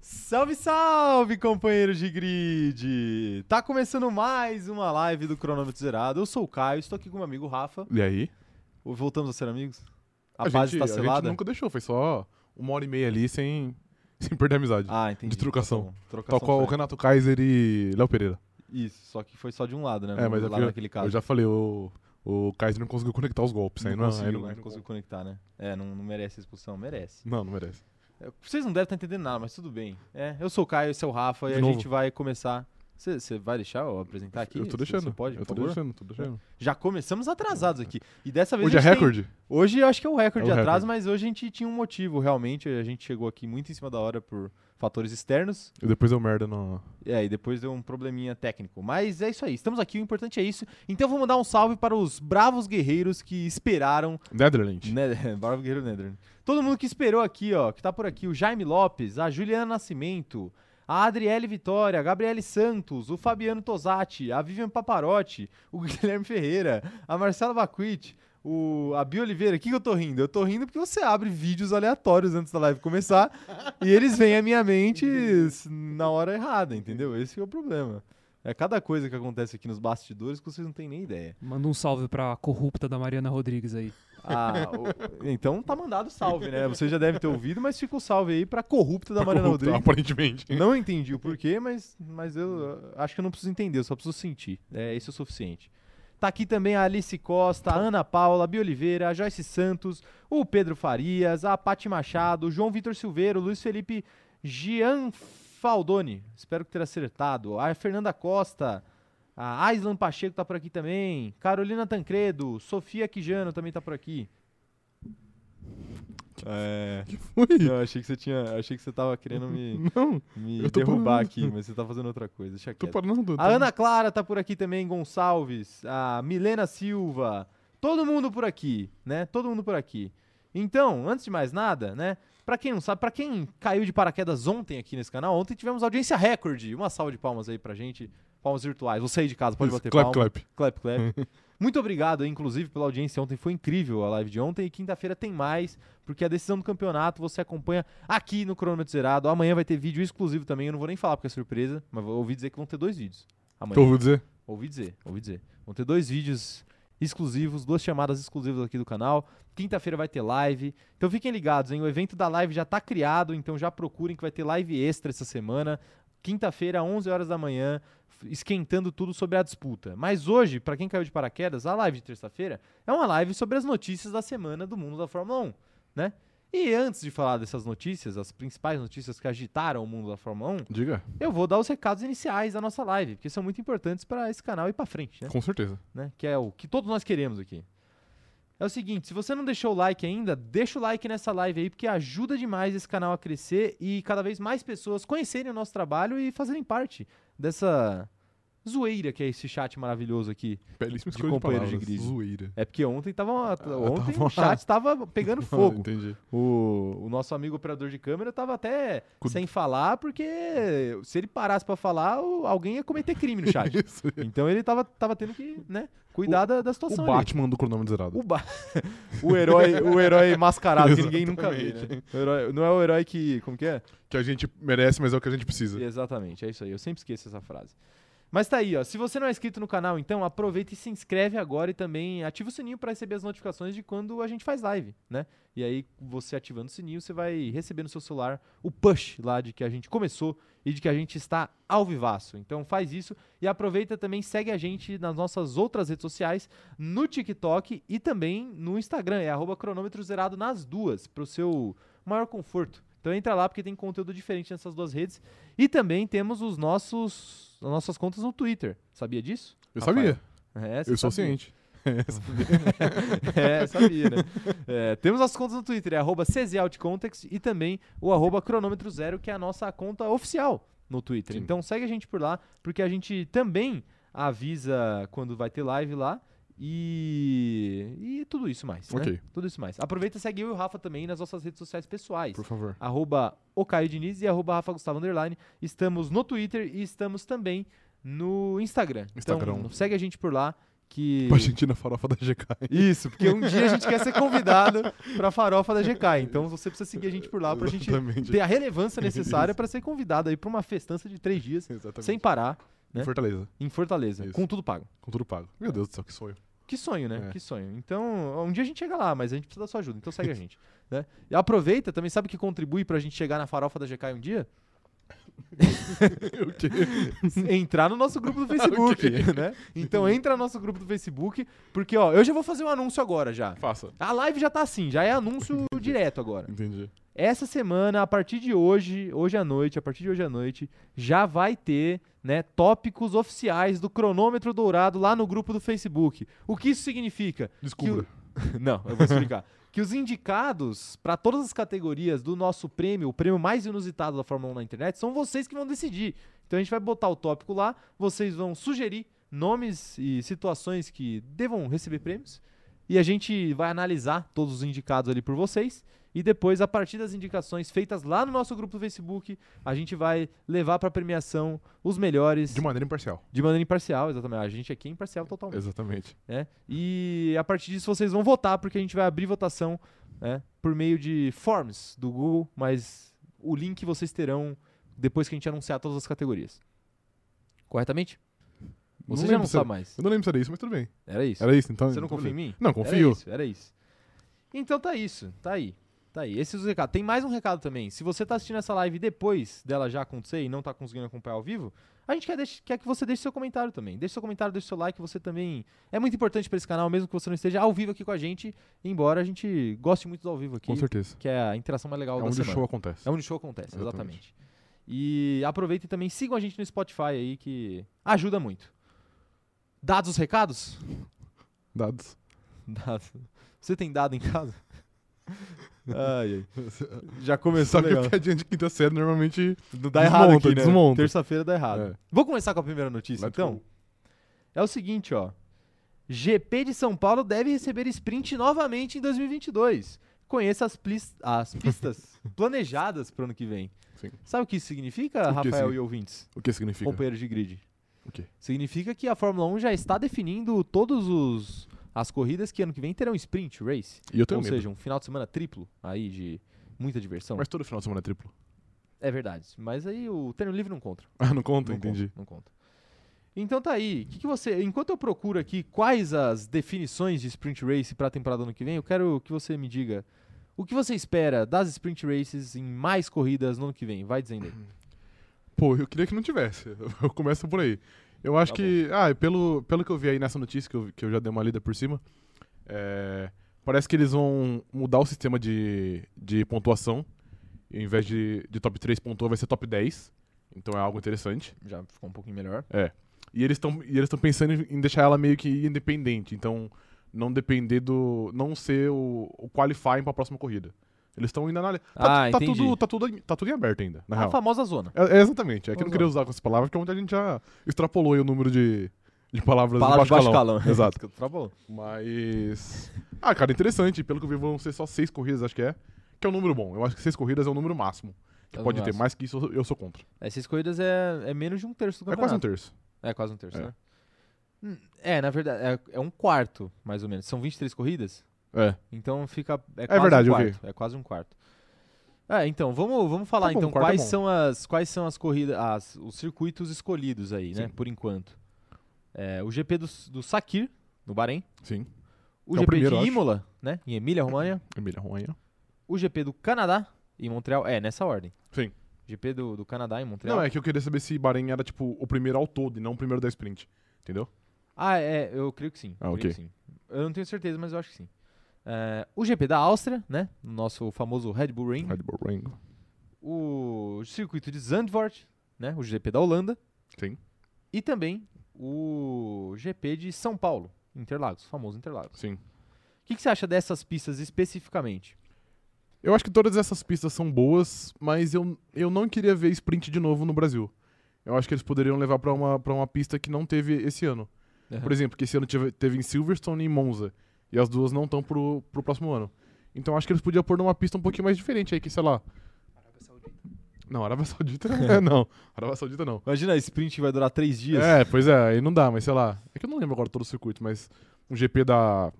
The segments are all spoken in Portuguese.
Salve, salve, companheiros de grid! Tá começando mais uma live do Cronômetro Zerado. Eu sou o Caio, estou aqui com meu amigo Rafa. E aí? Voltamos a ser amigos? A, base está a gente selada? nunca deixou, foi só uma hora e meia ali sem, sem perder a amizade. Ah, entendi. de trocação. Tá bom. Trocação Tal qual o franca. Renato Kaiser e Léo Pereira. Isso, só que foi só de um lado, né? É, mas é do porque lado naquele caso. Eu já falei, o, o Kaiser não conseguiu conectar os golpes. aí não, não, é- conseguiu, aí né? não, Não conseguiu conectar, né? É, não, não merece a expulsão, merece. não, não merece. É, Vocês não devem estar entendendo nada, mas tudo bem. É, eu sou o Caio, esse é o Rafa, e De a novo. gente vai começar. Você vai deixar eu apresentar aqui? eu tô Cê- deixando. cê pode, eu por tô favor? deixando, tô deixando. Já começamos atrasados aqui. E dessa vez Hoje a é gente tem- recorde? Hoje eu acho que é o recorde É o de atraso, recorde. mas hoje a gente tinha um motivo, realmente. A gente chegou aqui muito em cima da hora por fatores externos. E depois eu merda no. É, e depois deu um probleminha técnico. Mas é isso aí, estamos aqui, o importante é isso. Então vamos dar um salve para os bravos guerreiros que esperaram. Netherlands. Né, bravo guerreiro Netherland. Todo mundo que esperou aqui, ó, que tá por aqui: o Jaime Lopes, a Juliana Nascimento. A Adriele Vitória, a Gabriele Santos, o Fabiano Tosati, a Vivian Paparotti, o Guilherme Ferreira, a Marcela Baquit, o, a Bia Oliveira, o que, que eu tô rindo? Eu tô rindo porque você abre vídeos aleatórios antes da live começar e eles vêm à minha mente s- na hora errada, entendeu? Esse que é o problema. É cada coisa que acontece aqui nos bastidores que vocês não têm nem ideia. Manda um salve pra corrupta da Mariana Rodrigues aí. Ah, o- então tá mandado salve, né? Você já deve ter ouvido, mas fica o salve aí pra corrupta da Mariana Corrupto, Rodrigues. Aparentemente. Não entendi o porquê, mas, mas eu eh, acho que eu não preciso entender, eu só preciso sentir. É isso é o suficiente. Tá aqui também a Alice Costa, a Ana Paula, a Bia Oliveira, a Joyce Santos, o Pedro Farias, a Pati Machado, o João Vitor Silveiro, o Luiz Felipe Gian Faldoni. Espero que ter acertado. A Fernanda Costa, a Aislan Pacheco tá por aqui também. Carolina Tancredo, Sofia Quijano também tá por aqui. É. Ui, Não, achei que você tinha. Achei que você tava querendo me não, me Eu tô derrubar parando. aqui, mas você tá fazendo outra coisa. Deixa tô quieto. parando. A Ana Clara tá por aqui também, Gonçalves, a Milena Silva, todo mundo por aqui, né? Todo mundo por aqui. Então, antes de mais nada, né? Pra quem não sabe, pra quem caiu de paraquedas ontem aqui nesse canal, ontem tivemos audiência recorde. Uma salva de palmas aí pra gente. Palmas virtuais. Você aí de casa pode bater Clap, palma. clap. Clap, clap. Muito obrigado, inclusive, pela audiência ontem. Foi incrível a live de ontem. E quinta-feira tem mais, porque a decisão do campeonato você acompanha aqui no Cronômetro Zerado. Amanhã vai ter vídeo exclusivo também. Eu não vou nem falar porque é surpresa, mas vou ouvi dizer que vão ter dois vídeos. Tu Amanhã. ouviu dizer? Ouvi dizer, ouvi dizer. Vão ter dois vídeos exclusivos, duas chamadas exclusivas aqui do canal. Quinta-feira vai ter live. Então fiquem ligados, hein? O evento da live já tá criado, então já procurem que vai ter live extra essa semana. Quinta-feira, 11 horas da manhã, f- esquentando tudo sobre a disputa. Mas hoje, pra quem caiu de paraquedas, a live de terça-feira é uma live sobre as notícias da semana do mundo da Fórmula 1, né? E antes de falar dessas notícias, as principais notícias que agitaram o mundo da Fórmula 1, Diga. eu vou dar os recados iniciais da nossa live, porque são muito importantes para esse canal ir para frente, né? Com certeza. né? Que é o que todos nós queremos aqui. É o seguinte, se você não deixou o like ainda, deixa o like nessa live aí, porque ajuda demais esse canal a crescer e cada vez mais pessoas conhecerem o nosso trabalho e fazerem parte dessa zoeira que é esse chat maravilhoso aqui. Belíssima De escolha de, companheiro de palavras. grid. Zoeira. É porque ontem tava, ontem tava o chat tava pegando fogo. Ah, Entendi. O, o nosso amigo operador de câmera tava até Com- sem falar, porque se ele parasse pra falar, o- alguém ia cometer crime no chat. Isso. então ele tava, tava tendo que, né, cuidar da, da O situação ali. Batman do cronômetro zerado. O, ba- o herói, o herói mascarado que ninguém nunca vê, Exatamente. né? O herói- não é o herói que, como que é? Que a gente merece, mas é o que a gente precisa. Exatamente, é isso aí. Eu sempre esqueço essa frase. Mas tá aí, ó. Se você não é inscrito no canal, então aproveita e se inscreve agora e também ativa o sininho pra receber as notificações de quando a gente faz live, né? E aí, você ativando o sininho, você vai receber no seu celular o push lá de que a gente começou e de que a gente está ao vivaço. Então faz isso e aproveita também, segue a gente nas nossas outras redes sociais, no TikTok e também no Instagram. É arroba cronômetro zerado nas duas, pro seu maior conforto. Então entra lá porque tem conteúdo diferente nessas duas redes. E também temos os nossos, as nossas contas no Twitter. Sabia disso? Eu Rafael, sabia. É, você Eu sou sabia. ciente. É, sabia, né? É, temos as contas no Twitter, é arroba CZOutContext e também o arroba cronômetro zero, que é a nossa conta oficial no Twitter. Sim. Então segue a gente por lá, porque a gente também avisa quando vai ter live lá e, e tudo isso mais, né? Ok. Tudo isso mais. Aproveita e segue eu e o Rafa também nas nossas redes sociais pessoais Por favor. arroba o Caio Diniz e arroba Rafa Gustavo Underline. Estamos no Twitter e estamos também no Instagram. Instagram. Então, segue a gente por lá que. Pra gente ir na farofa da GK. Isso, porque um dia a gente quer ser convidado pra farofa da GK. Então você precisa seguir a gente por lá pra gente Exatamente. ter a relevância necessária pra ser convidado aí pra uma festança de três dias, Exatamente. sem parar, Em né? Fortaleza, em Fortaleza, Isso. com tudo pago. com tudo pago. Meu Deus do céu, que sonho. Que sonho, né? É. Que sonho. Então, um dia a gente chega lá, mas a gente precisa da sua ajuda. Então segue a gente. Né? E aproveita, também sabe que contribui pra gente chegar na farofa da GK um dia? Eu que- Entrar no nosso grupo do Facebook, né? Então entra no nosso grupo do Facebook, porque ó, eu já vou fazer um anúncio agora já. Faça. A live já tá assim, já é anúncio direto agora. Entendi. Essa semana, a partir de hoje, hoje à noite, a partir de hoje à noite, já vai ter, né, tópicos oficiais do cronômetro dourado lá no grupo do Facebook. O que isso significa? Descubra. Não, eu vou explicar. que os indicados para todas as categorias do nosso prêmio, o prêmio mais inusitado da Fórmula 1 na internet, são vocês que vão decidir. Então a gente vai botar o tópico lá, vocês vão sugerir nomes e situações que devam receber prêmios e a gente vai analisar todos os indicados ali por vocês. E depois, a partir das indicações feitas lá no nosso grupo do Facebook, a gente vai levar para premiação os melhores De maneira imparcial. de maneira imparcial, exatamente. A gente aqui é imparcial totalmente Exatamente. né? E a partir disso vocês vão votar, porque a gente vai abrir votação né, por meio de forms do Google, mas o link vocês terão depois que a gente anunciar todas as categorias. Corretamente? Você já lembro não se- sabe mais. Eu não lembro se era isso, mas tudo bem. Era isso. Era isso, então. Você não então confia em beleza. mim? Não, confio. Era isso, era isso. Então tá isso, tá aí. Tá aí. Esse é o recado. Tem mais um recado também. Se você tá assistindo essa live depois dela já acontecer e não tá conseguindo acompanhar ao vivo, a gente quer, deix- quer que você deixe seu comentário também. Deixe seu comentário, deixe seu like, você também. É muito importante pra esse canal, mesmo que você não esteja ao vivo aqui com a gente, embora a gente goste muito do ao vivo aqui, Com certeza. que é a interação mais legal É da onde o semana. show acontece. É onde o show acontece, exatamente. Exatamente. E aproveitem também, sigam a gente no Spotify aí, que ajuda muito. Dados os recados? Dados. Dado. Você tem dado em casa? ai, ai. Já começou Sabe que a piadinha de quinta série normalmente Não dá errado desmonta, aqui, né? desmonta. Terça-feira dá errado. É. Vou começar com a primeira notícia, Let's então. go. É o seguinte, ó. GP de São Paulo deve receber sprint novamente em 2022. Conheça as, plis- as pistas planejadas pro ano que vem. Sim. Sabe o que isso significa, que Rafael significa? e ouvintes? O que significa? Companheiros de grid. O quê? Significa que a Fórmula 1 já está definindo todos os as corridas que ano que vem terão sprint race. E eu tenho Ou medo. seja, então. um final de semana triplo aí de muita diversão. Mas todo final de semana é triplo. É verdade. Mas aí o treino livre não conta. Ah, não conta? Não Entendi. Conta, não conta. Então tá aí. Que que você, enquanto eu procuro aqui quais as definições de sprint race para a temporada ano que vem, eu quero que você me diga o que você espera das sprint races em mais corridas no ano que vem. Vai dizendo aí. Pô, eu queria que não tivesse. Eu começo por aí. Eu acho Tá que. Ah, e pelo, pelo que eu vi aí nessa notícia, que eu, que eu já dei uma lida por cima, é, parece que eles vão mudar o sistema de, de pontuação. Em vez de, de top 3 pontua, vai ser top 10. Então é algo interessante. Já ficou um pouquinho melhor. E eles estão e eles estão pensando em em deixar ela meio que independente, então não depender do não ser o, o qualifying para a próxima corrida. Eles estão ainda na tá, Ah, tá entendi. Ah, tudo tá tudo em- tá tudo em aberto ainda, na a real. famosa zona. É, é exatamente, é que Vamos eu não lá. queria usar com essa palavra porque ontem a gente já extrapolou aí o número de de palavras Palavra de baixo calão. Exato. Exato. Travou. Mas ah, cara, interessante, pelo que eu vi vão ser só seis corridas, acho que é, que é um número bom. Eu acho que seis corridas é o número máximo. Que É o pode número ter mais que isso, eu- eu sou contra. Essas corridas é, é menos de um terço do É quase um campeonato. terço. É quase um terço, É. né? Hum, É, na verdade, é, é um quarto, mais ou menos. São 23 corridas, É. então fica. É, quase verdade, um eu quarto. É quase um quarto. É, então, vamos, vamos falar Tá bom, então um quarto é quais bom. são as quais são as corridas, as- os circuitos escolhidos aí, né? Sim. Por enquanto. É, o GP do, do Sakir, no Bahrein. Sim. O É o GP primeiro, eu de acho. Imola, né? Em Emília, România. Emília Ronha. O GP do Canadá, em Montreal. É, nessa ordem. Sim. GP do, do Canadá, em Montreal. Não, é que eu queria saber se Bahrein era, tipo, o primeiro ao todo e não o primeiro da sprint. Entendeu? Ah, é, eu creio que sim. Ah, creio que ok. sim. Eu não tenho certeza, mas eu acho que sim. É, o GP da Áustria, né? Nosso famoso Red Bull Ring. Red Bull Ring. O circuito de Zandvoort, né? O GP da Holanda. Sim. E também o GP de São Paulo, Interlagos, famoso Interlagos. Sim. O que, que você acha dessas pistas especificamente? Eu acho que todas essas pistas são boas, mas eu, eu não queria ver sprint de novo no Brasil. Eu acho que eles poderiam levar pra uma, pra uma pista que não teve esse ano. Aham. Por exemplo, que esse ano teve, teve em Silverstone e em Monza. E as duas não estão pro, pro próximo ano. Então acho que eles podiam pôr numa pista um pouquinho mais diferente aí, que sei lá. Não, Arábia Saudita é, não. Arábia Saudita não. Imagina, a sprint vai durar três dias. É, pois é, aí não dá, mas sei lá. É que eu não lembro agora todo o circuito, mas um GP da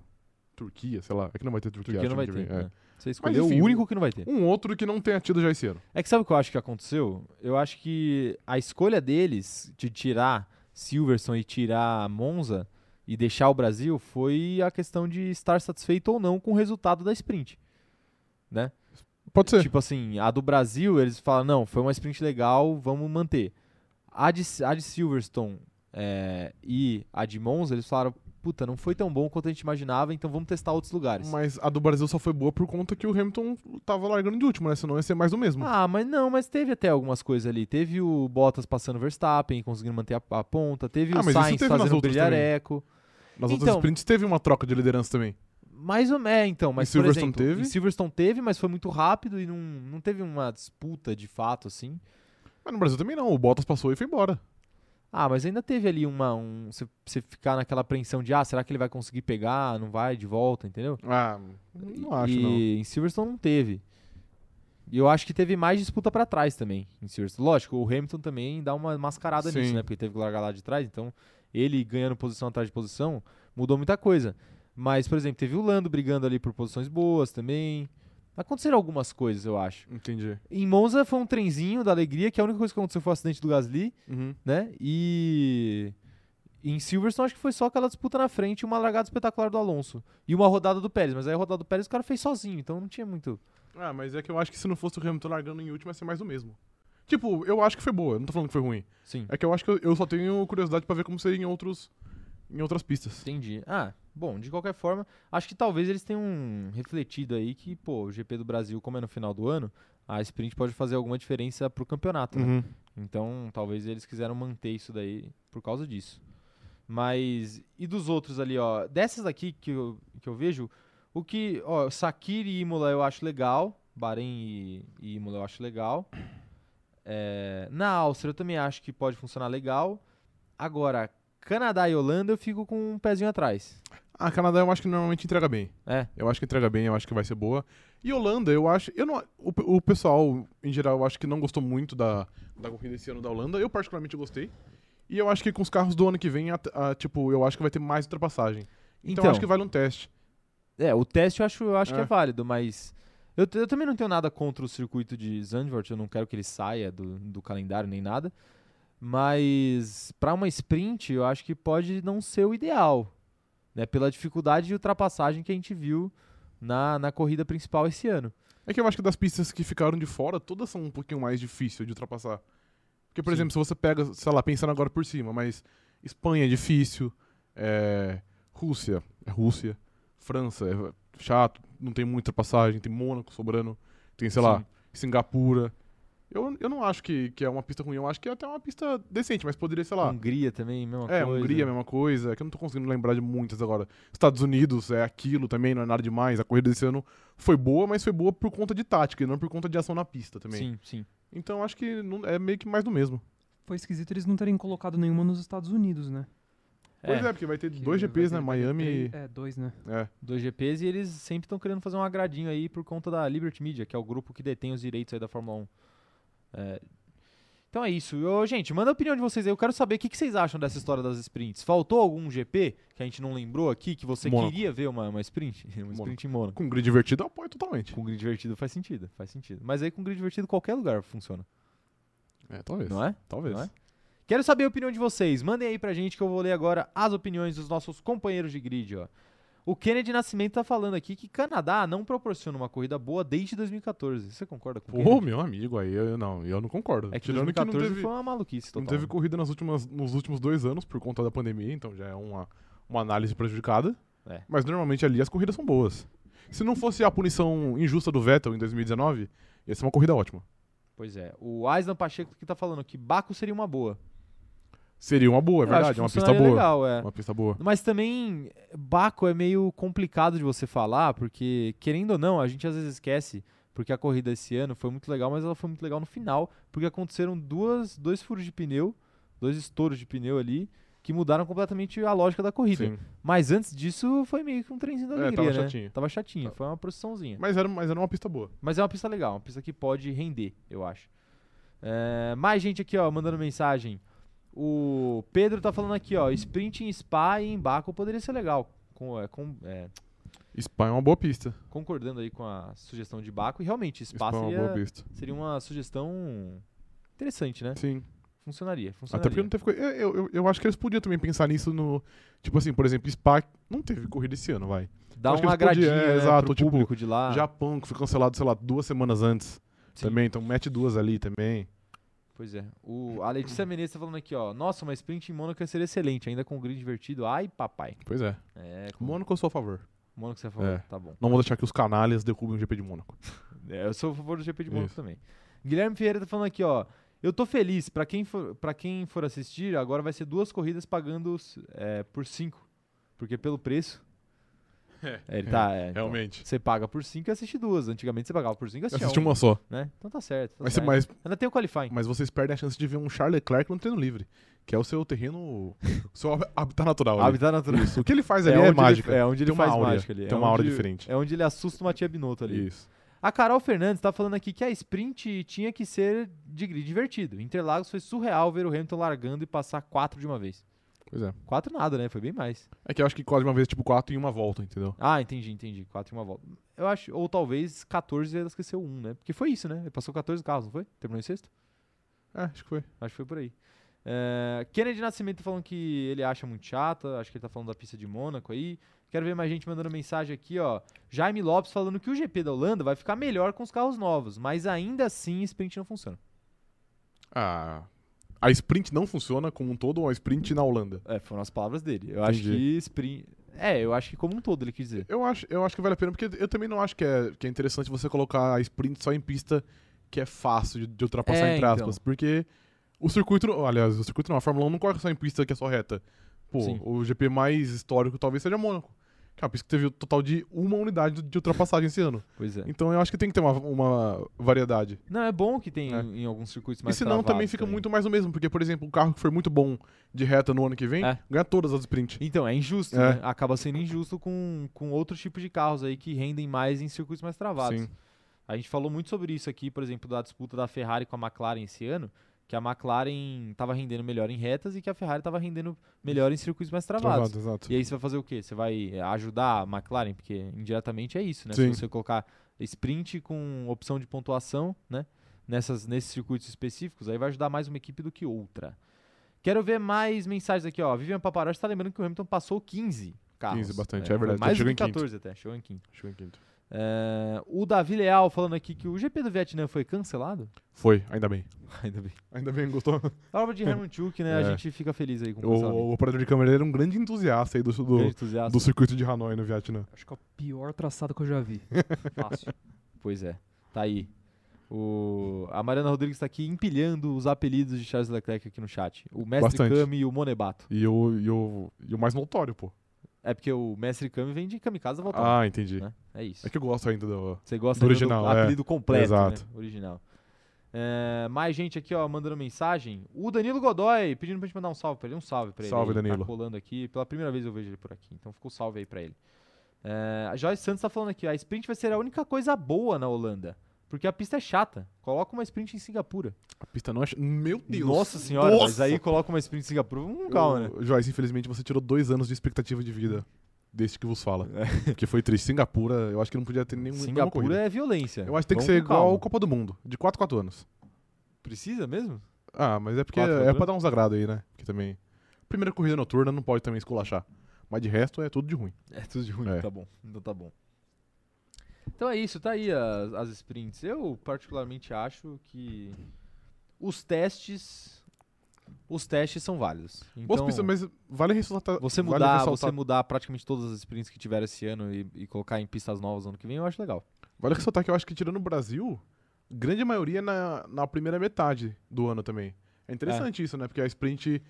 Turquia, sei lá. É que não vai ter Turquia. Porque acho, não vai ano ter. que vem, é. né? Você escolheu enfim, o único que não vai ter. Um outro que não tenha tido já esse ano. É que sabe o que eu acho que aconteceu? Eu acho que a escolha deles de tirar Silverson e tirar Monza e deixar o Brasil foi a questão de estar satisfeito ou não com o resultado da sprint. Pode ser. Tipo assim, a do Brasil, eles falam, não, foi uma sprint legal, vamos manter. A de, a de Silverstone é, e a de Monza, eles falaram, puta, não foi tão bom quanto a gente imaginava, então vamos testar outros lugares. Mas a do Brasil só foi boa por conta que o Hamilton tava largando de último, né? Senão ia ser mais do mesmo. Ah, mas não, mas teve até algumas coisas ali. Teve o Bottas passando o Verstappen, conseguindo manter a, a ponta. Teve Ah, o mas isso Sainz teve nas fazendo o outras também. brilhareco. Nas outras então- sprints teve uma troca de liderança também. Mais ou menos, então. Mas, por Silverstone exemplo, teve? Em Silverstone teve, mas foi muito rápido e não, não teve uma disputa de fato, assim. Mas no Brasil também não. O Bottas passou e foi embora. Ah, mas ainda teve ali uma... Um, você- você ficar naquela apreensão de, ah, será que ele vai conseguir pegar? Não vai, de volta, entendeu? Ah, não acho, e não. em Silverstone não teve. E eu acho que teve mais disputa pra trás também em Silverstone. Lógico, o Hamilton também dá uma mascarada Sim. nisso, né? Porque teve que largar lá de trás, então ele ganhando posição atrás de posição mudou muita coisa. Mas, por exemplo, teve o Lando brigando ali por posições boas também. Aconteceram algumas coisas, eu acho. Entendi. Em Monza foi um trenzinho da alegria, que a única coisa que aconteceu foi o acidente do Gasly, Uhum. né? E em Silverstone acho que foi só aquela disputa na frente, e uma largada espetacular do Alonso e uma rodada do Pérez, mas aí a rodada do Pérez o cara fez sozinho, então não tinha muito. Ah, mas é que eu acho que se não fosse o Hamilton largando em último, ia ser mais do mesmo. Tipo, eu acho que foi boa. eu Não tô falando que foi ruim. Sim. É que eu acho que eu- eu só tenho curiosidade pra ver como seria em outros em outras pistas. Entendi. Ah, bom, de qualquer forma, acho que talvez eles tenham refletido aí que, pô, o GP do Brasil, como é no final do ano, a sprint pode fazer alguma diferença pro campeonato, Uhum. né? Então, talvez eles quiseram manter isso daí por causa disso. Mas, e dos outros ali, ó? Dessas aqui que eu, que eu vejo, o que, ó, Sakiri e Imola eu acho legal. Bahrein e, e Imola eu acho legal. É, na Áustria eu também acho que pode funcionar legal. Agora, Canadá e Holanda eu fico com um pezinho atrás. Ah, Canadá eu acho que normalmente entrega bem. É. Eu acho que entrega bem, eu acho que vai ser boa. E Holanda, eu acho. Eu não, o, pe- o pessoal, em geral, eu acho que não gostou muito da, da corrida esse ano da Holanda. Eu, particularmente, gostei. E eu acho que com os carros do ano que vem, a- a- tipo, eu acho que vai ter mais ultrapassagem. Então, eu acho que vale um teste. É, o teste eu acho, eu acho que É. é válido, mas. Eu, t- eu também não tenho nada contra o circuito de Zandvoort, eu não quero que ele saia do, do calendário nem nada. Mas para uma sprint, eu acho que pode não ser o ideal. Né, pela dificuldade de ultrapassagem que a gente viu na, na corrida principal esse ano. É que eu acho que das pistas que ficaram de fora, todas são um pouquinho mais difíceis de ultrapassar. Porque, por Sim. exemplo, se você pega, sei lá, pensando agora por cima, mas Espanha é difícil, é, Rússia é Rússia, França é chato, não tem muita ultrapassagem, tem Mônaco sobrando, tem, sei lá, Sim. Singapura. Eu, eu não acho que, que é uma pista ruim, eu acho que é até uma pista decente, mas poderia, sei lá. Hungria também, mesma é, coisa. Hungria, mesma coisa. É que eu não tô conseguindo lembrar de muitas agora. Estados Unidos é aquilo também, não é nada demais. A corrida desse ano foi boa, mas foi boa por conta de tática e não por conta de ação na pista também. Sim, sim. Então acho que não- é meio que mais do mesmo. Foi esquisito eles não terem colocado nenhuma nos Estados Unidos, né? Pois é, É, porque vai ter Que dois vai GPs, ter- né? vai ter Miami. três- É, dois, né? É. dois GPs e eles sempre estão querendo fazer um agradinho aí por conta da Liberty Media, que é o grupo que detém os direitos aí da Fórmula 1. É, Então é isso. Ô, gente, manda a opinião de vocês aí. Eu quero saber o que, que vocês acham dessa história das sprints. Faltou algum GP que a gente não lembrou aqui, que você Mônaco. queria ver uma, uma sprint? Uma sprint em Mônaco. Com grid divertido, eu apoio totalmente. Com grid divertido faz sentido, faz sentido. Mas aí com grid divertido qualquer lugar funciona, É, talvez. não é? Talvez. Não é? Quero saber a opinião de vocês. Mandem aí pra gente que eu vou ler agora as opiniões dos nossos companheiros de grid, ó. O Kennedy Nascimento tá falando aqui que Canadá não proporciona uma corrida boa desde 2014. Você concorda com o Pô, Kennedy? meu amigo, aí eu eu não, eu não concordo. É que Tirando que não 2014 teve, foi uma maluquice total. não teve né? corrida nas últimas, nos últimos dois anos por conta da pandemia, então já é uma, uma análise prejudicada. É. Mas normalmente ali as corridas são boas. Se não fosse a punição injusta do Vettel em 2019, ia ser uma corrida ótima. Pois é. O Aislan Pacheco que tá falando que Baco seria uma boa. Seria uma boa, Eu é acho verdade, que é uma pista funcionaria boa. legal, é. Uma pista boa. Mas também, Baco é meio complicado de você falar, porque, querendo ou não, a gente às vezes esquece, porque a corrida esse ano foi muito legal, mas ela foi muito legal no final, porque aconteceram duas, dois furos de pneu, dois estouros de pneu ali, que mudaram completamente a lógica da corrida. Sim. Mas antes disso, foi meio que um trenzinho da É, alegria, tava né? chatinho. Tava chatinho, Tava. foi uma procissãozinha. Mas era, mas era uma pista boa. Mas é uma pista legal, uma pista que pode render, eu acho. É, mais gente aqui, ó, mandando mensagem. O Pedro tá falando aqui, ó, sprint em Spa e em Baco poderia ser legal. Com, é, com- é, Spa é uma boa pista. concordando aí com a sugestão de Baco. E realmente, Spa Spa é uma boa seria, pista. seria uma sugestão interessante, né? Sim. Funcionaria, Até funcionaria. porque não teve corrida. Eu, eu, eu acho que eles podiam também pensar nisso no. Tipo assim, por exemplo, Spa não teve corrida esse ano, vai. Dá acho que uma eles agradinha podiam- é, né, exato, pro tipo, público de lá. Japão, que foi cancelado, sei lá, duas semanas antes Ah. Sim. também. Então mete duas ali também. Pois é. O, a Letícia Menezes tá falando aqui, ó. Nossa, uma sprint em Mônaco seria excelente, ainda com um grid divertido. Ai, papai. Pois é. É, com Mônaco eu sou a favor. Mônaco você falou. É. Tá bom. Não vou deixar que os canalhas derrubem o GP de Mônaco. É, eu sou a favor do GP de Mônaco Isso. também. Guilherme Ferreira tá falando aqui, ó. Eu tô feliz. Pra quem for, pra quem for assistir, agora vai ser duas corridas pagando s- é, por cinco. Porque pelo preço. É. ele tá. é, então, Realmente. Você paga por cinco e assiste duas. Antigamente você pagava por cinco e Eu assistia assisti uma, uma só. né? Então tá certo. tá Mas, você- certo. mas, Ainda tem o qualifying. mas vocês perdem a chance de ver um Charles Leclerc no treino livre, que é o seu terreno, o seu hab- habitat natural. ali. Habitat natural. Isso. O que ele faz ali é, onde ele- mágica. é onde ele Tem uma faz áurea, mágica ali. tem é uma aura onde- diferente. É onde ele assusta uma tia Binotto ali. Isso. A Carol Fernandes tá falando aqui que a sprint tinha que ser de grid divertido. Interlagos foi surreal ver o Hamilton largando e passar quatro de uma vez. Pois é. Quatro nada, né? Foi bem mais. É que eu acho que quase uma vez, tipo, quatro em uma volta, entendeu? Ah, entendi, entendi. Quatro em uma volta. Eu acho, ou talvez 14 ela esqueceu um, né? Porque foi isso, né? Ele passou 14 carros, não foi? Terminou em sexto? É, acho que foi. Acho que foi por aí. É, Kennedy Nascimento falando que ele acha muito chata, acho que ele tá falando da pista de Mônaco aí. Quero ver mais gente mandando mensagem aqui, ó. Jaime Lopes falando que o GP da Holanda vai ficar melhor com os carros novos, mas ainda assim sprint não funciona. Ah, a sprint não funciona como um todo ou a sprint na Holanda? É, foram as palavras dele. Eu acho Entendi. que sprint. É, eu acho que como um todo ele quis dizer. Eu acho, eu acho que vale a pena, porque eu também não acho que é, que é interessante você colocar a sprint só em pista que é fácil de, de ultrapassar, É, entre aspas. Porque o circuito, não- aliás, o circuito não, a Fórmula 1 não corre só em pista que é só reta. Pô, Sim. o GP mais histórico talvez seja Mônaco. Que é uma pista que teve o total de uma unidade de ultrapassagem esse ano. Pois é. Então eu acho que tem que ter uma, uma variedade. Não, é bom que tem É. em alguns circuitos mais e senão também travados fica muito mais o mesmo, porque, por exemplo, um carro que foi muito bom de reta no ano que vem, É. ganha todas as sprints. Então, é injusto, É. né? Acaba sendo injusto com, com outros tipos de carros aí que rendem mais em circuitos mais travados. Sim. A gente falou muito sobre isso aqui, por exemplo, da disputa da Ferrari com a McLaren esse ano, que a McLaren estava rendendo melhor em retas e que a Ferrari estava rendendo melhor em circuitos mais travados. Travado, exato. E aí você vai fazer o quê? Você vai eh, ajudar a McLaren, porque indiretamente é isso, né? Sim. Se você colocar sprint com opção de pontuação, né? Nessas, nesses circuitos específicos, aí vai ajudar mais uma equipe do que outra. Quero ver mais mensagens aqui, ó. A Vivian Paparotti tá lembrando que o Hamilton passou 15 carros. 15, bastante, né? é verdade, Foi Mais chegou do em que quinto. 14 até, chegou em quinto. Acho que é em quinto. Eh, o Davi Leal falando aqui que o GP do Vietnã foi cancelado. Foi, ainda bem. Ainda bem. Ainda bem, gostou? A obra de Herman Tchuk, né? A É. gente fica feliz aí com o cancelamento. O, o operador de câmera ele era um grande entusiasta aí do, Grande do, entusiasta. do circuito de Hanoi no Vietnã. Acho que é o pior traçado que eu já vi. Fácil. Pois é, tá aí. O... A Mariana Rodrigues tá aqui empilhando os apelidos de Charles Leclerc aqui no chat. O Mestre Bastante. Kami e o Monebato. E o, e, o, e o mais notório, pô. É porque o Mestre Kami vem de Kamikaze Voltar, Ah, entendi. né? É isso. É que eu gosto ainda do. Você gosta Do ainda do original, é. apelido completo, Exato. né? Original. É, mais gente aqui, ó, mandando mensagem. O Danilo Godoy pedindo pra gente mandar um salve pra ele. Um salve pra ele. Salve, ele Tá Danilo. colando aqui. Pela primeira vez eu vejo ele por aqui. Então ficou salve aí pra ele. É, a Joyce Santos tá falando aqui, ó, a sprint vai ser a única coisa boa na Holanda. Porque a pista é chata. Coloca uma sprint em Singapura. A pista não é. ch- Meu Deus! Nossa senhora, mas Nossa! aí coloca uma sprint em Singapura, um calma, né? Ô, Joyce, infelizmente você tirou dois anos de expectativa de vida deste que vos fala. Porque foi triste. Singapura, eu acho que não podia ter nenhum nenhuma É. Singapura corrida. é violência. Eu acho que tem que Vamos ser com calma. igual a Copa do Mundo, de 4 4 anos. Precisa mesmo? Ah, mas é porque Quatro, é quatro pra dar uns agrado aí, né? Que também. Primeira corrida noturna não pode também esculachar. Mas de resto é tudo de ruim. É tudo de ruim, É. tá bom. Então tá bom. Então é isso, tá aí as, as sprints. Eu particularmente acho que os testes os testes são válidos. Boas Então, pistas, mas vale ressaltar. você vale mudar, ressaltar- você mudar praticamente todas as sprints que tiveram esse ano e, e colocar em pistas novas ano que vem, eu acho legal. Vale ressaltar que eu acho que tirando o Brasil, grande maioria na, na primeira metade do ano também. É interessante isso, né? Porque a sprint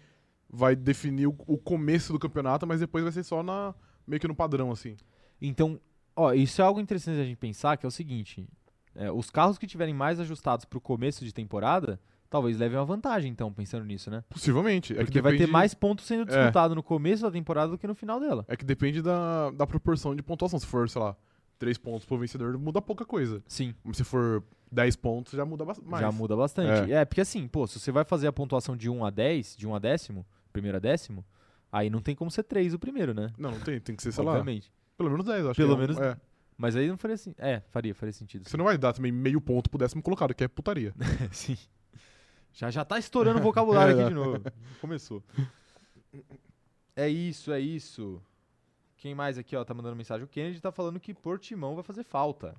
vai definir o, o começo do campeonato, mas depois vai ser só na meio que no padrão, assim. Então, ó, isso é algo interessante a gente pensar, que é o seguinte: é, os carros que tiverem mais ajustados pro começo de temporada, talvez levem uma vantagem, então, pensando nisso, né? Possivelmente. é que Porque vai ter depende- mais pontos sendo É. disputado no começo da temporada do que no final dela. É que depende da, da proporção de pontuação. Se for, sei lá, 3 pontos pro vencedor, muda pouca coisa. Sim. Mas se for 10 pontos, já muda bas- mais. Já muda bastante. É. porque assim, pô, se você vai fazer a pontuação de 1 a 10, de 1 a décimo, primeiro a décimo, aí não tem como ser 3 o primeiro, né? Não, não tem, tem que ser, sei lá, Obviamente. pelo menos 10, eu acho. Pelo que é um- menos- É. Mas aí não faria assim. É, faria, faria sentido. Você não vai dar também meio ponto pro décimo colocado, que é putaria. Sim. Já já tá estourando o vocabulário aqui É. de novo. Começou. É isso, é isso. Quem mais aqui, ó, tá mandando mensagem? O Kennedy tá falando que Portimão vai fazer falta.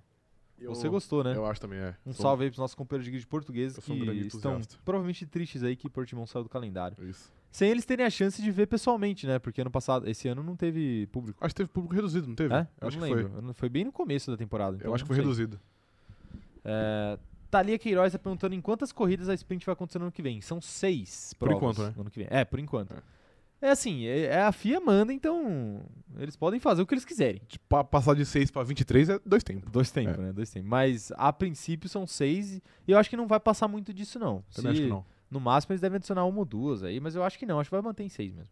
Você gostou, né? Eu acho também, é. Um Sou- salve aí pros nossos companheiros de guia de português Eu que sou um grande estão entusiasta. provavelmente tristes aí que Portimão saiu do calendário. um- Isso. Sem eles terem a chance de ver pessoalmente, né? Porque ano passado, esse ano não teve público. Acho que teve público reduzido, não teve? É? Eu acho não que foi. lembro. Eu não- Foi bem no começo da temporada. então eu acho que não foi sei. reduzido. É, Thalia Queiroz tá perguntando em quantas corridas a sprint vai acontecer no ano que vem. São seis Por provas enquanto, né? no ano que vem. É, por enquanto. É, assim, é, é a FIA manda, então eles podem fazer o que eles quiserem. Tipo, pa- passar de 6 pra 23 é dois tempos. Dois tempos, né? Dois tempos. Mas a princípio são seis e eu acho que não vai passar muito disso, não. Também Se- acho que não. No máximo eles devem adicionar uma ou duas aí, mas eu acho que não, acho que vai manter em seis mesmo.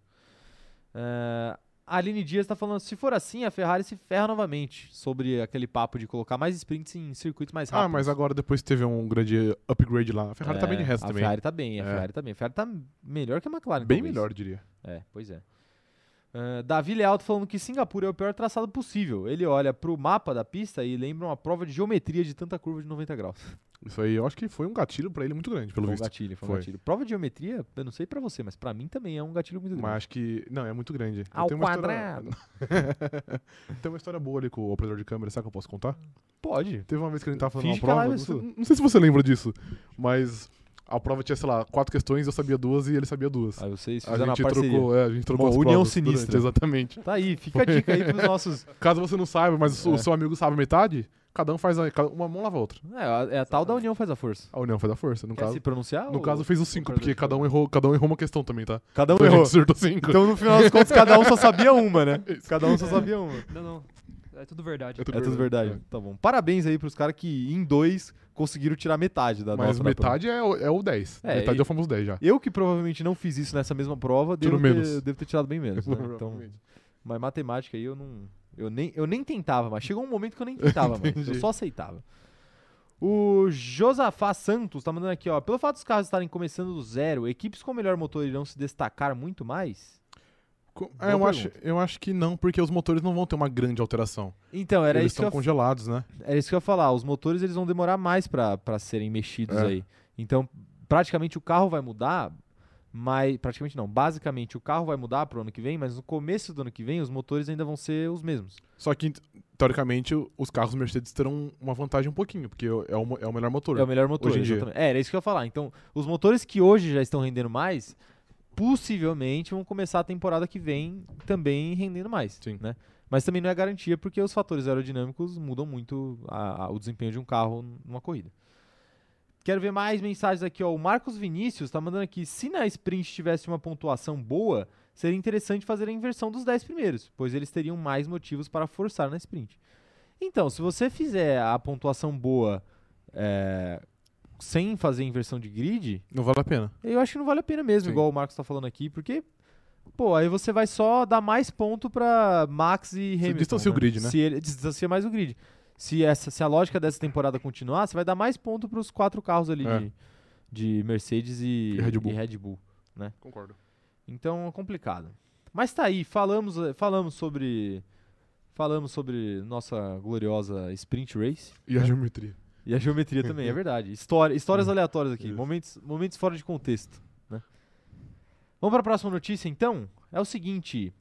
Eh, a Aline Dias tá falando, se for assim, a Ferrari se ferra novamente sobre aquele papo de colocar mais sprints em circuitos mais rápidos. Ah, mas agora depois que teve um grande upgrade lá, a Ferrari tá bem de É, resto a também. Ferrari tá bem, a É. Ferrari tá bem. A Ferrari tá melhor que a McLaren. Bem talvez. melhor, eu diria. É, pois é. Ah, Davi Lealto falando que Singapura é o pior traçado possível. Ele olha pro mapa da pista e lembra uma prova de geometria de tanta curva de 90 graus. Isso aí, eu acho que foi um gatilho pra ele muito grande, pelo foi um visto. gatilho, foi um Foi. gatilho. Prova de geometria, eu não sei pra você, mas pra mim também é um gatilho muito grande. Mas acho que. Não, é muito grande. Eu Ao tenho uma história- quadrado. Tem uma história boa ali com o operador de câmera, sabe que eu posso contar? Pode. Teve uma vez que a gente tava fazendo Finge que a uma prova. live é Não sei, sua. não sei se você lembra disso, mas a prova tinha, sei lá, quatro questões, eu sabia duas e ele sabia duas. Aí vocês A fizeram a gente, parceria. trocou, é, a gente trocou Uma as união provas sinistra. durante, exatamente. Tá aí, fica a dica aí pros nossos. Caso você não saiba, mas o seu- É. o seu amigo sabe metade, cada um faz a- cada- uma mão lava a outra. É, a- é a tal da união faz a força. A união faz a força, no Quer É, se caso. pronunciar? No ou- caso fez os cinco, operador porque de cada um errou, cada um errou uma questão também, tá? Cada um Então a errou. gente acertou cinco. Então no final das contas cada um só sabia uma, né? Cada um só sabia uma. Não, não. É tudo verdade. É tudo É tudo verdade. Tá bom. Parabéns aí pros caras que em dois conseguiram tirar metade da nota Mas da prova. metade é o, é o 10. É, metade e- é o famoso 10 já. Eu que provavelmente não fiz isso nessa mesma prova, devo Tirou ter, menos. devo ter tirado bem menos. né? Então, Provavelmente. mas matemática aí eu não. Eu nem, eu nem tentava, mas chegou um momento que eu nem tentava, mas eu Entendi. só aceitava. O Josafá Santos tá mandando aqui, ó. Pelo fato dos carros estarem começando do zero, equipes com melhor motor irão se destacar muito mais? Co- Boa é, eu, acho, pergunta. eu acho que não, porque os motores não vão ter uma grande alteração. Então, era Eles isso, que estão eu, congelados, né? era isso que eu ia falar. Os motores eles vão demorar mais pra pra serem mexidos É. aí. Então, praticamente o carro vai mudar, mas. Praticamente não, basicamente o carro vai mudar pro ano que vem, mas no começo do ano que vem os motores ainda vão ser os mesmos. Só que, teoricamente, o- os carros Mercedes terão uma vantagem um pouquinho, porque é o, mo- é o melhor motor. É o melhor motor. Hoje em dia. exatamente. É, era isso que eu ia falar. Então, os motores que hoje já estão rendendo mais, possivelmente vão começar a temporada que vem também rendendo mais. Sim. Né? Mas também não é garantia, porque os fatores aerodinâmicos mudam muito a- a- o desempenho de um carro numa corrida. Quero ver mais mensagens aqui. Ó. O Marcos Vinícius está mandando aqui. Se na sprint tivesse uma pontuação boa, seria interessante fazer a inversão dos 10 primeiros, pois eles teriam mais motivos para forçar na sprint. Então, se você fizer a pontuação boa é, sem fazer inversão de grid, Não vale a pena. eu acho que não vale a pena mesmo, Sim. igual o Marcos tá falando aqui, porque, pô, aí você vai só dar mais ponto pra Max e Hamilton. distancia o grid, né? Se ele distancia mais o grid. Se, essa, se a lógica dessa temporada continuar, você vai dar mais ponto pros quatro carros ali É. de, de Mercedes e, E Red Bull. e Red Bull. Concordo. Então é complicado. Mas tá aí, falamos, falamos sobre. Falamos sobre nossa gloriosa sprint race. E a geometria. E a geometria também, é verdade. História, histórias aleatórias aqui, Isso. momentos, momentos fora de contexto. né? Vamos para a próxima notícia, então? É o seguinte: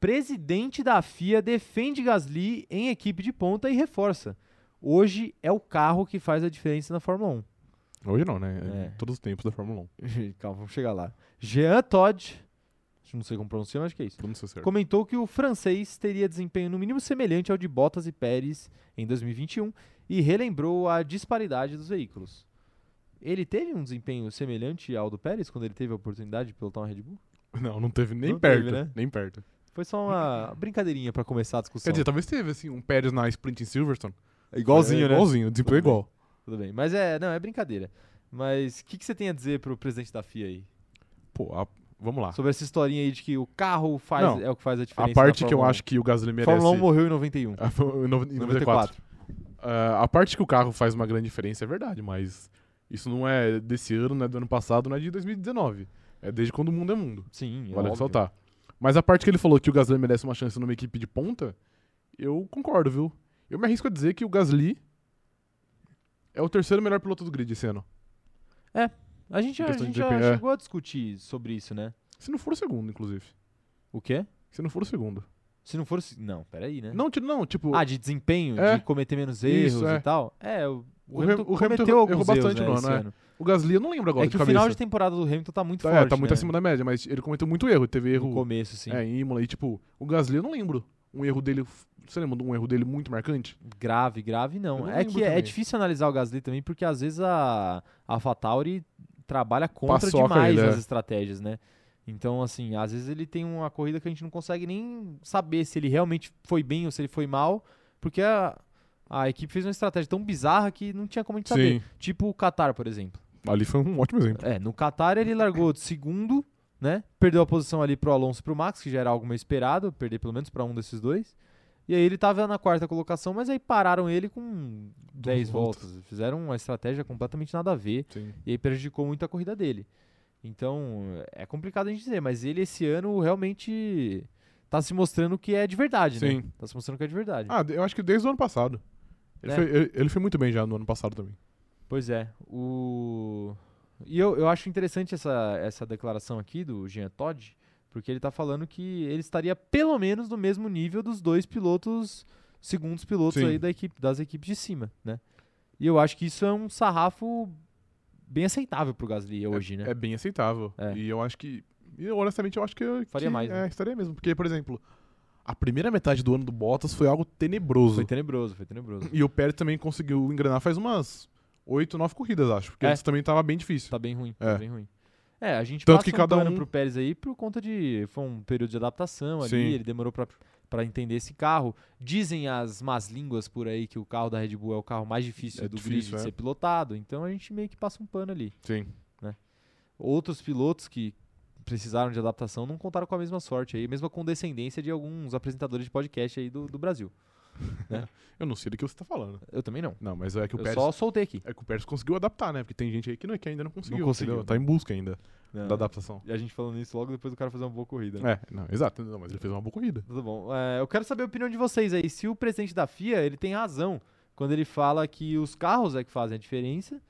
presidente da FIA defende Gasly em equipe de ponta e reforça. Hoje é o carro que faz a diferença na Fórmula um. Hoje não, né? É É. em Todos os tempos da Fórmula 1. 1. Calma, vamos chegar lá. Jean Todt, não sei como pronuncia, mas acho que é isso. Pronúncia certa. Comentou que o francês teria desempenho no mínimo semelhante ao de Bottas e Pérez em 2021 e relembrou a disparidade dos veículos. Ele teve um desempenho semelhante ao do Pérez quando ele teve a oportunidade de pilotar uma Red Bull? Não, não teve nem Não perto. teve, né? Nem perto. Foi só uma brincadeirinha pra começar a discussão. Quer dizer, talvez teve, assim, um Pérez na Sprint em Silverstone. igualzinho, É, né? Igualzinho, o desempenho é Tudo bem. igual. Tudo bem. Mas é, não, é brincadeira. Mas o que, que você tem a dizer pro presidente da FIA aí? Pô, a- Vamos lá. Sobre essa historinha aí de que o carro faz, Ah. Não. é o que faz a A diferença. parte na que eu Fórmula acho que o Gasly 1. merece. Fórmula 1 morreu em 91. Ah, foi em nove- em 94. 94. Ah, a parte que o carro faz uma grande diferença é verdade, mas isso não é desse ano, não é do ano passado, não é de 2019. É desde quando o mundo é mundo. Sim, é vale óbvio. ressaltar. Mas a parte que ele falou que o Gasly merece uma chance numa equipe de ponta, eu concordo, viu? Eu me arrisco a dizer que o Gasly é o terceiro melhor piloto do grid esse ano. A gente, já- a Questão de gente já desempenho, é. chegou a discutir sobre isso, né? Se não for o segundo, inclusive. O quê? Se não for o segundo. Se não for... se- Não, peraí, né? Não, ti- não, tipo, Ah, de desempenho, É. de cometer menos erros Isso, é. e tal? É, o, o O Ham- Hamilton o Hamilton cometeu errou- alguns errou erros, bastante né, no esse ano, é. ano. o Gasly eu não lembro agora É de que o cabeça. final de temporada do Hamilton tá muito tá, forte, é, tá muito né? acima da média, mas ele cometeu muito erro. Teve No erro começo, assim. sim. é, em Imola e, tipo, o Gasly eu não lembro. Um erro dele. f- Você lembra de um erro dele muito marcante? Grave, grave não. Eu não é que lembro é- é também. difícil analisar o Gasly também, porque às vezes a a AlphaTauri trabalha contra Paçoca demais ele, as é. estratégias, né? Então, assim, às vezes ele tem uma corrida que a gente não consegue nem saber se ele realmente foi bem ou se ele foi mal, porque a, a equipe fez uma estratégia tão bizarra que não tinha como a gente saber. Tipo o Qatar, por exemplo. Ali foi um ótimo exemplo. É, no Qatar ele largou de segundo, né? Perdeu a posição ali pro Alonso e pro Max, que já era algo meio esperado, perder pelo menos pra um desses dois. E aí ele tava na quarta colocação, mas aí pararam ele com 10 voltas. voltas. Fizeram uma estratégia completamente nada a ver Sim. e aí prejudicou muito a corrida dele. Então, é complicado a gente dizer, mas ele esse ano realmente tá se mostrando que é de verdade, né? Sim. Tá se mostrando que é de verdade. Ah, eu acho que desde o ano passado. Ele, É. foi, ele, ele foi muito bem já no ano passado também. Pois é, o. E eu, eu acho interessante essa, essa declaração aqui do Jean Todd, porque ele tá falando que ele estaria pelo menos no mesmo nível dos dois pilotos, segundos pilotos Sim. aí da equipe, das equipes de cima, né? E eu acho que isso é um sarrafo bem aceitável pro Gasly hoje, né? É bem aceitável. É. E eu acho que. E eu, honestamente, eu acho que. Faria que, mais, É, né? estaria mesmo. Porque, por exemplo, a primeira metade do ano do Bottas foi algo tenebroso. Foi tenebroso, foi tenebroso. E o Pérez também conseguiu engrenar faz umas 8, 9 corridas, acho. Porque É. antes também tava bem difícil. Tá bem ruim, tá É. bem ruim. É, a gente Tanto passa que cada um pano um- pro Pérez aí por conta de... Foi um período de adaptação ali, Sim. ele demorou pra, pra entender esse carro. Dizem as más línguas por aí que o carro da Red Bull é o carro mais difícil É do grid difícil, de é. ser pilotado. Então a gente meio que passa um pano ali. né? Sim. Outros pilotos que precisaram de adaptação não contaram com a mesma sorte aí, a mesma condescendência de alguns apresentadores de podcast aí do, do Brasil. Eu não sei do que você tá falando. Eu também não. Não, mas é que o Eu Pérez. só soltei aqui. É que o Pérez conseguiu adaptar, né? Porque tem gente aí que, não, que ainda não conseguiu. conseguiu. entendeu? Tá em busca ainda da Não. adaptação. E a gente falando isso logo depois do cara fazer uma boa corrida. né? É, não, exato. Não, mas ele fez uma boa corrida. Tudo bom. É, eu quero saber a opinião de vocês aí. Se o presidente da FIA ele tem razão quando ele fala que os carros é que fazem a diferença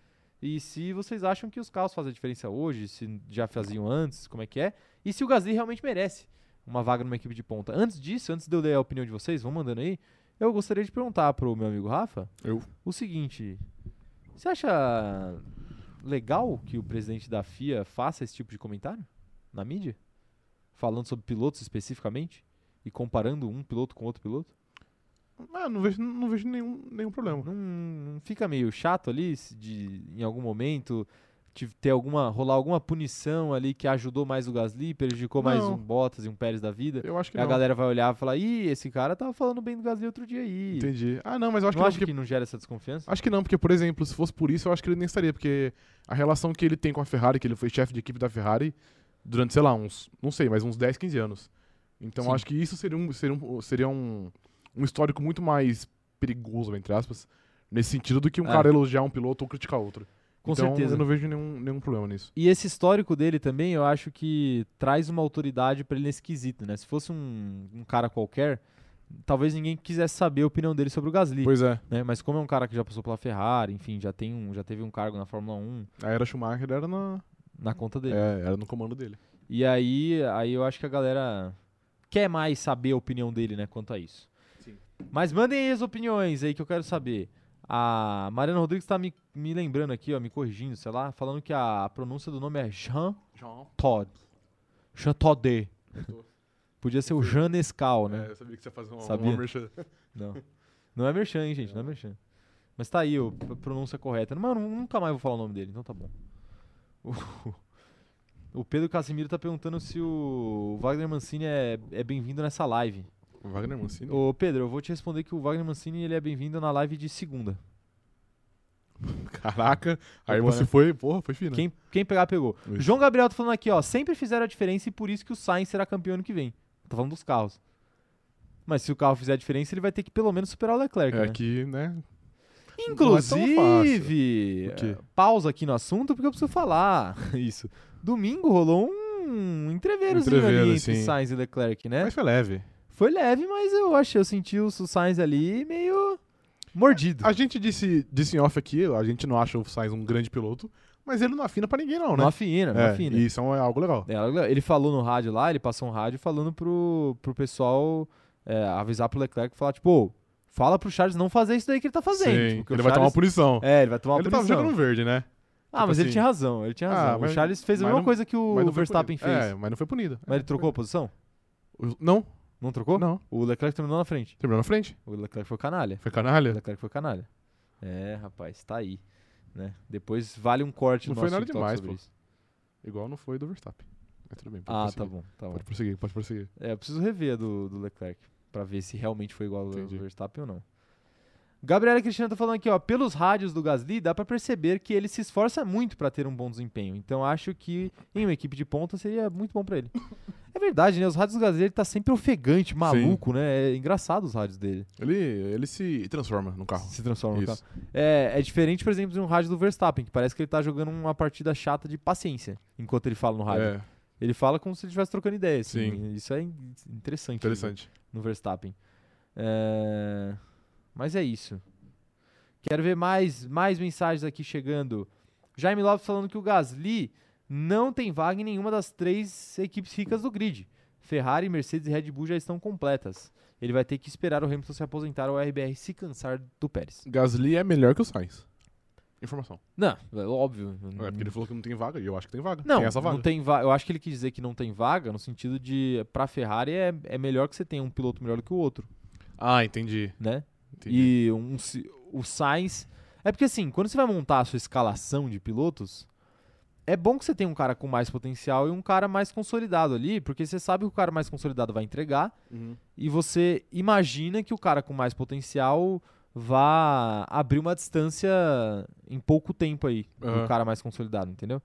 e se vocês acham que os carros fazem a diferença hoje, se já faziam antes, como é que é? E se o Gasly realmente merece uma vaga numa equipe de ponta. Antes disso, antes de eu ler a opinião de vocês, vão mandando aí. Eu gostaria de perguntar pro meu amigo Rafa Eu. o seguinte: você acha legal que o presidente da FIA faça esse tipo de comentário na mídia? Falando sobre pilotos especificamente? e comparando um piloto com outro piloto? Ah, não vejo, não vejo nenhum, nenhum problema. Não, não fica meio chato ali se de em algum momento tive- ter alguma rolar alguma punição ali que ajudou mais o Gasly, prejudicou mais Não. um Bottas e um Pérez da vida. Eu acho que E a não. galera vai olhar e falar: "Ih, esse cara tava falando bem do Gasly outro dia aí". Entendi. Ah, não, mas eu acho não que, acha não, porque- que não gera essa desconfiança? Acho que não, porque, por exemplo, se fosse por isso, eu acho que ele nem estaria, porque a relação que ele tem com a Ferrari, que ele foi chefe de equipe da Ferrari durante, sei lá, uns, não sei, mas uns 10, 15 anos. Então Sim. acho que isso seria um, seria um, seria um, um histórico muito mais perigoso, entre aspas, nesse sentido do que um É. cara elogiar um piloto ou criticar outro. Com então certeza. eu não vejo nenhum, nenhum problema nisso. E esse histórico dele também, eu acho que traz uma autoridade pra ele nesse quesito, né? Se fosse um, um cara qualquer, talvez ninguém quisesse saber a opinião dele sobre o Gasly. Pois é, né? Mas como é um cara que já passou pela Ferrari, enfim, já tem um, já teve um cargo na Fórmula 1 a era Schumacher era, na, na conta dele. é, era no comando dele. E aí, aí eu acho que a galera quer mais saber a opinião dele, né, quanto a isso. Sim. Mas mandem aí as opiniões aí que eu quero saber. A Mariana Rodrigues tá me, me lembrando aqui, ó, me corrigindo, sei lá, falando que a pronúncia do nome é Jean Todd. Jean Todd. Podia ser o Jean Nescau, né? É, eu sabia que você ia fazer Sabia. Não. Não é merchan, hein, gente? Não é merchan. Mas tá aí, ó, a pronúncia correta. Mas eu nunca mais vou falar o nome dele, então tá bom. O- O Pedro Casimiro tá perguntando se o Wagner Mancini é, é bem-vindo nessa live. Wagner Mancini. Ô, Pedro, eu vou te responder que o Wagner Mancini ele é bem-vindo na live de segunda. Caraca, aí Boa, você né? foi, porra, foi fina. Quem, quem pegar, pegou. Isso. João Gabriel tá falando aqui, ó. Sempre fizeram a diferença e por isso que o Sainz será campeão ano que vem. Tá falando dos carros. Mas se o carro fizer a diferença, ele vai ter que pelo menos superar o Leclerc. É né? que, né? Inclusive, O quê? eh, pausa aqui no assunto porque eu preciso falar isso. Domingo rolou um entreveirozinho Entreveiro, ali entre sim. Sainz e Leclerc, né? Mas foi leve. Foi leve, mas eu achei, eu senti o Sainz ali meio mordido. A gente disse, disse em off aqui, a gente não acha o Sainz um grande piloto, mas ele não afina pra ninguém, não, né? Não afina, não é, afina. E isso é algo legal. Ela- Ele falou no rádio lá, ele passou um rádio falando pro, pro pessoal é, avisar pro Leclerc falar, tipo, "Ô, fala pro Charles não fazer isso daí que ele tá fazendo. Sim, porque ele o vai tomar uma Charles... punição. É, ele vai tomar uma ele tava punição. jogando no verde, né? Ah, mas ele assim. tinha razão, ele tinha Ah, razão. mas- o Charles fez a mas mesma não- coisa que mas o não foi Verstappen fez. punido. É, mas não foi punido. Mas ele trocou a posição? O- Não, Não trocou? não. O Leclerc terminou na frente. Terminou na frente. O Leclerc foi canalha. Foi O canalha. Leclerc foi canalha. É, rapaz, tá aí. né? Depois vale um corte Não no foi nosso nada TikTok demais, sobre pô. isso. Igual não foi do Verstappen. Mas tudo bem, pode Ah, tá prosseguir. bom, tá bom. Pode prosseguir, pode prosseguir. É, eu preciso rever a do, do Leclerc pra ver se realmente foi igual ao Entendi. Verstappen ou não. Gabriela Cristina tá falando aqui, ó, pelos rádios do Gasly dá pra perceber que ele se esforça muito pra ter um bom desempenho. Então acho que em uma equipe de ponta seria muito bom pra ele. é verdade, né? Os rádios do Gasly ele tá sempre ofegante, maluco, né? É engraçado os rádios dele. Ele, ele se transforma no carro. Se transforma no Isso. carro. É, é diferente, por exemplo, de um rádio do Verstappen, que parece que ele tá jogando uma partida chata de paciência enquanto ele fala no rádio. É, Ele fala como se ele estivesse trocando ideia. assim. Sim. Isso é in- interessante. interessante. No Verstappen. É, Mas é isso. Quero ver mais, mais mensagens aqui chegando. Jaime Lopes falando que o Gasly não tem vaga em nenhuma das três equipes ricas do grid. Ferrari, Mercedes e Red Bull já estão completas. Ele vai ter que esperar o Hamilton se aposentar ou a RBR se cansar do Pérez. Gasly é melhor que o Sainz. Informação. Não, é óbvio. É, porque ele falou que não tem vaga, e eu acho que tem vaga. Hum. Não, tem essa vaga. não tem vaga. Eu acho que ele quis dizer que não tem vaga no sentido de pra Ferrari é, é melhor que você tenha um piloto melhor do que o outro, Ah, entendi. né? entendi. E um, se- o Sainz. É porque assim, quando você vai montar a sua escalação de pilotos, é bom que você tenha um cara com mais potencial e um cara mais consolidado ali, porque você sabe que o cara mais consolidado vai entregar Uhum. e você imagina que o cara com mais potencial vá abrir uma distância em pouco tempo aí do Aham. cara mais consolidado, entendeu?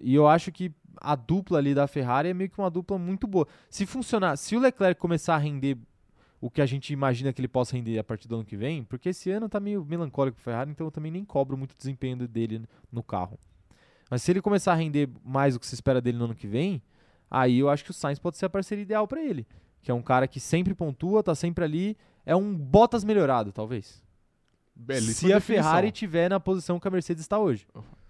E eu acho que a dupla ali da Ferrari é meio que uma dupla muito boa. Se funcionar, se o Leclerc começar a render o que a gente imagina que ele possa render a partir do ano que vem, porque esse ano tá meio melancólico pro Ferrari, então eu também nem cobro muito o desempenho dele no carro. Mas se ele começar a render mais o que se espera dele no ano que vem, aí eu acho que o Sainz pode ser a parceria ideal pra ele, que é um cara que sempre pontua, tá sempre ali, é um Bottas melhorado, talvez. Belíssima se a definição. Ferrari tiver na posição que a Mercedes está hoje,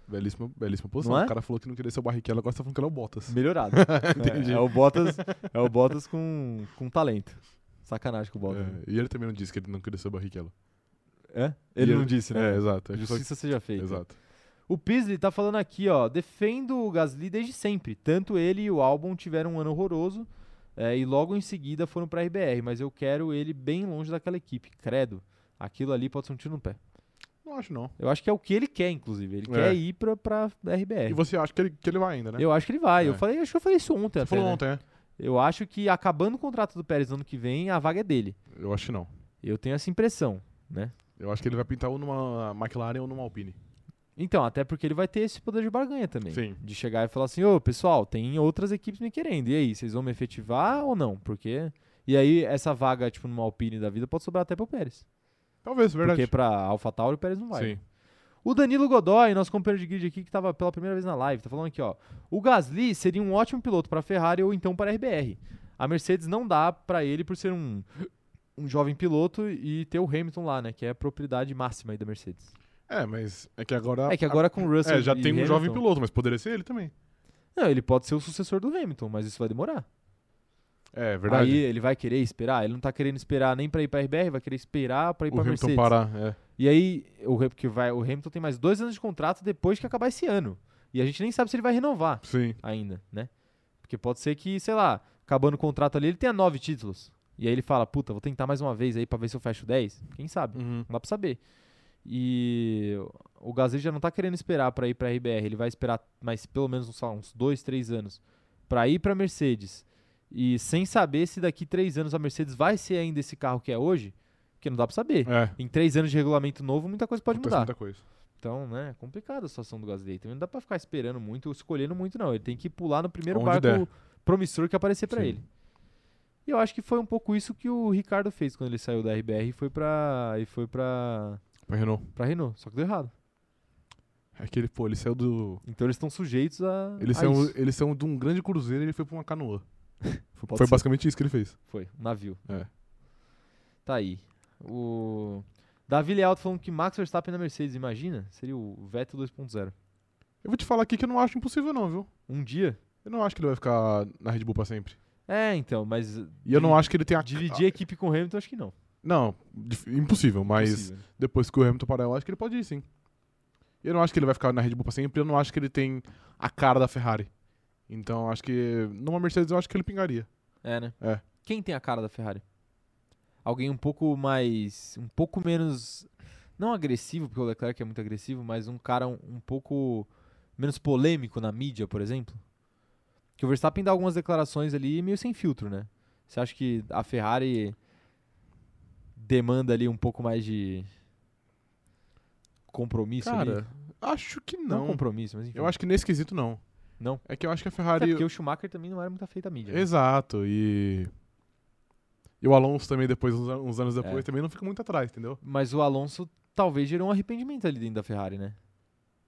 Belíssima, belíssima posição. Não é? O cara falou que não queria ser o Barrichello, agora você tá falando que ele é o Bottas. melhorado. é, é o Bottas, é o Bottas com, com talento. Sacanagem com o Bottas. né? É, e ele também não disse que ele não queria ser o Barrichello. É? Ele E não disse, né? É, exato. Ele só- Justiça seja feita. Exato. O Pisley tá falando aqui, ó. Defendo o Gasly desde sempre. Tanto ele e o Albon tiveram um ano horroroso é, e logo em seguida foram pra RBR. Mas eu quero ele bem longe daquela equipe. Credo. Aquilo ali pode ser um tiro no pé. Não acho, não. Eu acho que é o que ele quer, inclusive. Ele É. quer ir pra, pra RBR. E você acha que ele, que ele vai ainda, né? É. Eu acho que ele vai. É. Eu falei, acho que eu falei isso ontem. até, você falou né? ontem, né? Eu acho que acabando o contrato do Pérez no ano que vem, a vaga é dele. Eu acho que não. Eu tenho essa impressão. Eu acho que ele vai pintar ou numa McLaren ou numa Alpine. Então, até porque ele vai ter esse poder de barganha também. Sim. De chegar e falar assim, ô pessoal, tem outras equipes me querendo. E aí, vocês vão me efetivar ou não? Porque. E aí, essa vaga, tipo, numa Alpine da vida pode sobrar até pro Pérez. Talvez, é verdade. Porque pra AlphaTauri o Pérez não vai. Sim. O Danilo Godoy, nosso companheiro de grid aqui, que estava pela primeira vez na live, tá falando aqui, ó. O Gasly seria um ótimo piloto para a Ferrari ou então para a RBR. A Mercedes não dá para ele por ser um, um jovem piloto e ter o Hamilton lá, né? Que é a propriedade máxima aí da Mercedes. É, mas é que agora. É que agora com o Russell. É, já e tem um jovem Hamilton- piloto, mas poderia ser ele também. Não, ele pode ser o sucessor do Hamilton, mas isso vai demorar. É, é verdade. Aí ele vai querer esperar. Ele não tá querendo esperar nem para ir para RBR, vai querer esperar para ir o para Hamilton Mercedes. parar. É. E aí, o, Ham- porque vai, o Hamilton tem mais dois anos de contrato depois que acabar esse ano. E a gente nem sabe se ele vai renovar. Sim. ainda, né? Porque pode ser que, sei lá, acabando o contrato ali, ele tenha nove títulos. E aí ele fala, puta, vou tentar mais uma vez aí pra ver se eu fecho 10. Quem sabe? Uhum. Não dá pra saber. E o Gasly já não tá querendo esperar pra ir pra RBR. Ele vai esperar mais pelo menos uns, sei lá, uns dois, três anos pra ir pra Mercedes. E sem saber se daqui três anos a Mercedes vai ser ainda esse carro que é hoje, porque não dá pra saber. É. Em três anos de regulamento novo, muita coisa pode acontece mudar. muita coisa. Então, né, é complicado a situação do Gasly. Também não dá pra ficar esperando muito, escolhendo muito, não. Ele tem que pular no primeiro Onde barco der. promissor que aparecer pra Sim. ele. E eu acho que foi um pouco isso que o Ricardo fez quando ele saiu da RBR e foi pra, e foi pra, Pra Renault. pra Renault. Só que deu errado. É que ele, pô, ele saiu do. Então eles estão sujeitos a. Ele a saiu, Ah, isso. ele saiu de um grande cruzeiro e ele foi pra uma canoa. Foi, Pode foi ser. basicamente isso que ele fez. Foi, um navio. É. Tá aí. O. Davi Lealto falando que Max Verstappen na Mercedes, imagina? Seria o Vettel 2.0. Eu vou te falar aqui que eu não acho impossível, não, viu? Um dia? Eu não acho que ele vai ficar na Red Bull pra sempre. É, então, mas. E eu não acho que ele tenha. Dividir a equipe com o Hamilton, acho que não. Não, dif- impossível, mas Possível. depois que o Hamilton parar, eu acho que ele pode ir, sim. Eu não acho que ele vai ficar na Red Bull pra sempre, eu não acho que ele tem a cara da Ferrari. Então, eu acho que numa Mercedes eu acho que ele pingaria. É, né? É. Quem tem a cara da Ferrari? Alguém um pouco mais. Um pouco menos. Não agressivo, porque o Leclerc é muito agressivo, mas um cara um, um pouco menos polêmico na mídia, por exemplo. Que o Verstappen dá algumas declarações ali meio sem filtro, né? Você acha que a Ferrari demanda ali um pouco mais de compromisso ali? cara, acho que não. compromisso, mas enfim. eu acho que nesse quesito não. Não? É que eu acho que a Até Ferrari. porque o Schumacher também não era muito afeito à mídia. né? Exato, e. E o Alonso também, depois, uns, an- uns anos depois, É. também não fica muito atrás, entendeu? Mas o Alonso talvez gerou um arrependimento ali dentro da Ferrari, né?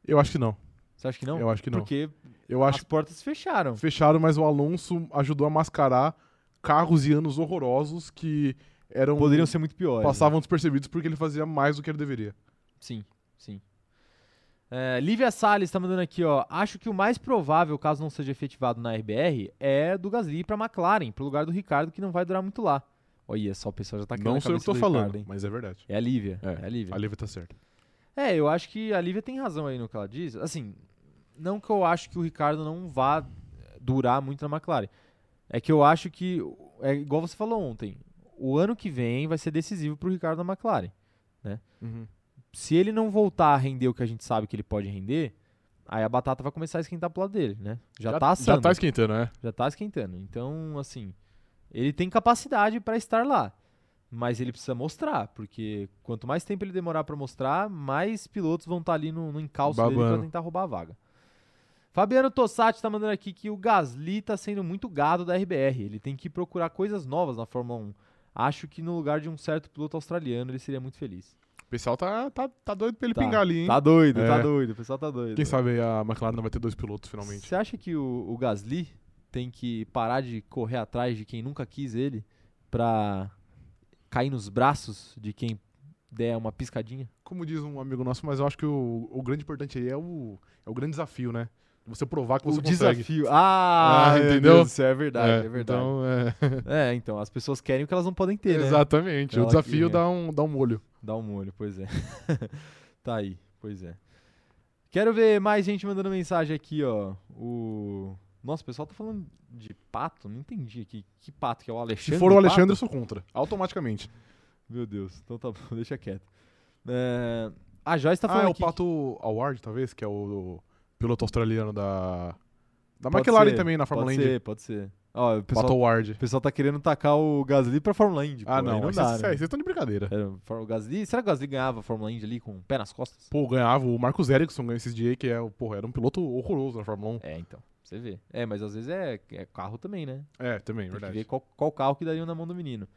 Eu acho que não. Você acha que não? Eu acho que não. Porque Eu acho as portas se fecharam. fecharam, mas o Alonso ajudou a mascarar carros e anos horrorosos que eram Poderiam ser muito piores. né? passavam despercebidos porque ele fazia mais do que ele deveria. Sim, sim. É, Lívia Salles tá mandando aqui, ó. Acho que o mais provável, caso não seja efetivado na RBR, é do Gasly pra McLaren, pro lugar do Ricardo, que não vai durar muito lá. Olha só, o pessoal já tá querendo não a sou eu que cabeça tô do falando, Ricardo, hein? mas é verdade. É a Lívia. É, É, a Lívia. A Lívia tá certa. É, eu acho que a Lívia tem razão aí no que ela diz. Assim, não que eu acho que o Ricardo não vá durar muito na McLaren. É que eu acho que, é igual você falou ontem, o ano que vem vai ser decisivo pro Ricardo na McLaren. Uhum. Se ele não voltar a render o que a gente sabe que ele pode render, aí a batata vai começar a esquentar pro lado dele, né? Já, tá assando, Já tá esquentando, é. esquentando. Então, assim, ele tem capacidade pra estar lá. Mas ele precisa mostrar, porque quanto mais tempo ele demorar pra mostrar, mais pilotos vão estar ali no, no encalço dele pra Babando. tentar roubar a vaga. Fabiano Tossati tá mandando aqui que o Gasly tá sendo muito gado da RBR. Ele tem que procurar coisas novas na Fórmula 1. Acho que no lugar de um certo piloto australiano ele seria muito feliz. O pessoal tá, tá, tá doido pra ele Tá, pingar ali, hein? Tá doido, tá É. doido, o pessoal tá doido. Quem sabe aí a McLaren não vai ter dois pilotos finalmente. Você acha que o, o Gasly tem que parar de correr atrás de quem nunca quis ele pra cair nos braços de quem der uma piscadinha? Como diz um amigo nosso, mas eu acho que o, o grande importante aí é o, é o grande desafio, né? Você provar que você o consegue. desafio. Ah, Ah, meu entendeu? Deus do céu, é verdade, é, É, verdade. Então, é. É, então, as pessoas querem o que elas não podem ter, né? Exatamente. Ela o desafio que- dá, um, dá um molho. Dá um molho, pois é. tá aí, pois é. Quero ver mais gente mandando mensagem aqui, ó. O. Nossa, o pessoal tá falando de pato? Não entendi aqui. Que pato que é o Alexandre? Se for o Pato? Alexandre, eu sou contra. Automaticamente. Meu Deus, então tá bom, deixa quieto. É, a Joyce tá ah, é falando o aqui Pato Award, talvez, que é o, o piloto australiano da. Da que- pode McLaren ser, também na Fórmula pode Indy. ser, pode ser. Ó, o Pato pessoal, Award. o pessoal tá querendo tacar o Gasly pra Fórmula Indy. pô, Ah, aí não. não aí dá, Vocês né? vocês estão de brincadeira. Era, o Gasly, será que o Gasly ganhava a Fórmula Indy ali com o pé nas costas? Pô, ganhava o Marcos Ericsson ganhou esses dias, aí, que é, o- porra, era um piloto horroroso na Fórmula um. É, então, você vê. É, mas às vezes é, é carro também, né? 1. É, também, Tem que verdade. ver qual, qual carro que dariam na mão do menino.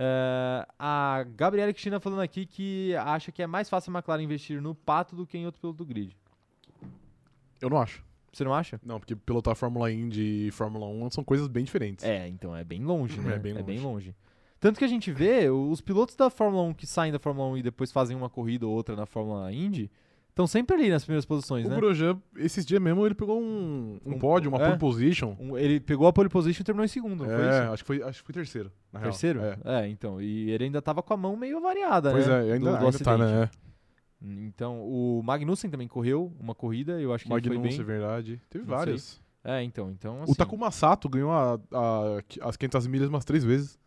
É, a Gabriela Cristina falando aqui que acha que é mais fácil a McLaren investir no Pato do que em outro piloto do grid. Eu não acho. Você não acha? Não, porque pilotar Fórmula Indy e Fórmula 1 são coisas bem diferentes. É, então é bem longe, né? É bem longe. Tanto que a gente vê o- os pilotos da Fórmula 1 que saem da Fórmula 1 e depois fazem uma corrida ou outra na Fórmula Indy estão sempre ali nas primeiras posições, o né? Grosjean, esses dias mesmo, ele pegou um, um Um- pódio, uma é. pole position. Um- ele pegou a pole position e terminou em segundo, não foi É, isso? acho que foi, acho que foi terceiro, na real. Terceiro? É. então. E ele ainda tava com a mão meio variada, Pois né? é, ainda, do, do ainda tá, acidente. né? Então, o Magnussen também correu uma corrida, eu acho que ele Magnus, é foi bem. verdade. Teve Não sei. várias. É, então, então assim, O Takuma Sato ganhou a- a- as 500 milhas umas três vezes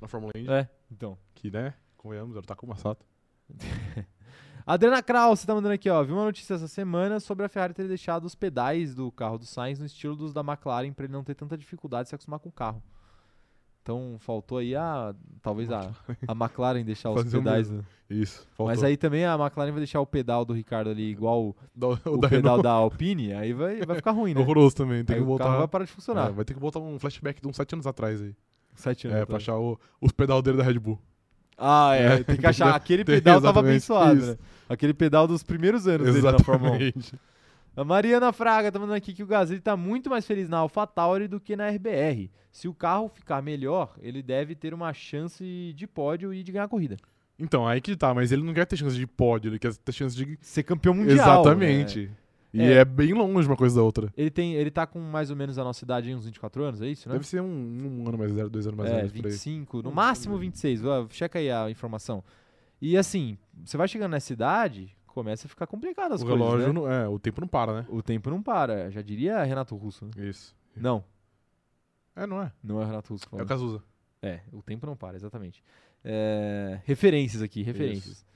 na Fórmula Indy. É, então. Que, né? Convenhamos, era o Takuma Sato. Adriana Krause tá mandando aqui, ó. Vi uma notícia essa semana sobre a Ferrari ter deixado os pedais do carro do Sainz no estilo dos da McLaren pra ele não ter tanta dificuldade de se acostumar com o carro. Então faltou aí a. Talvez a, a McLaren deixar os Fazer o pedais. mesmo. né? Isso, faltou. Mas aí também a McLaren vai deixar o pedal do Ricardo ali igual Da- o o pedal da Renault da Alpine, aí vai, vai ficar ruim, é né? horroroso também. Tem Aí que o carro voltar. vai parar de funcionar. É, vai ter que voltar um flashback de uns 7 anos atrás aí. Sete anos É, pra atrás. achar o, os pedal dele da Red Bull. Ah, é. É, Tem que achar. entendeu? Aquele Tem- pedal tava exatamente, abençoado, isso. né? Aquele pedal dos primeiros anos dele na Fórmula 1. Exatamente. A Mariana Fraga tá mandando aqui que o Gasly tá muito mais feliz na AlphaTauri do que na RBR. Se o carro ficar melhor, ele deve ter uma chance de pódio e de ganhar a corrida. Então, aí que tá, mas ele não quer ter chance de pódio, ele quer ter chance de. Ser campeão mundial. né? Exatamente. E É. é. bem longe uma coisa da outra. Ele, tem, ele tá com mais ou menos a nossa idade, aí, uns 24 anos, é isso, né? Deve ser um, um ano mais zero, dois anos mais é, velho por aí. 25, no Vamos máximo ver. 26. ó, Checa aí a informação. E assim, você vai chegando nessa idade, começa a ficar complicado as O coisas, relógio, né? não, é, o tempo não para, né? O tempo não para, já diria Renato Russo. Né? Isso. Não, É, não é? não é o Renato Russo. É o falando. Cazuza. É, o tempo não para, exatamente. É, referências aqui, referências.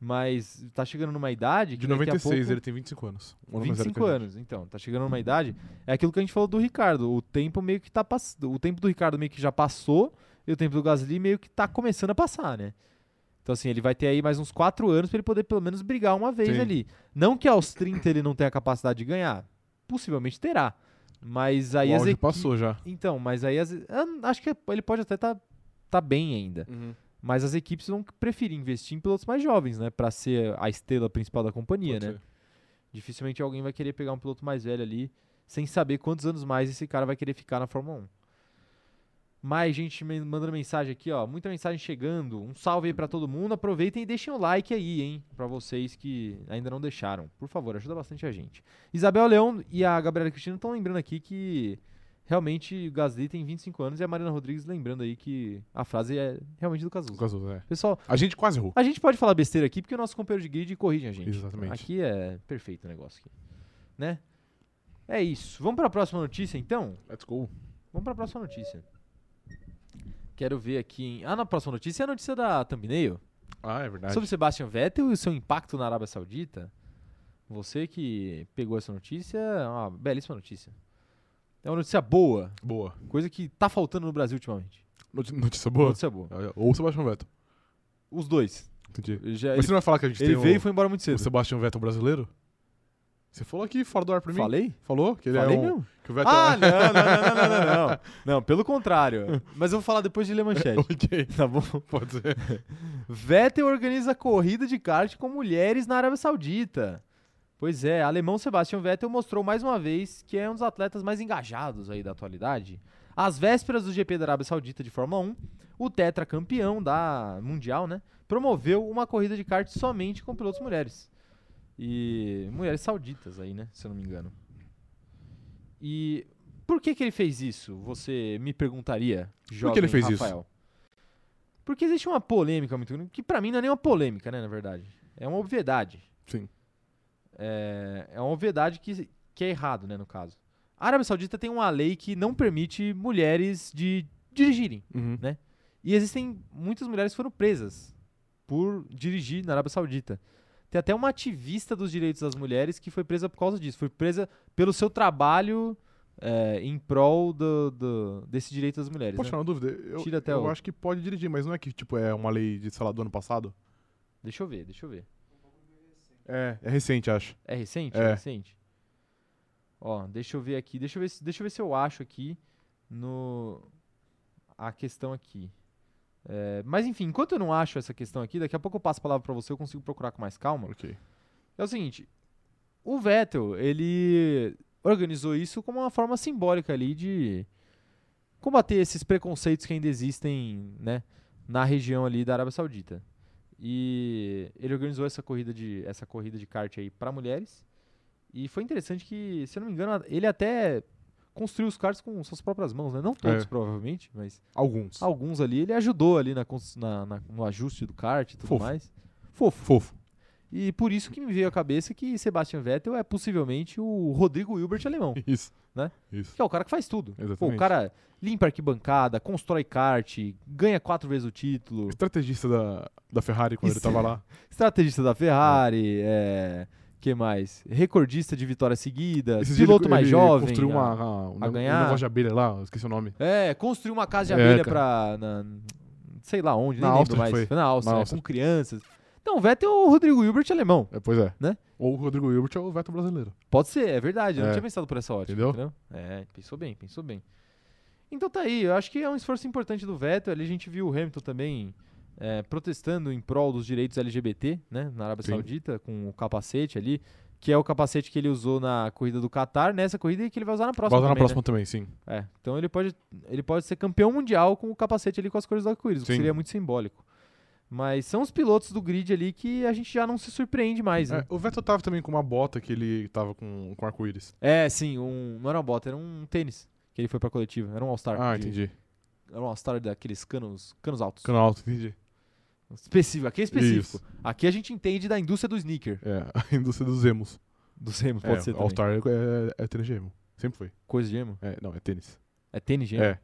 Mas tá chegando numa idade que De daqui a 96, pouco- ele tá tem 25 anos. Um ano mais velho que 25 a gente. anos, então, tá chegando numa idade. É aquilo que a gente falou do Ricardo. O tempo meio que tá pass... O tempo do Ricardo meio que já passou e o tempo do Gasly meio que tá começando a passar, né? Então, assim, ele vai ter aí mais uns 4 anos pra ele poder pelo menos brigar uma vez Sim. ali. Não que aos 30 ele não tenha a capacidade de ganhar. Possivelmente terá. Mas aí o as auge equi- passou já. Então, mas aí as. eu Acho que ele pode até tá, tá bem ainda. Mas as equipes vão preferir investir em pilotos mais jovens, né? Pra ser a estrela principal da companhia, Pode né? ser. Dificilmente alguém vai querer pegar um piloto mais velho ali, sem saber quantos anos mais esse cara vai querer ficar na Fórmula 1. Mais gente me- mandando mensagem aqui, ó. Muita mensagem chegando. Um salve aí pra todo mundo. Aproveitem e deixem o like aí, hein? Pra vocês que ainda não deixaram. Por favor, ajuda bastante a gente. Isabel Leão e a Gabriela Cristina estão lembrando aqui que realmente o Gasly tem 25 anos e a Mariana Rodrigues lembrando aí que a frase é realmente do O Cazuza. Cazuza, é. Pessoal, A gente quase errou. a gente pode falar besteira aqui porque o nosso companheiro de grid corrige a gente. Exatamente. Aqui é perfeito o negócio aqui. Né? É isso. Vamos pra próxima notícia então? Let's go. Vamos pra próxima notícia. Quero ver aqui. Em... Ah, na próxima notícia é a notícia da thumbnail. Ah, é verdade. Sobre Sebastian Vettel e o seu impacto na Arábia Saudita. Você que pegou essa notícia, é uma belíssima notícia. É uma notícia boa, Boa. coisa que tá faltando no Brasil ultimamente. Noti- Notícia boa? Notícia boa. Ou o Sebastian Vettel. Os dois. Entendi. Ele já- Mas você ele não vai falar que a gente É, ele tem veio e o, foi embora muito o cedo. Sebastian Vettel brasileiro? Você falou aqui fora do ar pra mim? Falei? Falou? Que ele Falei é um, mesmo? Que o Vettel Ah, não, não, não, não, não, não, não. Não, pelo contrário. Mas eu vou falar depois de ler a manchete. é. ok, Tá bom? pode ser. Vettel organiza corrida de kart com mulheres na Arábia Saudita. Pois é, alemão Sebastian Vettel mostrou mais uma vez que é um dos atletas mais engajados aí da atualidade. Às vésperas do GP da Arábia Saudita de Fórmula 1, o tetracampeão da Mundial, né, promoveu uma corrida de kart somente com pilotos mulheres. E mulheres sauditas aí, né, se eu não me engano. E por que que ele fez isso? Você me perguntaria, jovem ele fez isso? Rafael. Porque existe uma polêmica muito grande, que pra mim não é nenhuma polêmica, né, na verdade. É uma obviedade. Sim. É, é uma obviedade que, que é errado, né, no caso. A Arábia Saudita tem uma lei que não permite mulheres de dirigirem. Uhum. E existem muitas mulheres que foram presas por dirigir na Arábia Saudita. Tem até uma ativista dos direitos das mulheres que foi presa por causa disso. Foi presa pelo seu trabalho é, em prol do, do- desse direito das mulheres. Posso né? tirar uma dúvida? Eu, Tira até eu o- acho que pode dirigir, mas não é que tipo, é uma lei de, sei lá, do ano passado? Deixa eu ver, deixa eu ver. É, é recente, acho. É recente? É. recente. Ó, deixa eu ver aqui. Deixa eu ver, se- deixa eu ver se eu acho aqui no a questão aqui. É, mas enfim, enquanto eu não acho essa questão aqui, daqui a pouco eu passo a palavra pra você, eu consigo procurar com mais calma. Ok. É o seguinte, o Vettel, ele organizou isso como uma forma simbólica ali de combater esses preconceitos que ainda existem, né, na região ali da Arábia Saudita. E ele organizou essa corrida de essa corrida de kart aí para mulheres. E foi interessante que, se eu não me engano, ele até construiu os karts com suas próprias mãos, né? Não todos, É. provavelmente, mas Alguns. alguns ali ele ajudou ali na, cons- na- na- no ajuste do kart e tudo Fofo. mais. Fofo. Fofo. E por isso que me veio à cabeça que Sebastian Vettel é possivelmente o Rodrigo Hilbert alemão, Isso. Né? Isso. que é o cara que faz tudo. Pô, o Exatamente. cara limpa a arquibancada, constrói kart, ganha quatro vezes o título, Estrategista da, da Ferrari quando Isso. ele tava lá. estrategista da Ferrari, é, que mais? Recordista de vitórias seguidas, Esses dias É. ele- piloto mais ele jovem. Construiu a- uma, a, um a nego- ganhar. um negócio de abelha lá, eu esqueci o nome. É, construiu uma casa de É, abelha pra. cara. na- sei lá onde, Na nem lembro Áustria mais. foi. Foi na Áustria, Na é, Áustria. com crianças. Então, o Vettel ou o Rodrigo Hilbert alemão. É, pois é. Né? Ou o Rodrigo Hilbert é o veto brasileiro. Pode ser, é verdade. Eu não É. tinha pensado por essa ótica. Entendeu? É, pensou bem, pensou bem. Então tá aí, eu acho que é um esforço importante do Vettel. Ali a gente viu o Hamilton também é, protestando em prol dos direitos LGBT, né? Na Arábia Sim. Saudita, com o capacete ali, que é o capacete que ele usou na corrida do Qatar, nessa corrida e que ele vai usar na próxima. Bota na também, né? próxima também, sim. É, então ele pode, ele pode ser campeão mundial com o capacete ali com as cores do arco-íris, o que Sim. seria muito simbólico. Mas são os pilotos do grid ali que a gente já não se surpreende mais, né? É, o Vettel tava também com uma bota que ele tava com, com arco-íris. É, sim, um, não era uma bota, era um tênis que ele foi pra coletiva, era um All-Star. Ah, de- entendi. Era um All-Star daqueles canos, canos altos. Canal alto, entendi. Específico, aqui é específico. Isso. Aqui a gente entende da indústria do sneaker, É, a indústria dos emos. dos remos, é, pode ser também. All-Star é, é tênis de emo. Sempre foi. Coisa de emo. É, não, é tênis. É tênis de emo? É.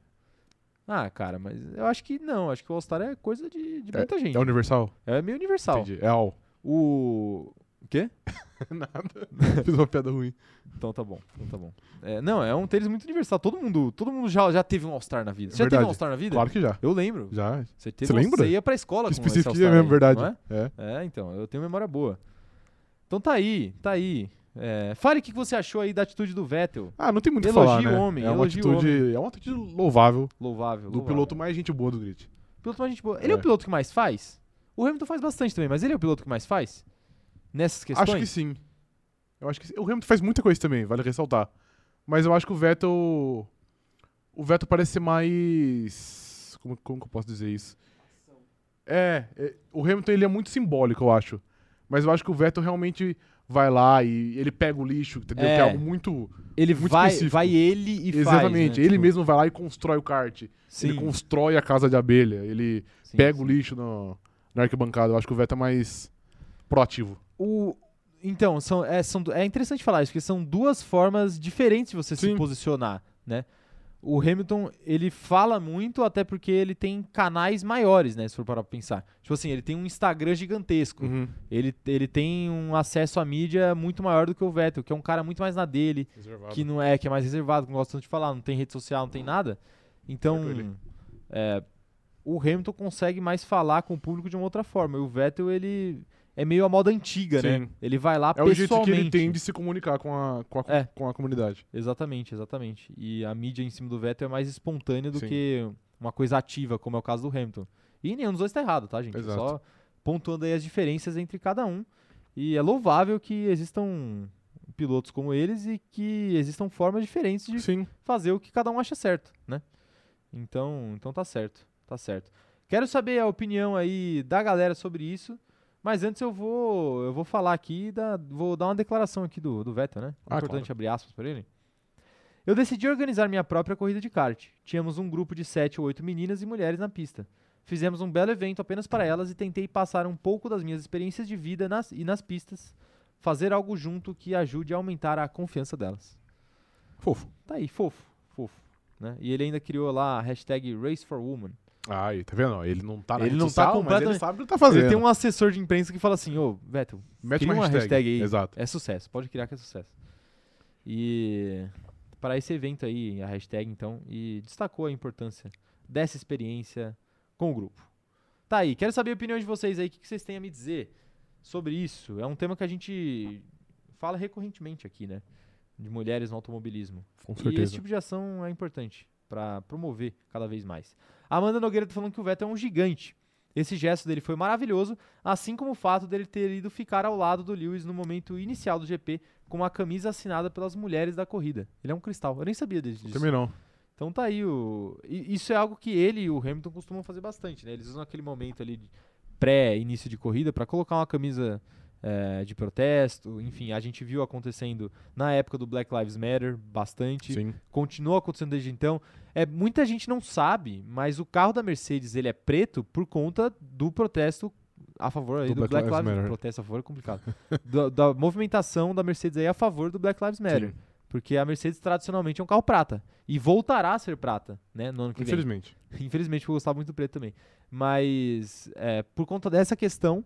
Ah, cara, mas eu acho que não, acho que o All-Star é coisa de, de muita gente. É universal? É meio universal. Entendi. É all. O... O quê? Nada. Fiz uma piada ruim. Então tá bom, então tá bom. É, não, é um tênis muito universal. Todo mundo, todo mundo já, já teve um All-Star na vida. Você já teve Verdade. um All-Star na vida? Claro que já. Eu lembro. Já. Você teve Você um- lembra? Você ia pra escola Que com esse específico All-Star. é mesmo, aí, verdade. não é? É. É, então, eu tenho memória boa. Então tá aí, tá aí. É, fale o que que você achou aí da atitude do Vettel. Ah, não tem muito o que Elogio falar, né? homem, é uma elogio atitude, é uma atitude louvável Louvável. do louvável. piloto mais gente boa do grid. Piloto mais gente boa. Ele é. o É. piloto que mais faz? O Hamilton faz bastante também, mas ele é o piloto que mais faz? Nessas questões? Acho que sim. Eu acho que sim. o Hamilton faz muita coisa também, vale ressaltar. Mas eu acho que o Vettel o Vettel parece ser mais como, como que eu posso dizer isso? É, é, o Hamilton ele é muito simbólico, eu acho. Mas eu acho que o Vettel realmente vai lá e ele pega o lixo, entendeu? É. Que é algo muito Ele muito vai, específico. vai ele e faz. Exatamente, né? ele Tipo, mesmo vai lá e constrói o kart. Sim, Ele constrói a casa de abelha, ele sim, pega sim. o lixo no, na arquibancada. Eu acho que o Vettel é mais proativo. O- Então, são, é, são du- é interessante falar isso, porque são duas formas diferentes de você se Sim. posicionar, né? O Hamilton, ele fala muito, até porque ele tem canais maiores, né? Se for parar pra pensar. Tipo assim, ele tem um Instagram gigantesco. Uhum. Ele, ele tem um acesso à mídia muito maior do que o Vettel, que é um cara muito mais na dele, que não é, que é mais reservado, que não gosta tanto de falar, não tem rede social, não tem nada. Então, Perdoe ele. é, o Hamilton consegue mais falar com o público de uma outra forma. E o Vettel, ele é meio a moda antiga, né? Sim. Ele vai lá É o jeito pessoalmente. que ele tem de se comunicar com a, com a, É. com a comunidade. Exatamente, exatamente. E a mídia em cima do Vettel é mais espontânea do Sim. que uma coisa ativa, como é o caso do Hamilton. E nenhum dos dois tá errado, tá, gente? Eu Exato. Só pontuando aí as diferenças entre cada um. E é louvável que existam pilotos como eles e que existam formas diferentes de Sim. fazer o que cada um acha certo, né? Então, então tá certo, tá certo. Quero saber a opinião aí da galera sobre isso, mas antes eu vou, eu vou falar aqui, da, vou dar uma declaração aqui do, do Vettel, né? Ah, Importante abrir aspas para ele. Eu decidi organizar minha própria corrida de kart. Tínhamos um grupo de sete ou oito meninas e mulheres na pista. Fizemos um belo evento apenas para elas e tentei passar um pouco das minhas experiências de vida nas, e nas pistas, fazer algo junto que ajude a aumentar a confiança delas. Fofo. Tá aí, fofo, fofo. Né? E ele ainda criou lá a hashtag Race for Woman. Aí, tá vendo? Ele não tá na Ele rede não tá social, mas completamente- ele sabe o que tá fazendo. Ele tem um assessor de imprensa que fala assim, ô, Vettel, Mete cria uma uma hashtag. hashtag aí. Exato. é sucesso, pode criar que é sucesso. E para esse evento aí, a hashtag então, e destacou a importância dessa experiência com o grupo. Tá aí, quero saber a opinião de vocês aí, o que que vocês têm a me dizer sobre isso. É um tema que a gente fala recorrentemente aqui, né? De mulheres no automobilismo. Com E esse certeza. tipo de ação é importante pra promover cada vez mais. A Amanda Nogueira tá falando que o Vettel é um gigante. Esse gesto dele foi maravilhoso, assim como o fato dele ter ido ficar ao lado do Lewis no momento inicial do GP com uma camisa assinada pelas mulheres da corrida. Ele é um cristal. Eu nem sabia disso. Também não. Então tá aí o. e Isso é algo que ele e o Hamilton costumam fazer bastante, né? Eles usam aquele momento ali de pré-início de corrida pra colocar uma camisa eh, de protesto. Enfim, a gente viu acontecendo na época do Black Lives Matter bastante. Sim. Continua acontecendo desde então. É, muita gente não sabe, mas o carro da Mercedes ele é preto por conta do protesto a favor aí do, Black, Lives Matter. Protesto a favor é complicado. da, da movimentação da Mercedes aí a favor do Black Lives Matter. Sim. Porque a Mercedes tradicionalmente é um carro prata. E voltará a ser prata, né? No ano que vem. Infelizmente. Infelizmente, eu gostava muito do preto também. Mas é, por conta dessa questão,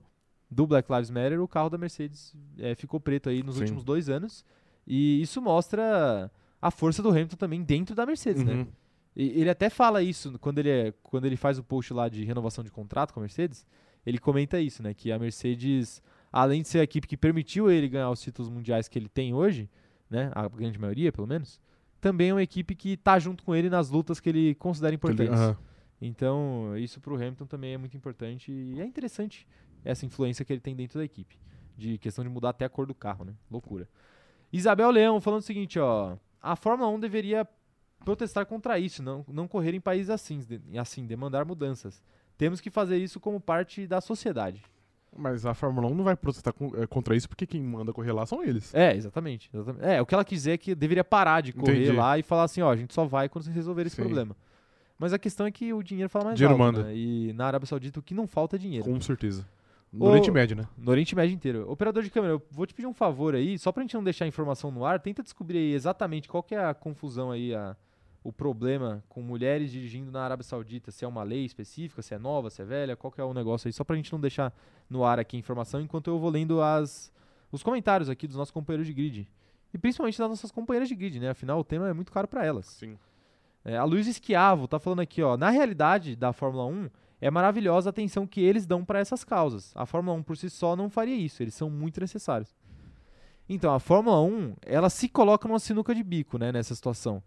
do Black Lives Matter, o carro da Mercedes é, ficou preto aí nos Sim. últimos dois anos. E isso mostra a força do Hamilton também dentro da Mercedes, né? Uhum. E ele até fala isso quando ele, é- quando ele faz o post lá de renovação de contrato com a Mercedes. Ele comenta isso, né? Que a Mercedes, além de ser a equipe que permitiu ele ganhar os títulos mundiais que ele tem hoje, né? A grande maioria, pelo menos, também é uma equipe que tá junto com ele nas lutas que ele considera Ele- importantes. aham. Então, isso pro Hamilton também é muito importante e é interessante essa influência que ele tem dentro da equipe. De questão de mudar até a cor do carro, né? Loucura. Isabel Leão falando o seguinte, ó. A Fórmula 1 deveria protestar contra isso, não, não correr em países assim, de- assim, demandar mudanças. Temos que fazer isso como parte da sociedade. Mas a Fórmula 1 não vai protestar con- eh, contra isso porque quem manda correr lá são eles. É, exatamente. exatamente. É, o que ela quiser é que deveria parar de correr Entendi. lá e falar assim, ó, a gente só vai quando vocês resolverem esse Sim. problema. Mas a questão é que o dinheiro fala mais Dinheiro alto, manda. né? E na Arábia Saudita o que não falta é dinheiro. Com certeza. No Ô- Oriente Médio, né? No Oriente Médio inteiro. Operador de câmera, eu vou te pedir um favor aí, só pra gente não deixar a informação no ar, tenta descobrir aí exatamente qual que é a confusão aí, a- o problema com mulheres dirigindo na Arábia Saudita, se é uma lei específica, se é nova, se é velha, qual que é o negócio aí, só pra gente não deixar no ar aqui a informação, enquanto eu vou lendo as, os comentários aqui dos nossos companheiros de grid. E principalmente das nossas companheiras de grid, né? Afinal, o tema é muito caro pra elas. Sim. É, a Luiz Esquiavo tá falando aqui, ó. Na realidade da Fórmula 1, é maravilhosa a atenção que eles dão para essas causas. A Fórmula 1 por si só não faria isso, eles são muito necessários. Então, a Fórmula 1, ela se coloca numa sinuca de bico, né, nessa situação.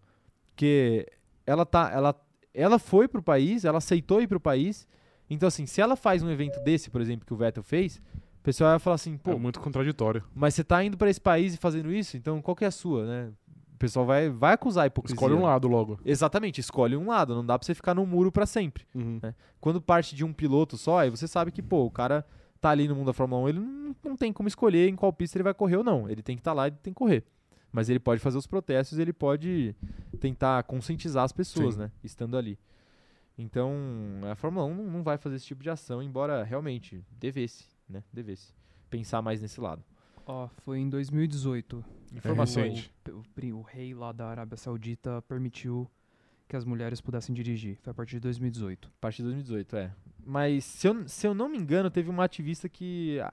Porque ela tá, ela ela foi pro país, ela aceitou ir pro país. Então assim, se ela faz um evento desse, por exemplo, que o Vettel fez, o pessoal vai falar assim, pô, é muito contraditório. mas você tá indo para esse país e fazendo isso, então qual que é a sua, né? O pessoal vai vai acusar a hipocrisia. Escolhe um lado logo. Exatamente, escolhe um lado, não dá pra você ficar no muro pra sempre quando parte de um piloto só, aí você sabe que, pô, o cara tá ali no mundo da Fórmula 1, ele não, não tem como escolher em qual pista ele vai correr ou não. Ele tem que estar lá e tem que correr. Mas ele pode fazer os protestos, ele pode tentar conscientizar as pessoas, Sim. né? Estando ali. Então, a Fórmula 1 não- não vai fazer esse tipo de ação, embora realmente devesse, né? Devesse pensar mais nesse lado. Ó, foi em 2018. Informação aí. É recente. O, o pri- o rei lá da Arábia Saudita permitiu que as mulheres pudessem dirigir. Foi a partir de 2018. A partir de 2018, é. Mas, se eu, se eu não me engano, teve uma ativista que ah,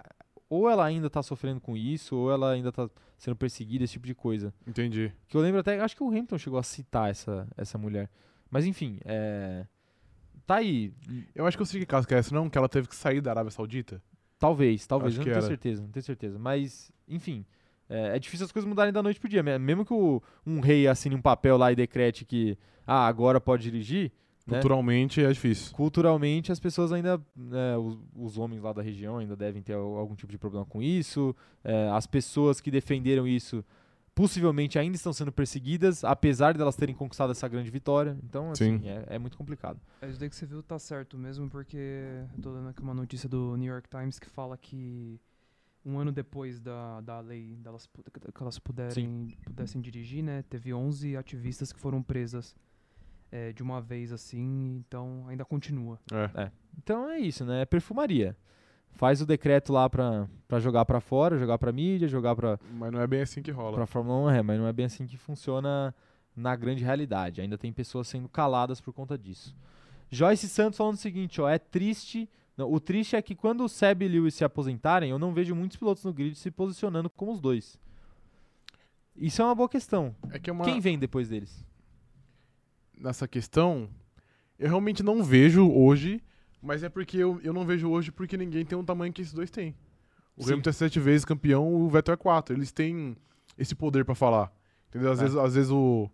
ou ela ainda tá sofrendo com isso, ou ela ainda tá sendo perseguida, esse tipo de coisa. Entendi. Que eu lembro até, acho que o Hamilton chegou a citar essa, essa mulher. Mas enfim, é. Tá aí. Eu acho que eu sei que caso que é esse, não? Que ela teve que sair da Arábia Saudita. Talvez, talvez. Acho eu não que tenho era. certeza, não tenho certeza. Mas, enfim. É, é difícil as coisas mudarem da noite pro dia. Me- Mesmo que o- um rei assine um papel lá e decrete que ah, agora pode dirigir, né? Culturalmente é difícil. culturalmente as pessoas ainda. né, os, os homens lá da região ainda devem ter al- algum tipo de problema com isso. é, as pessoas que defenderam isso possivelmente ainda estão sendo perseguidas, apesar delas terem conquistado essa grande vitória. Então, assim, Sim. é- é muito complicado. É, Isso daí que você viu tá certo mesmo, porque eu tô lendo aqui uma notícia do New York Times que fala que um ano depois da, da lei delas, pu- que elas puderem, pudessem dirigir, né? Teve 11 ativistas que foram presas é, de uma vez assim, então ainda continua. É. Então é isso, né? É perfumaria. Faz o decreto lá pra, pra jogar pra fora, jogar pra mídia, jogar pra, Mas não é bem assim que rola. pra Fórmula 1, é, mas não é bem assim que funciona na grande realidade. Ainda tem pessoas sendo caladas por conta disso. Joyce Santos falando o seguinte, ó, é triste. não, o triste é que quando o Seb e Lewis se aposentarem, eu não vejo muitos pilotos no grid se posicionando como os dois. Isso é uma boa questão. É que é uma. Quem vem depois deles? nessa questão, eu realmente não vejo hoje, mas é porque eu, eu não vejo hoje porque ninguém tem o tamanho que esses dois têm. O Sim. Hamilton é sete vezes campeão, o Vettel é quatro. Eles têm esse poder pra falar. Entendeu? Às, É. vezes, às vezes o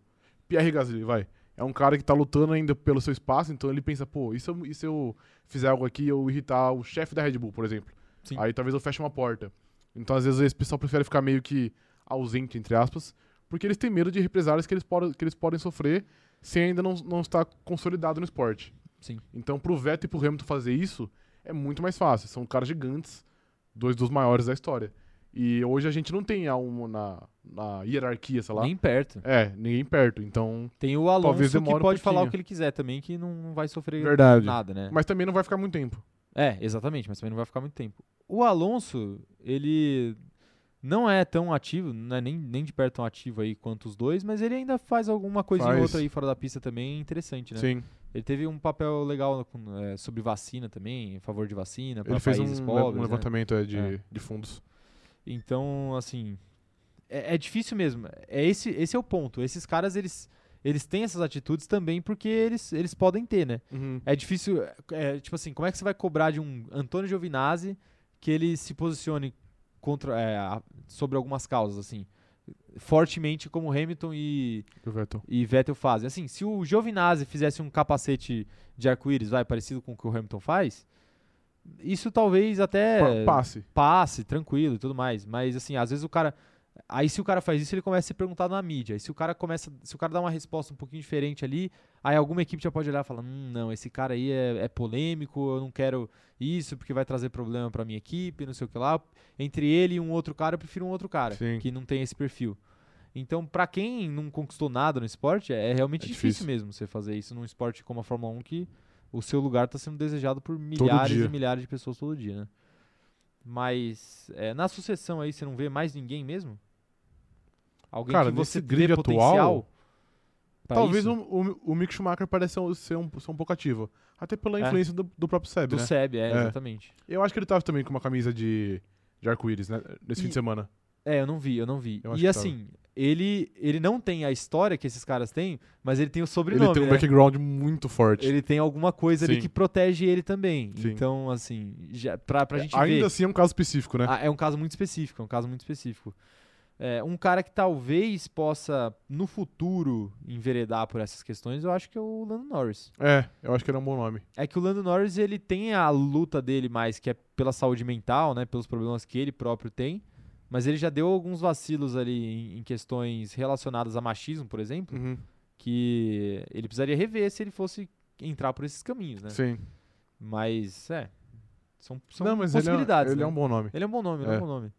Pierre Gasly, vai, é um cara que tá lutando ainda pelo seu espaço, então ele pensa, pô, e se eu, e se eu fizer algo aqui, eu irritar o chefe da Red Bull, por exemplo? Sim. Aí talvez eu feche uma porta. Então às vezes esse pessoal prefere ficar meio que ausente, entre aspas, porque eles têm medo de represálias que eles, podem que eles podem sofrer se ainda não, não está consolidado no esporte. Sim. Então, pro Vettel e pro Hamilton fazer isso, é muito mais fácil. São caras gigantes, dois dos maiores da história. E hoje a gente não tem a um na, na hierarquia, sei lá. Nem perto. É, ninguém perto. Então. Tem o Alonso Talvez que demore um pode falar o pouquinho. que ele quiser também, que não, não vai sofrer Verdade. nada, né? Mas também não vai ficar muito tempo. É, exatamente, mas também não vai ficar muito tempo. O Alonso, ele não é tão ativo, não é nem, nem de perto tão ativo aí quanto os dois, mas ele ainda faz alguma coisa ou Faz. outra aí fora da pista também interessante, né? Sim. Ele teve um papel legal com, é, sobre vacina também, em favor de vacina, para Ele fez um, países le- pobres. um né? levantamento é, de, É. de fundos. Então, assim, é, é difícil mesmo. É esse, esse é o ponto. Esses caras, eles, eles têm essas atitudes também porque eles, eles podem ter, né? É difícil, é, é, tipo assim, como é que você vai cobrar de um Antônio Giovinazzi que ele se posicione contra, é, a- sobre algumas causas, assim, fortemente como Hamilton e, O Vettel. e Vettel fazem. Assim, se o Giovinazzi fizesse um capacete de arco-íris, vai, parecido com o que o Hamilton faz, isso talvez até Pa- Passe. passe, tranquilo e tudo mais. Mas assim, às vezes o cara. Aí se o cara faz isso, ele começa a ser perguntado na mídia. E se o cara começa. Se o cara dá uma resposta um pouquinho diferente ali, aí alguma equipe já pode olhar e falar: hum, não, esse cara aí é, é polêmico, eu não quero isso, porque vai trazer problema pra minha equipe, não sei o que lá. Entre ele e um outro cara, eu prefiro um outro cara Sim. que não tem esse perfil. Então, pra quem não conquistou nada no esporte, é é realmente É difícil. difícil. mesmo você fazer isso num esporte como a Fórmula 1, que o seu lugar tá sendo desejado por milhares e dia. milhares de pessoas todo dia, né? Mas é, na sucessão aí você não vê mais ninguém mesmo? Alguém Cara, que você nesse grid vê atual, potencial? pra Talvez um isso? o, o, o Mick Schumacher parece ser um, ser um, ser um pouco ativo. Até pela É. influência do, do próprio Seb, do né? SEB, é, É. exatamente. Eu acho que ele tava também com uma camisa de, de arco-íris, né? Nesse E- fim de semana. É, eu não vi, eu não vi. Eu acho e que tá. assim, ele ele não tem a história que esses caras têm, mas ele tem o sobrenome, ele tem um né? background muito forte. Ele tem alguma coisa ali Sim. que protege ele também. Sim. Então, assim, já, pra, pra gente Ainda ver. assim é um caso específico, né? Ah, É um caso muito específico, é um caso muito específico. É, um cara que talvez possa, no futuro, enveredar por essas questões, eu acho que é o Lando Norris. É, eu acho que ele é um bom nome. É que o Lando Norris, ele tem a luta dele mais, que é pela saúde mental, né? Pelos problemas que ele próprio tem. Mas ele já deu alguns vacilos ali em- em questões relacionadas a machismo, por exemplo, que ele precisaria rever se ele fosse entrar por esses caminhos, né? É. Sim. Mas, é. São, são Não, mas ele é, possibilidades. ele é né? um bom nome. Ele é um bom nome, ele é um É. bom nome.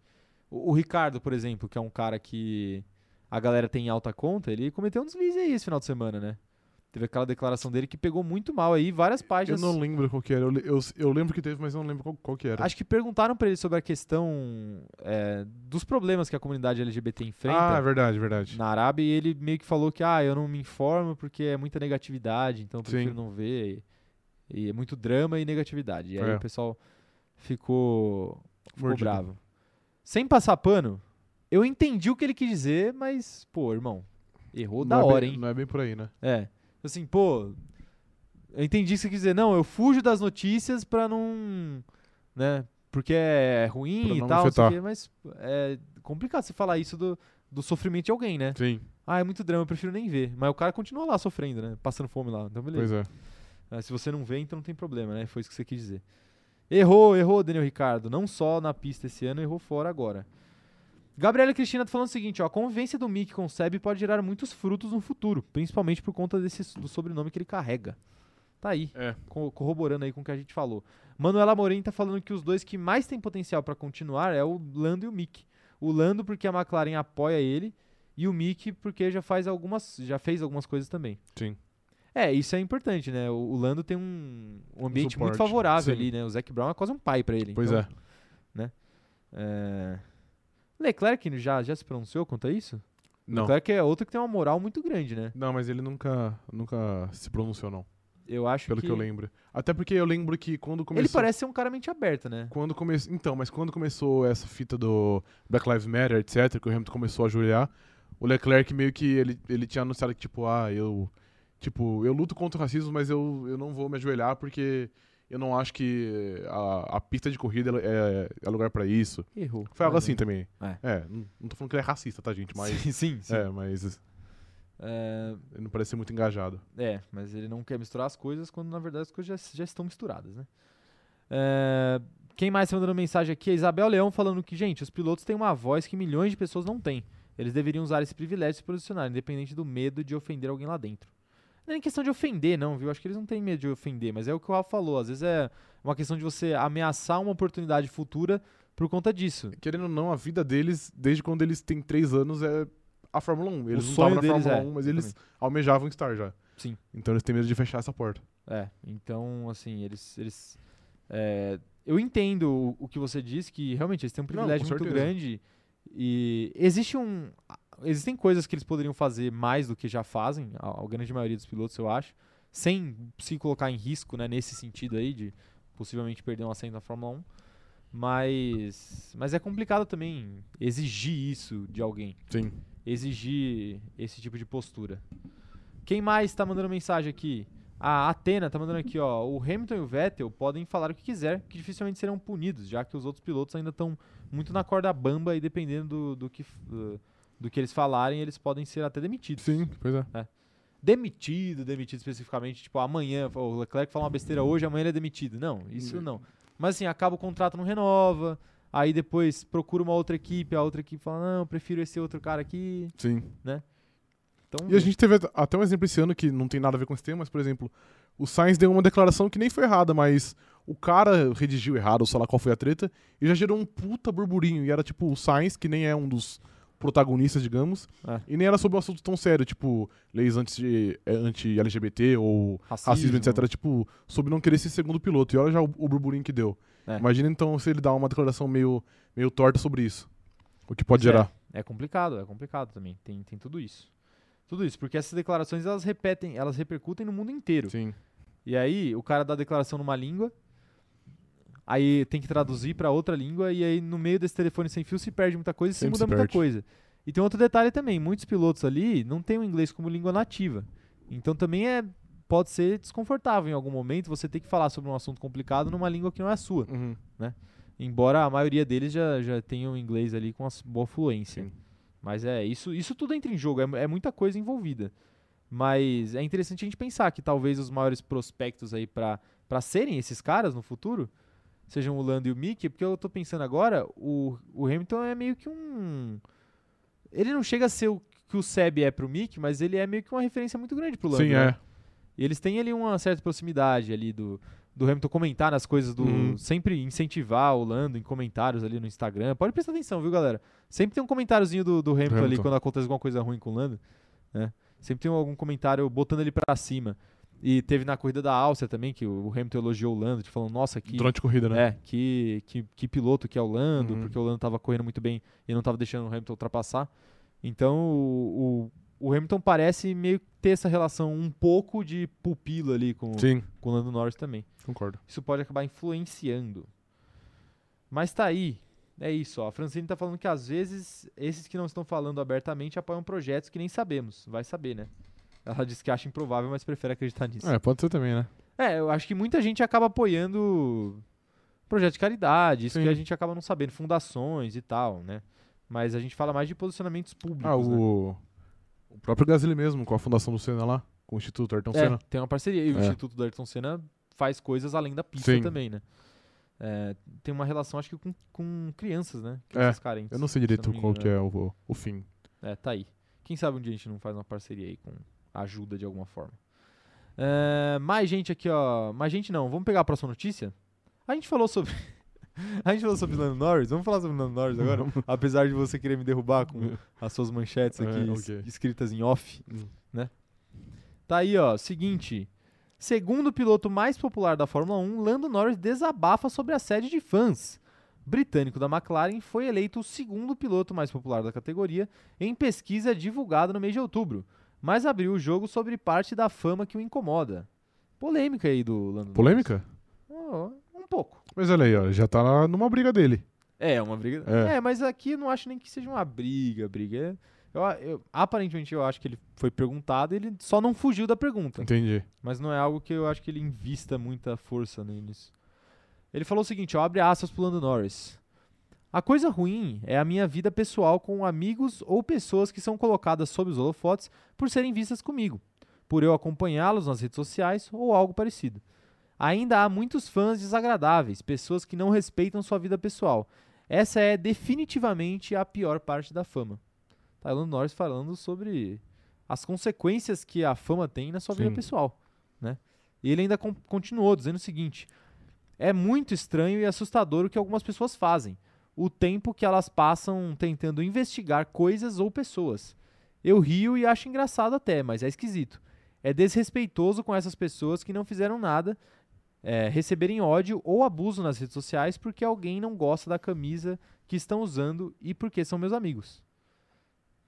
O, o Ricardo, por exemplo, que é um cara que a galera tem em alta conta, ele cometeu um deslize aí esse final de semana, né? Teve aquela declaração dele que pegou muito mal aí, várias Eu páginas. não lembro qual que era. Eu, le- eu, eu lembro que teve, mas eu não lembro qual, qual que era. assim- Acho que perguntaram pra ele sobre a questão é, dos problemas que a comunidade LGBT ah, é enfrenta verdade, verdade. na Arábia e ele meio que falou que, ah, eu não me informo porque é muita negatividade, então eu prefiro Sim. não ver. E, é muito drama e negatividade. E aí É. o pessoal ficou Ficou Mordido. bravo. Sem passar pano, eu entendi o que ele quis dizer, mas, pô, irmão, errou da Não é bem- hora, hein? Não é bem por aí, né? É. Assim, pô, eu entendi o que você quis dizer. Não, eu fujo das notícias pra não. né? Porque é ruim Pra e não tal, não sei o afetar. quê, mas é complicado você falar isso do, do sofrimento de alguém, né? Sim, Ah, é muito drama, eu prefiro nem ver. Mas o cara continua lá sofrendo, né? Passando fome lá. Então, beleza. pois é. Ah, Se você não vê, então não tem problema, né? Foi isso que você quis dizer. Errou, errou, Daniel Ricardo. Não só na pista esse ano, errou fora agora. Gabriela Cristina tá falando o seguinte, ó. A convivência do Mick com o Seb pode gerar muitos frutos no futuro, principalmente por conta desse, do sobrenome que ele carrega. Tá aí, É. co- corroborando aí com o que a gente falou. Manuela Morim tá falando que os dois que mais têm potencial pra continuar é o Lando e o Mick. O Lando porque a McLaren apoia ele e o Mick porque já faz algumas, já fez algumas coisas também. Sim. É, isso é importante, né? O, o Lando tem um, um ambiente muito suporte, favorável sim. ali, né? O Zac Brown é quase um pai pra ele. Pois então, é. é. Leclerc já, já se pronunciou quanto a isso? Não. Leclerc é outro que tem uma moral muito grande, né? Não, mas ele nunca, nunca se pronunciou, não. Eu acho Pelo que... eu lembro. Até porque eu lembro que quando começou. Ele parece ser um cara mente aberta, né? Quando começou. Então, mas quando começou essa fita do Black Lives Matter, etc., que o Hamilton começou a ajoelhar, o Leclerc meio que ele, ele tinha anunciado que, tipo, ah, eu. Tipo, eu luto contra o racismo, mas eu, eu não vou me ajoelhar porque eu não acho que a, a pista de corrida ela é, é lugar pra isso. Errou. Foi algo Mas, assim né? também. É. não, não tô falando que ele é racista, tá, gente? Mas. Sim, sim. sim. É, mas É, ele não parece ser muito engajado. É, mas ele não quer misturar as coisas quando na verdade as coisas já, já estão misturadas, né? É, quem mais tá mandando mensagem aqui? A Isabel Leão falando que, gente, os pilotos têm uma voz que milhões de pessoas não têm. Eles deveriam usar esse privilégio de se posicionar, independente do medo de ofender alguém lá dentro. Não é nem questão de ofender, não, viu? Acho que eles não têm medo de ofender, mas é o que o Rafa falou. Às vezes é uma questão de você ameaçar uma oportunidade futura por conta disso. Querendo ou não, a vida deles, desde quando eles têm três anos, é a Fórmula 1. Eles não sonho estavam na deles Fórmula é, 1, mas eles almejavam estar já. Sim. Então eles têm medo de fechar essa porta. É, então, assim, eles. eles é, eu entendo o, o que você diz, que realmente eles têm um Não, privilégio com muito certeza. grande. E existe um. Existem coisas que eles poderiam fazer mais do que já fazem, a, a grande maioria dos pilotos, eu acho. sem se colocar em risco, né, nesse sentido aí de possivelmente perder um assento na Fórmula 1. Mas, mas é complicado também exigir isso de alguém, Sim. exigir esse tipo de postura. Quem mais tá mandando mensagem aqui? A Atena tá mandando aqui, ó. O Hamilton e o Vettel podem falar o que quiser, que dificilmente serão punidos, já que os outros pilotos ainda estão muito na corda bamba e dependendo do, do que, f- do, do que eles falarem, eles podem ser até demitidos. Sim, pois é. Demitido, demitido especificamente, tipo, amanhã, o Leclerc fala uma besteira hoje, amanhã ele é demitido. Não, isso Entendi. não. Mas assim, acaba o contrato, não renova, aí depois procura uma outra equipe, a outra equipe fala, não, eu prefiro esse outro cara aqui. Sim. Então, E a gente teve at- até um exemplo esse ano que não tem nada a ver com esse tema, mas, por exemplo, o Sainz deu uma declaração que nem foi errada, mas o cara redigiu errado, sei lá qual foi a treta, e já gerou um puta burburinho. E era tipo o Sainz, que nem é um dos protagonistas, digamos, É. e nem era sobre um assunto tão sério, tipo leis anti- eh, anti-LGBT ou racismo, etc. Tipo, sobre não querer ser segundo piloto. E olha já o, o burburinho que deu. É. Imagina então se ele dá uma declaração meio, meio torta sobre isso. O que pode Pois é. gerar. É complicado, é complicado também. Tem, tem tudo isso. Tudo isso, porque essas declarações elas repetem, elas repercutem no mundo inteiro. Sim. E aí o cara dá a declaração numa língua, aí tem que traduzir pra outra língua e aí no meio desse telefone sem fio se perde muita coisa e se Sempre muda se muita perde. coisa. E tem outro detalhe também, muitos pilotos ali não têm o inglês como língua nativa. Então também é pode ser desconfortável em algum momento você ter que falar sobre um assunto complicado numa língua que não é a sua. Uhum. Embora a maioria deles já, já tenha o inglês ali com as- boa fluência. Sim. Mas é, isso, isso tudo entra em jogo, é, mu- é muita coisa envolvida. Mas é interessante a gente pensar que talvez os maiores prospectos aí pra pra serem esses caras no futuro sejam o Lando e o Mickey, porque eu tô pensando agora, o, o Hamilton é meio que um. Ele não chega a ser o que o Seb é pro Mickey, mas ele é meio que uma referência muito grande pro Lando. Sim, né? é. E eles têm ali uma certa proximidade ali do, do Hamilton comentar nas coisas do. Uhum. Sempre incentivar o Lando em comentários ali no Instagram. Pode prestar atenção, viu, galera? Sempre tem um comentáriozinho do, do Hamilton, ali Hamilton. quando acontece alguma coisa ruim com o Lando. né? Sempre tem algum comentário botando ele pra cima. E teve na corrida da Áustria também, que o Hamilton elogiou o Lando, tipo, falando, nossa, que. Durante a corrida, né? É, que, que, que piloto que é o Lando, Uhum. porque o Lando tava correndo muito bem e não tava deixando o Hamilton ultrapassar. Então o, o, o Hamilton parece meio que ter essa relação um pouco de pupila ali com, Sim, com o Lando Norris também. concordo. Isso pode acabar influenciando. Mas tá aí. É isso, ó. A Francine tá falando que às vezes esses que não estão falando abertamente apoiam projetos que nem sabemos. Vai saber, né? Ela diz que acha improvável, mas prefere acreditar nisso. É, pode ser também, né? É, eu acho que muita gente acaba apoiando projetos de caridade, isso Sim. que a gente acaba não sabendo, fundações e tal, né? Mas a gente fala mais de posicionamentos públicos, Ah, né? o, o próprio Gasly mesmo, com a fundação do Senna lá, com o Instituto Ayrton É, Senna. tem uma parceria. E o É. Instituto do Ayrton Senna faz coisas além da pista Sim. também, né? É, tem uma relação, acho que, com, com crianças, né? É, Crianças carentes. Eu não sei se direito me qual que engano. é o, o fim. É, tá aí. Quem sabe um dia a gente não faz uma parceria aí com ajuda de alguma forma. É, mais gente aqui, ó. Mais gente não. Vamos pegar a próxima notícia? A gente falou sobre. A gente falou sobre Lando Norris. Vamos falar sobre Lando Norris agora? Apesar de você querer me derrubar com as suas manchetes aqui É, es- ok. escritas em off, Hum. né? Tá aí, ó. Seguinte. Segundo piloto mais popular da Fórmula 1, Lando Norris desabafa sobre assédio de fãs. Britânico da McLaren foi eleito o segundo piloto mais popular da categoria em pesquisa divulgada no mês de outubro, mas abriu o jogo sobre parte da fama que o incomoda. Polêmica aí do Lando. Norris. Polêmica? Ó, um pouco. Mas olha aí, ó, já tá lá numa briga dele. É, uma briga. É. É. mas aqui eu não acho nem que seja uma briga, briga. Eu, eu- aparentemente eu acho que ele foi perguntado e ele só não fugiu da pergunta. Entendi. Mas não é algo que eu acho que ele invista muita força né, nisso. Ele falou o seguinte, ó, abre aspas pro Lando Norris. A coisa ruim é a minha vida pessoal com amigos ou pessoas que são colocadas sob os holofotes por serem vistas comigo, por eu acompanhá-los nas redes sociais ou algo parecido. Ainda há muitos fãs desagradáveis, pessoas que não respeitam sua vida pessoal. Essa é definitivamente a pior parte da fama. Tá, Lando Norris falando sobre as consequências que a fama tem na sua vida Sim. pessoal, né? E ele ainda con- continuou dizendo o seguinte: é muito estranho e assustador o que algumas pessoas fazem, o tempo que elas passam tentando investigar coisas ou pessoas. Eu rio e acho engraçado até, mas é esquisito. É desrespeitoso com essas pessoas que não fizeram nada, é, receberem ódio ou abuso nas redes sociais porque alguém não gosta da camisa que estão usando e porque são meus amigos.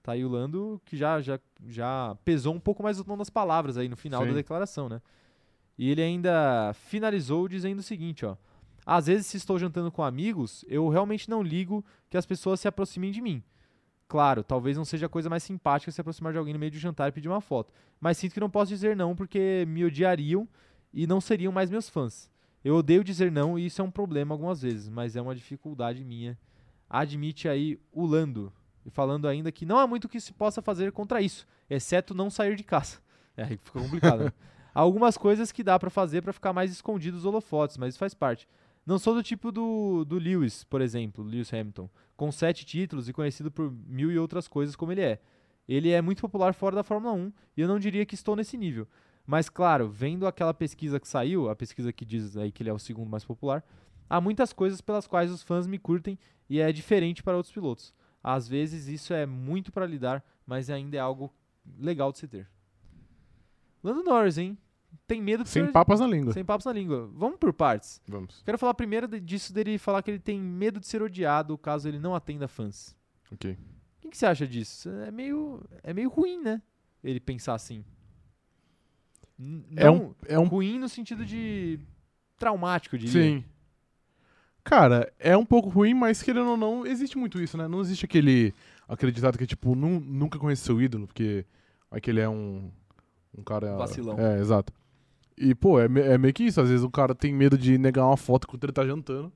Tá aí o Lando que já, já, já pesou um pouco mais o tom das palavras aí no final Sim. da declaração, né? E ele ainda finalizou dizendo o seguinte, ó. Às vezes, se estou jantando com amigos, eu realmente não ligo que as pessoas se aproximem de mim. Claro, talvez não seja a coisa mais simpática se aproximar de alguém no meio de um jantar e pedir uma foto. Mas sinto que não posso dizer não porque me odiariam e não seriam mais meus fãs. Eu odeio dizer não e isso é um problema algumas vezes, mas é uma dificuldade minha. Admite aí o Lando. E falando ainda que não há muito que se possa fazer contra isso, exceto não sair de casa. É, aí ficou complicado. Né? Há algumas coisas que dá pra fazer pra ficar mais escondido os holofotes, mas isso faz parte. Não sou do tipo do, do Lewis, por exemplo, Lewis Hamilton, com sete títulos e conhecido por mil e outras coisas como ele é. Ele é muito popular fora da Fórmula 1 e eu não diria que estou nesse nível. Mas claro, vendo aquela pesquisa que saiu, a pesquisa que diz aí que ele é o segundo mais popular, há muitas coisas pelas quais os fãs me curtem e é diferente para outros pilotos. Às vezes isso é muito para lidar, mas ainda é algo legal de se ter. Lando Norris, hein? Tem medo de Sem ser- papas na língua. sem papos na língua. Vamos por partes. Vamos. Quero falar primeiro de- disso dele falar que ele tem medo de ser odiado caso ele não atenda fãs. Ok. O que, que você acha disso? É meio, é meio ruim, né? Ele pensar assim. N- É um- não É um ruim no sentido de traumático, eu diria. Sim. Cara, é um pouco ruim, mas querendo ou não, existe muito isso, né? Não existe aquele, aquele ditado que, tipo, nun- nunca conheceu o ídolo, porque aquele é um, um cara... Vacilão. É, exato. E, pô, é, me- é meio que isso. Às vezes o cara tem medo de negar uma foto quando ele tá jantando,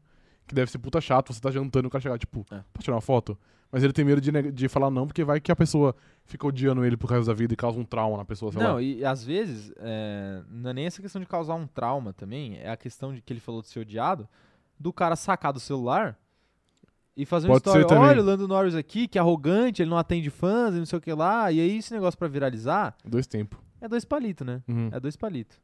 que deve ser puta chato, você tá jantando e o cara chegar, tipo, É. posso tirar uma foto? Mas ele tem medo de, neg- de falar não, porque vai que a pessoa fica odiando ele pro resto da vida e causa um trauma na pessoa, sei Não, lá. e às vezes, é, não é nem essa questão de causar um trauma também, é a questão de que ele falou de ser odiado, do cara sacar do celular e fazer uma Pode ser história. também. Olha o Lando Norris aqui, que arrogante, ele não atende fãs e não sei o que lá. E aí esse negócio pra viralizar Dois tempos. é dois palitos, né? Uhum. É dois palitos.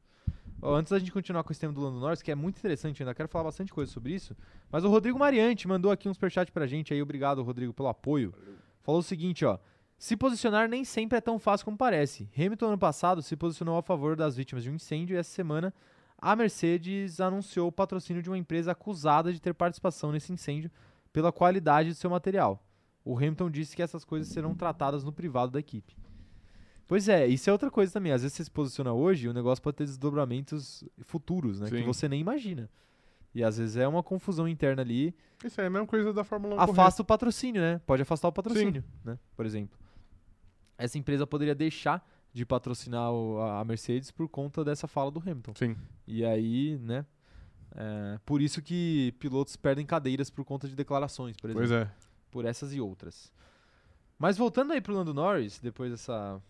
Ó, antes da gente continuar com esse tema do Lando Norris, que é muito interessante, eu ainda quero falar bastante coisa sobre isso. Mas o Rodrigo Mariante mandou aqui um superchat pra gente aí. Obrigado, Rodrigo, pelo apoio. Falou o seguinte, ó. Se posicionar nem sempre é tão fácil como parece. Hamilton ano passado se posicionou a favor das vítimas de um incêndio e essa semana a Mercedes anunciou o patrocínio de uma empresa acusada de ter participação nesse incêndio pela qualidade do seu material. O Hamilton disse que essas coisas serão tratadas no privado da equipe. Pois é, isso é outra coisa também. Às vezes você se posiciona hoje e o negócio pode ter desdobramentos futuros, né? Que Sim. você nem imagina. E às vezes é uma confusão interna ali. Isso aí é a mesma coisa da Fórmula 1 correndo. Afasta o patrocínio, né? Pode afastar o patrocínio, né? Por exemplo. Essa empresa poderia deixar de patrocinar o- a a Mercedes por conta dessa fala do Hamilton. Sim. E aí, né? é, por isso que pilotos perdem cadeiras por conta de declarações, por exemplo Pois é. por essas e outras. Mas voltando aí pro Lando Norris, depois dessa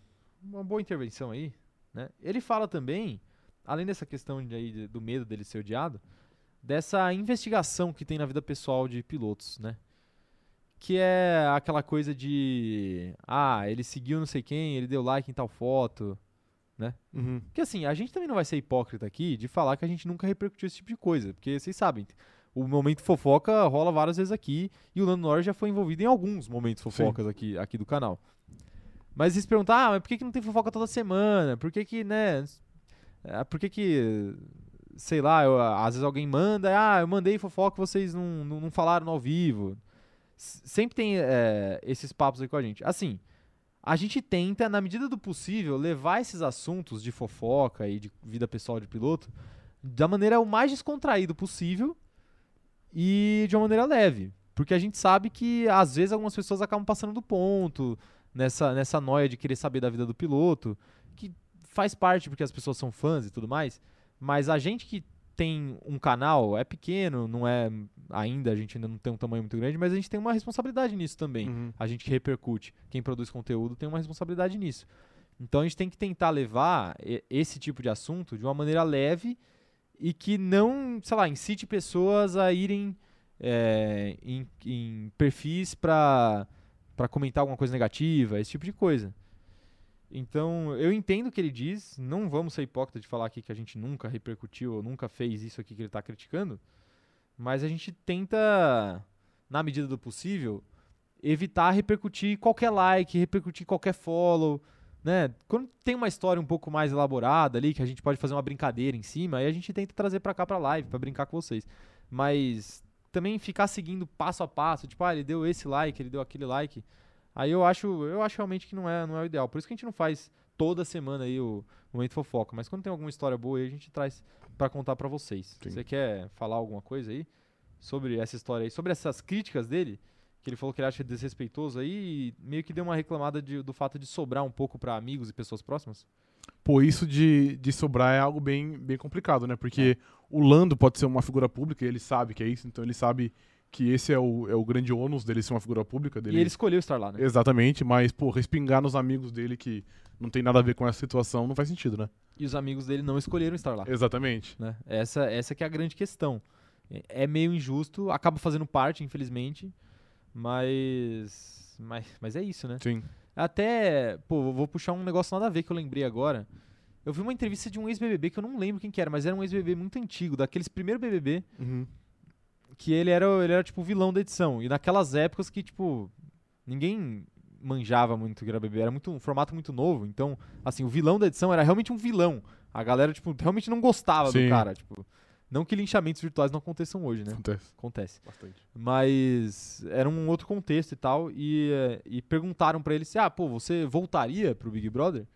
uma boa intervenção aí, né? Ele fala também, além dessa questão de aí de- do medo dele ser odiado, dessa investigação que tem na vida pessoal de pilotos, né? Que é aquela coisa de ah, ele seguiu não sei quem, ele deu like em tal foto. Uhum. Porque assim, a gente também não vai ser hipócrita aqui de falar que a gente nunca repercutiu esse tipo de coisa, porque vocês sabem, o momento fofoca rola várias vezes aqui e o Lando Norris já foi envolvido em alguns momentos fofocas aqui, aqui do canal. Mas vocês perguntam, ah, mas por que, que não tem fofoca toda semana? Por que que, né? ah, Por que que, sei lá, eu- às vezes alguém manda, ah, eu mandei fofoca, vocês não, não, não falaram ao vivo. S- Sempre tem é, esses papos aí com a gente. Assim, a gente tenta, na medida do possível, levar esses assuntos de fofoca e de vida pessoal de piloto da maneira o mais descontraído possível e de uma maneira leve. Porque a gente sabe que, às vezes, algumas pessoas acabam passando do ponto nessa, nessa noia de querer saber da vida do piloto, que faz parte porque as pessoas são fãs e tudo mais. Mas a gente que tem um canal, é pequeno, não é ainda, a gente ainda não tem um tamanho muito grande, mas a gente tem uma responsabilidade nisso também Uhum. a gente que repercute, quem produz conteúdo tem uma responsabilidade nisso. Então a gente tem que tentar levar e- esse tipo de assunto de uma maneira leve e que não, sei lá, incite pessoas a irem é, em, em perfis para para comentar alguma coisa negativa, esse tipo de coisa. Então, eu entendo o que ele diz, não vamos ser hipócritas de falar aqui que a gente nunca repercutiu ou nunca fez isso aqui que ele está criticando, mas a gente tenta, na medida do possível, evitar repercutir qualquer like, repercutir qualquer follow, né? Quando tem uma história um pouco mais elaborada ali, que a gente pode fazer uma brincadeira em cima, aí a gente tenta trazer pra cá pra live, pra brincar com vocês. Mas também ficar seguindo passo a passo, tipo, ah, ele deu esse like, ele deu aquele like. Aí eu acho, eu acho realmente que não é, não é o ideal. Por isso que a gente não faz toda semana aí o momento fofoca, mas quando tem alguma história boa aí a gente traz para contar para vocês. Sim. Você quer falar alguma coisa aí sobre essa história aí, sobre essas críticas dele? Que ele falou que ele acha desrespeitoso aí e meio que deu uma reclamada de- do fato de sobrar um pouco para amigos e pessoas próximas. Pô, isso de, de sobrar é algo bem, bem complicado, né? Porque o Lando pode ser uma figura pública e ele sabe que é isso, então ele sabe que esse é o, é o grande ônus dele ser uma figura pública. Dele. E ele escolheu estar lá, né? Exatamente, mas, pô, respingar nos amigos dele que não tem nada a ver com essa situação não faz sentido, né? E os amigos dele não escolheram estar Ah. lá. Exatamente. né? Essa, essa que é a grande questão. É- É meio injusto, acaba fazendo parte, infelizmente, mas, mas, mas é isso, né? Sim. Até, pô, eu vou puxar um negócio nada a ver que eu lembrei agora. Eu vi uma entrevista de um ex-BBB que eu não lembro quem que era, mas era um ex-BBB muito antigo, daqueles primeiro BBB Uhum. que ele era, ele era tipo o vilão da edição. E naquelas épocas que, tipo, ninguém manjava muito o que era BBB. Era muito, um formato muito novo. Então, assim, o vilão da edição era realmente um vilão. A galera, tipo, realmente não gostava Sim. do cara. Tipo, não que linchamentos virtuais não aconteçam hoje, né? É. Acontece. Acontece. Bastante. Mas era um outro contexto e tal. E, eh, e perguntaram pra ele se, ah, pô, você voltaria pro Big Brother?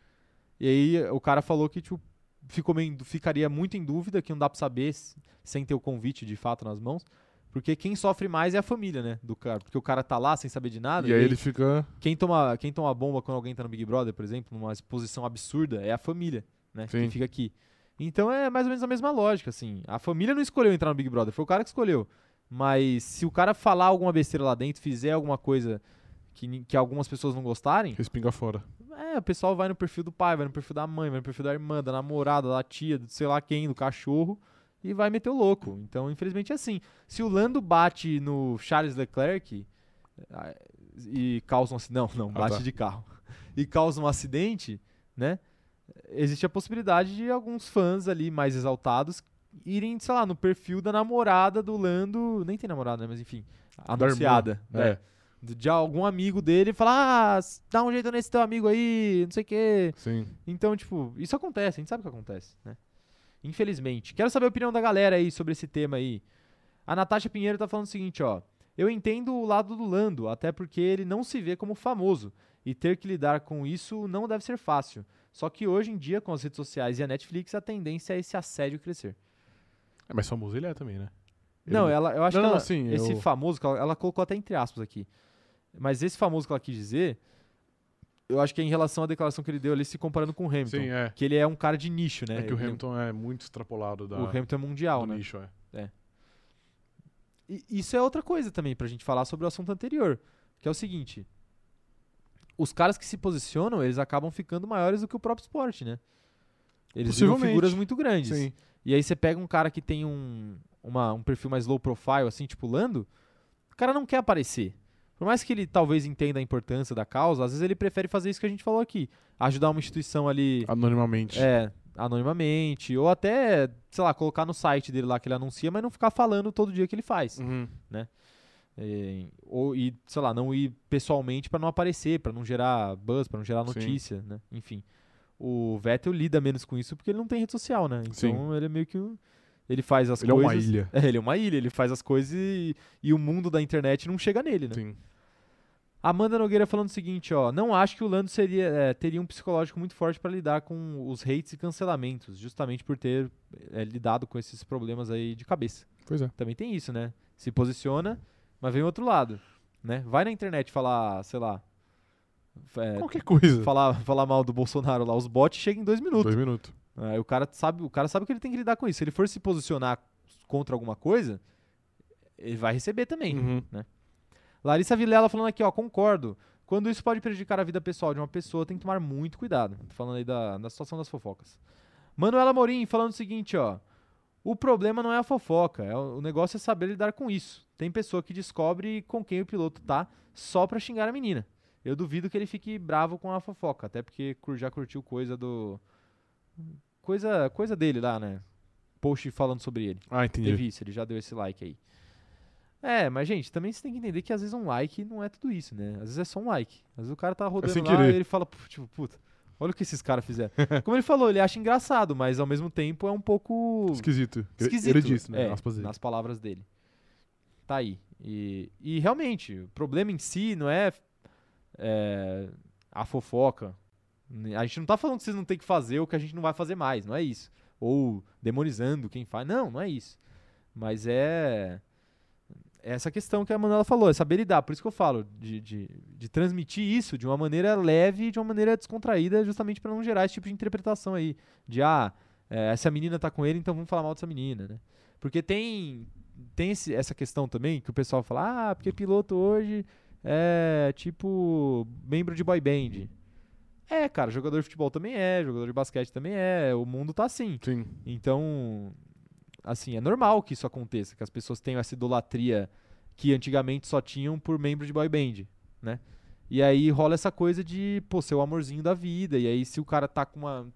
E aí o cara falou que, tipo, ficou meio, em dú- ficaria muito em dúvida, que não dá pra saber se- sem ter o convite de fato nas mãos. Porque quem sofre mais é a família, né? Do cara. Porque o cara tá lá sem saber de nada. E aí ele fica. quem, toma, quem toma bomba quando alguém tá no Big Brother, por exemplo, numa exposição absurda, é a família, né? Sim. Que fica aqui. Então é mais ou menos a mesma lógica, assim. A família não escolheu entrar no Big Brother, foi o cara que escolheu. Mas se o cara falar alguma besteira lá dentro, fizer alguma coisa que, nin- que algumas pessoas não gostarem, Respinga fora. é, o pessoal vai no perfil do pai, vai no perfil da mãe, vai no perfil da irmã, da namorada, da tia, do sei lá quem, do cachorro, e vai meter o louco. Então, infelizmente, é assim. Se o Lando bate no Charles Leclerc ah, e causa um acidente. Não, não, Ah, bate tá. de carro. E causa um acidente, né? Existe a possibilidade de alguns fãs ali mais exaltados irem, sei lá, no perfil da namorada do Lando. Nem tem namorada, né? Mas enfim. irmã. Anunciada. né? É, de de algum amigo dele e falar, ah, s- dá um jeito nesse teu amigo aí, não sei o quê. sim. Então, tipo, isso acontece, a gente sabe que acontece, né? Infelizmente. Quero saber a opinião da galera aí sobre esse tema aí. A Natasha Pinheiro tá falando o seguinte, ó. Eu entendo o lado do Lando, até porque ele não se vê como famoso. E ter que lidar com isso não deve ser fácil. Só que hoje em dia, com as redes sociais e a Netflix, a tendência é esse assédio crescer. É, mas famoso ele é também, né? Ele- Não, ela, eu acho Não, que não, ela- sim, esse eu- famoso, que ela, ela colocou até entre aspas aqui. Mas esse famoso que ela quis dizer, eu acho que é em relação à declaração que ele deu ali se comparando com o Hamilton. Sim, é. Que ele é um cara de nicho, né? É que o Ele- Hamilton é muito extrapolado da, o Hamilton é mundial, do né? nicho, é. E isso é outra coisa também pra gente falar sobre o assunto anterior, que é o seguinte: os caras que se posicionam, eles acabam ficando maiores do que o próprio esporte, né? Eles viram Possivelmente. figuras muito grandes. Sim. E aí você pega um cara que tem um, uma- um perfil mais low profile, assim, tipo Lando, o cara não quer aparecer. Por mais que ele talvez entenda a importância da causa, às vezes ele prefere fazer isso que a gente falou aqui. Ajudar uma instituição ali Anonimamente. é, anonimamente, ou até, sei lá, colocar no site dele lá que ele anuncia, mas não ficar falando todo dia que ele faz. Uhum. É, ou e, sei lá, não ir pessoalmente pra não aparecer, pra não gerar buzz, pra não gerar Sim. notícia, né? Enfim. O Vettel lida menos com isso porque ele não tem rede social, né? Então Sim. ele é meio que um- ele faz as Ele é coisas. uma ilha. É, ele é uma ilha, ele faz as coisas e, e o mundo da internet não chega nele, né? Sim. Amanda Nogueira falando o seguinte, ó, não acho que o Lando seria, é, teria um psicológico muito forte pra lidar com os hates e cancelamentos, justamente por ter é, lidado com esses problemas aí de cabeça. Pois é. Também tem isso, né? Se posiciona, mas vem o outro lado, né? Vai na internet falar, sei lá, f- é, Qualquer coisa. falar, falar mal do Bolsonaro lá, os bots chegam em dois minutos. Dois minutos. Aí o cara sabe, o cara sabe que ele tem que lidar com isso. Se ele for se posicionar contra alguma coisa, ele vai receber também. Uhum. Larissa Vilela falando aqui, ó, concordo. Quando isso pode prejudicar a vida pessoal de uma pessoa, tem que tomar muito cuidado. Falando aí da, da situação das fofocas. Manuela Morim falando o seguinte, ó. O problema não é a fofoca, é o o negócio é saber lidar com isso. Tem pessoa que descobre com quem o piloto tá só pra xingar a menina. Eu duvido que ele fique bravo com a fofoca, até porque cur- já curtiu coisa do. Coisa, coisa dele lá, né? Post falando sobre ele. Ah, entendi. Teve isso, ele já deu esse like aí. É, mas gente, também você tem que entender que às vezes um like não é tudo isso, né? Às vezes é só um like. Às vezes o cara tá rodando É sem lá querer. e ele fala, pu- tipo, puta, olha o que esses caras fizeram. Como ele falou, ele acha engraçado, mas ao mesmo tempo é um pouco Esquisito. esquisito. Ele disse, né? é, aspas dele. nas palavras dele. Tá aí. E, e realmente, o problema em si não é é, a fofoca. A gente não tá falando que vocês não têm que fazer ou que a gente não vai fazer mais, não é isso. Ou demonizando quem faz. Não, não é isso. Mas é essa questão que a Manuela falou, é saber lidar. Por isso que eu falo de, de, de transmitir isso de uma maneira leve, de uma maneira descontraída, justamente para não gerar esse tipo de interpretação aí. De, ah, é, essa menina tá com ele, então vamos falar mal dessa menina, né? Porque tem, tem esse, essa questão também que o pessoal fala, ah, porque piloto hoje é tipo membro de boy band. É, cara, jogador de futebol também é, jogador de basquete também é, o mundo tá assim. Sim. Então, assim, é normal que isso aconteça, que as pessoas tenham essa idolatria que antigamente só tinham por membro de boy band, né? E aí rola essa coisa de, pô, ser o amorzinho da vida, e aí se o cara tá com uma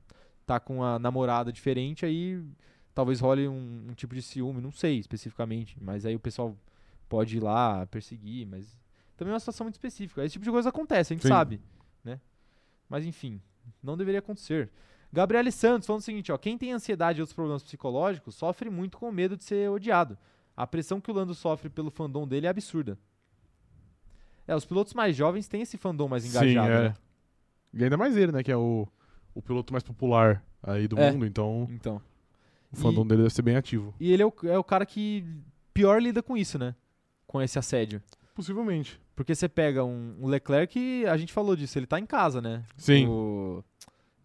tá com uma namorada diferente, aí talvez role um, um tipo de ciúme, não sei especificamente, mas aí o pessoal pode ir lá perseguir, mas também é uma situação muito específica. Esse tipo de coisa acontece, a gente Sim. sabe, né? Mas enfim, não deveria acontecer. Gabriele Santos falando o seguinte, ó, quem tem ansiedade e outros problemas psicológicos sofre muito com o medo de ser odiado. A pressão que o Lando sofre pelo fandom dele é absurda. É, os pilotos mais jovens têm esse fandom mais engajado. Sim, é. né? E ainda mais ele, né? Que é o, o piloto mais popular aí do É. mundo, então Então. o fandom dele deve ser bem ativo. E ele é o, é o cara que pior lida com isso, né? Com esse assédio. Possivelmente. Porque você pega um, um Leclerc, que a gente falou disso, ele tá em casa, né? Sim. O-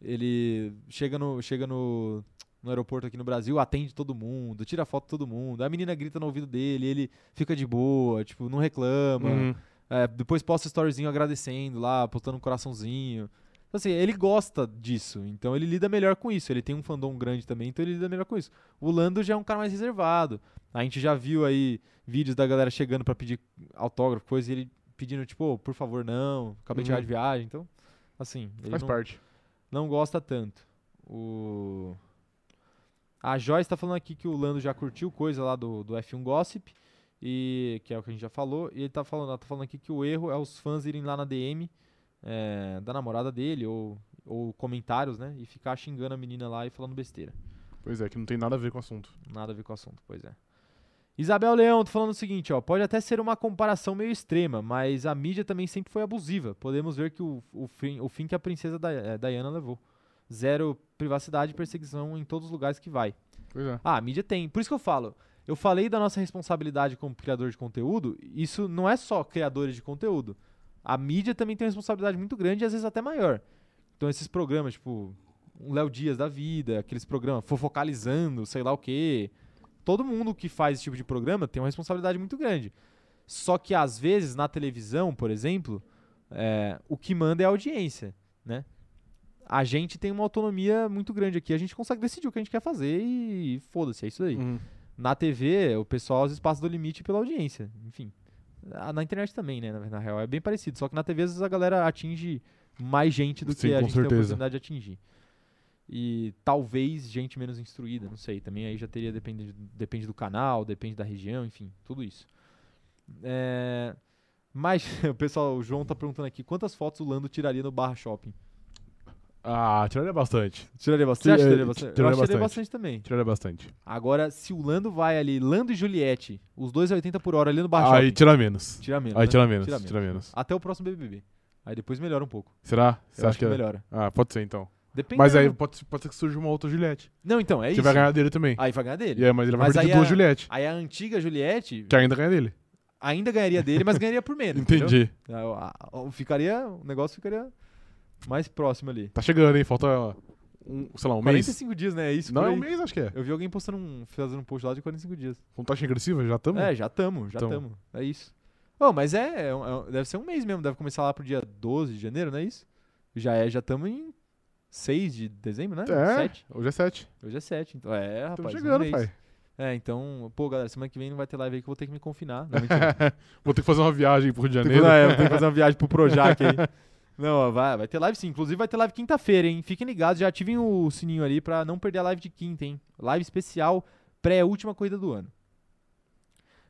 ele chega, no, chega no, no aeroporto aqui no Brasil, atende todo mundo, tira foto de todo mundo, a menina grita no ouvido dele, ele fica de boa, tipo, não reclama. Uhum. É, depois posta um storyzinho agradecendo lá, postando um coraçãozinho. Então, assim, ele gosta disso, então ele lida melhor com isso. Ele tem um fandom grande também, então ele lida melhor com isso. O Lando já é um cara mais reservado. A gente já viu aí vídeos da galera chegando pra pedir autógrafo, coisa, e ele pedindo, tipo, "Ô, por favor, não, acabei de Uhum. chegar de viagem. Então, assim, ele Faz não, parte. não gosta tanto. O... A Joyce tá falando aqui que o Lando já curtiu coisa lá do, do F1 Gossip, e que é o que a gente já falou, e ele tá falando, ela tá falando aqui que o erro é os fãs irem lá na DM é, da namorada dele, ou, ou comentários, né? E ficar xingando a menina lá e falando besteira. Pois é, que não tem nada a ver com o assunto. Nada a ver com o assunto, pois é. Isabel Leão, tô falando o seguinte, ó. Pode até ser uma comparação meio extrema, mas a mídia também sempre foi abusiva. Podemos ver que o, o, fim, o fim que a princesa Di- eh, Diana levou. Zero privacidade e perseguição em todos os lugares que vai. Pois é. Ah, a mídia tem. Por isso que eu falo. Eu falei da nossa responsabilidade como criador de conteúdo. Isso não é só criadores de conteúdo. A mídia também tem uma responsabilidade muito grande e às vezes até maior. Então esses programas, tipo, um Léo Dias da vida, aqueles programas fofocalizando, sei lá o quê. Todo mundo que faz esse tipo de programa tem uma responsabilidade muito grande. Só que às vezes na televisão, por exemplo, é, o que manda é a audiência, né? A gente tem uma autonomia muito grande aqui, a gente consegue decidir o que a gente quer fazer e foda-se, é isso aí. Uhum. Na TV, o pessoal às vezes passa do limite pela audiência. Enfim. Ah, Na internet também, né? Na, na real, é bem parecido. Só que na TV, às vezes, a galera atinge mais gente do Sim, que a com gente tem a certeza. oportunidade de atingir. E talvez gente menos instruída, não sei. Também aí já teria depende, depende do canal, depende da região, enfim, tudo isso. É, mas, o pessoal, o João tá perguntando aqui, quantas fotos o Lando tiraria no barra shopping? Ah, tiraria bastante. Tiraria bastante? Você acha que Tira- tiraria bastante? Eu tiraria acho que tiraria bastante. bastante também. Tiraria bastante. Agora, se o Lando vai ali, Lando e Juliette, os dois a 80 por hora ali no barra aí shopping, tira menos. Ah, tira menos. Aí né? tira menos. Tira Tira menos. menos. Até o próximo BBB. Aí depois melhora um pouco. Será? Eu acho que, é melhora. Ah, pode ser então. Depende. Mas aí pode, pode ser que surja uma outra Juliette. Não, então, é que isso. vai ganhar dele também. Aí vai ganhar dele. E aí, mas ele vai Mas perder aí duas a- Juliette. Aí a antiga Juliette Que ainda ganha dele. ainda ganharia dele, mas ganharia por menos. entendeu? Entendi. Ah, ah, ah, Ficaria, o negócio ficaria mais próximo ali. Tá chegando, hein? Falta, um, sei lá, um mês. 45 dias, né? É isso Não, por é um aí. mês, acho que é. Eu vi alguém postando um, fazendo um post lá de 45 dias. Contagem regressiva, já estamos? É, já tamo, já Tamo. tamo. É isso. Ô, mas é, é um- é um- deve ser um mês mesmo, deve começar lá pro dia 12 de janeiro, não é isso? Já é, já tamo em 6 de dezembro, né? É, Sete. hoje é sete. Hoje é 7, então. É, Estamos rapaz. um chegando, mês. pai. É, então, pô, galera, semana que vem não vai ter live aí que eu vou ter que me confinar. Não, mentira. Vou ter que fazer uma viagem pro Rio de Tem que- Janeiro. não, é, eu tenho que fazer uma viagem pro Projac aí. Não, ó, vai, vai ter live sim. Inclusive vai ter live quinta-feira, hein? Fiquem ligados, já ativem o sininho ali pra não perder a live de quinta, hein? Live especial pré-última corrida do ano.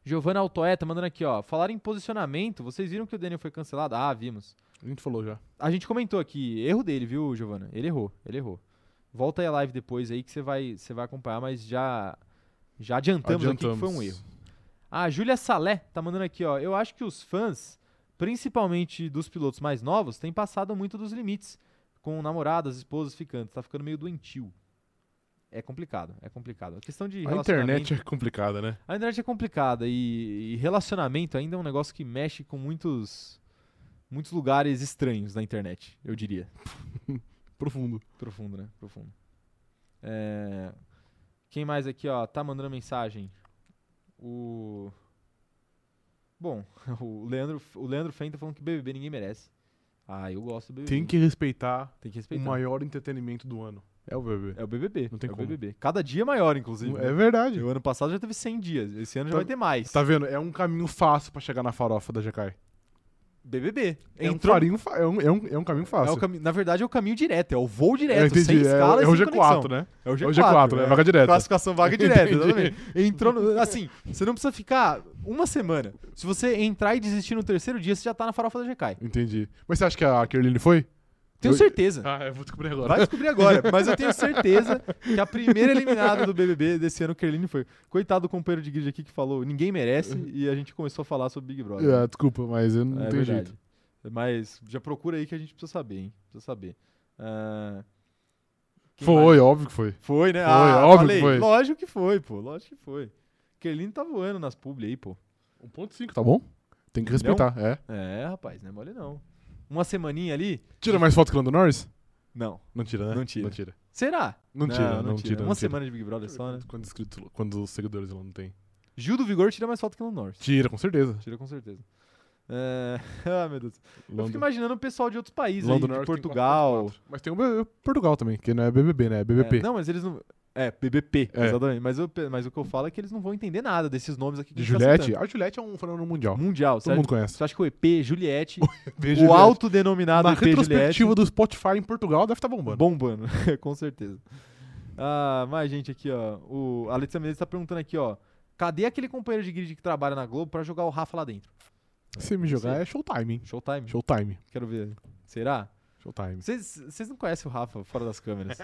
Giovana Altoeta mandando aqui, ó. Falar em posicionamento, vocês viram que o Daniel foi cancelado? Ah, vimos. A gente falou já. A gente comentou aqui, erro dele, viu, Giovana? Ele errou, ele errou. Volta aí a live depois aí que você vai, você vai acompanhar, mas já já adiantamos, Adiantamos. Ah, aqui que foi um erro. A Júlia Salé tá mandando aqui, ó. Eu acho que os fãs principalmente dos pilotos mais novos, tem passado muito dos limites com namoradas, esposas, ficantes. Tá ficando meio doentio. É complicado, é complicado. A questão de A internet é complicada, né? A internet é complicada e, e relacionamento ainda é um negócio que mexe com muitos, muitos lugares estranhos na internet, eu diria. Profundo. Profundo, né? Profundo. É, Quem mais aqui, ó, tá mandando mensagem? O... Bom, o Leandro, o Leandro Fen tá falando que BBB ninguém merece. Ah, eu gosto do BBB. Tem que respeitar Tem que o respeitar. maior entretenimento do ano. É o bebê. É o BBB. Não tem é como. o BBB. Cada dia é maior, inclusive. É né? verdade. E O ano passado já teve 100 dias. Esse ano já Tá- vai ter mais. Tá vendo? É um caminho fácil pra chegar na farofa da Jacai. BBB. É um, Entrou- farinho fa- é, um, é, um, é um caminho é fácil. o cami- Na verdade, é o caminho direto. É o voo É, direto, sem entendi. É, escala e é o sem G4, conexão. né? É o É o G4, né? Vaga direta. Classificação vaga direta, Entendi. exatamente. Entrou no- Assim, você não precisa ficar uma semana. Se você entrar e desistir no terceiro dia, você já tá na farofa da GK. Entendi. Mas você acha que a Kirline foi? Tenho Eu- certeza. Ah, eu vou descobrir agora. Vai descobrir agora, mas eu tenho certeza que a primeira eliminada do BBB desse ano, Kerline, foi. Coitado do companheiro de grid aqui que falou, ninguém merece, e a gente começou a falar sobre Big Brother. Ah, desculpa, mas eu não É tenho verdade. jeito. Mas já procura aí que a gente precisa saber, hein? Precisa saber. Ah, quem mais? Foi, óbvio que foi. Foi, né? Foi, ah, óbvio falei. que foi. Lógico que foi, pô. Lógico que foi. Kerline tá voando nas publi aí, pô. 1.5, tá bom? Tem que respeitar, é. É, rapaz, não é mole não. Uma semaninha ali? Tira mais foto que o Lando Norris? Não. Não tira, né? Não tira. Não tira. Será? Não tira, não tira, não Uma tira. semana de Big Brother só, né? Quantos, quantos inscritos, quantos seguidores ela não tem? Gil do Vigor tira mais foto que o Norris. Tira, com certeza. Tira com certeza. É... Ah, meu Deus. Eu fico Lando- imaginando o pessoal de outros países, aí, Lando de Norris tem Portugal. 4.4. Mas tem o B- Portugal também, que não é BBB, né? É BBP. É, não, mas eles não. É, BBP, É. exatamente. Mas, eu pe- mas o que eu falo é que eles não vão entender nada desses nomes aqui. Que De a gente tá Juliette? citando. A Juliette é um fenômeno mundial. Mundial, Todo certo? mundo conhece. Você acha que o EP Juliette, Vê o Juliette. autodenominado Na EP Juliette, retrospectiva do Spotify em Portugal deve estar bombando. bombando, com certeza. Ah, mais gente aqui, ó. O Alexandre Menezes tá perguntando aqui, ó. Cadê aquele companheiro de grid que trabalha na Globo pra jogar o Rafa lá dentro? Se me jogar, é Showtime, hein? Showtime? Showtime. Quero ver. Será? Showtime. Vocês vocês não conhecem o Rafa fora das câmeras.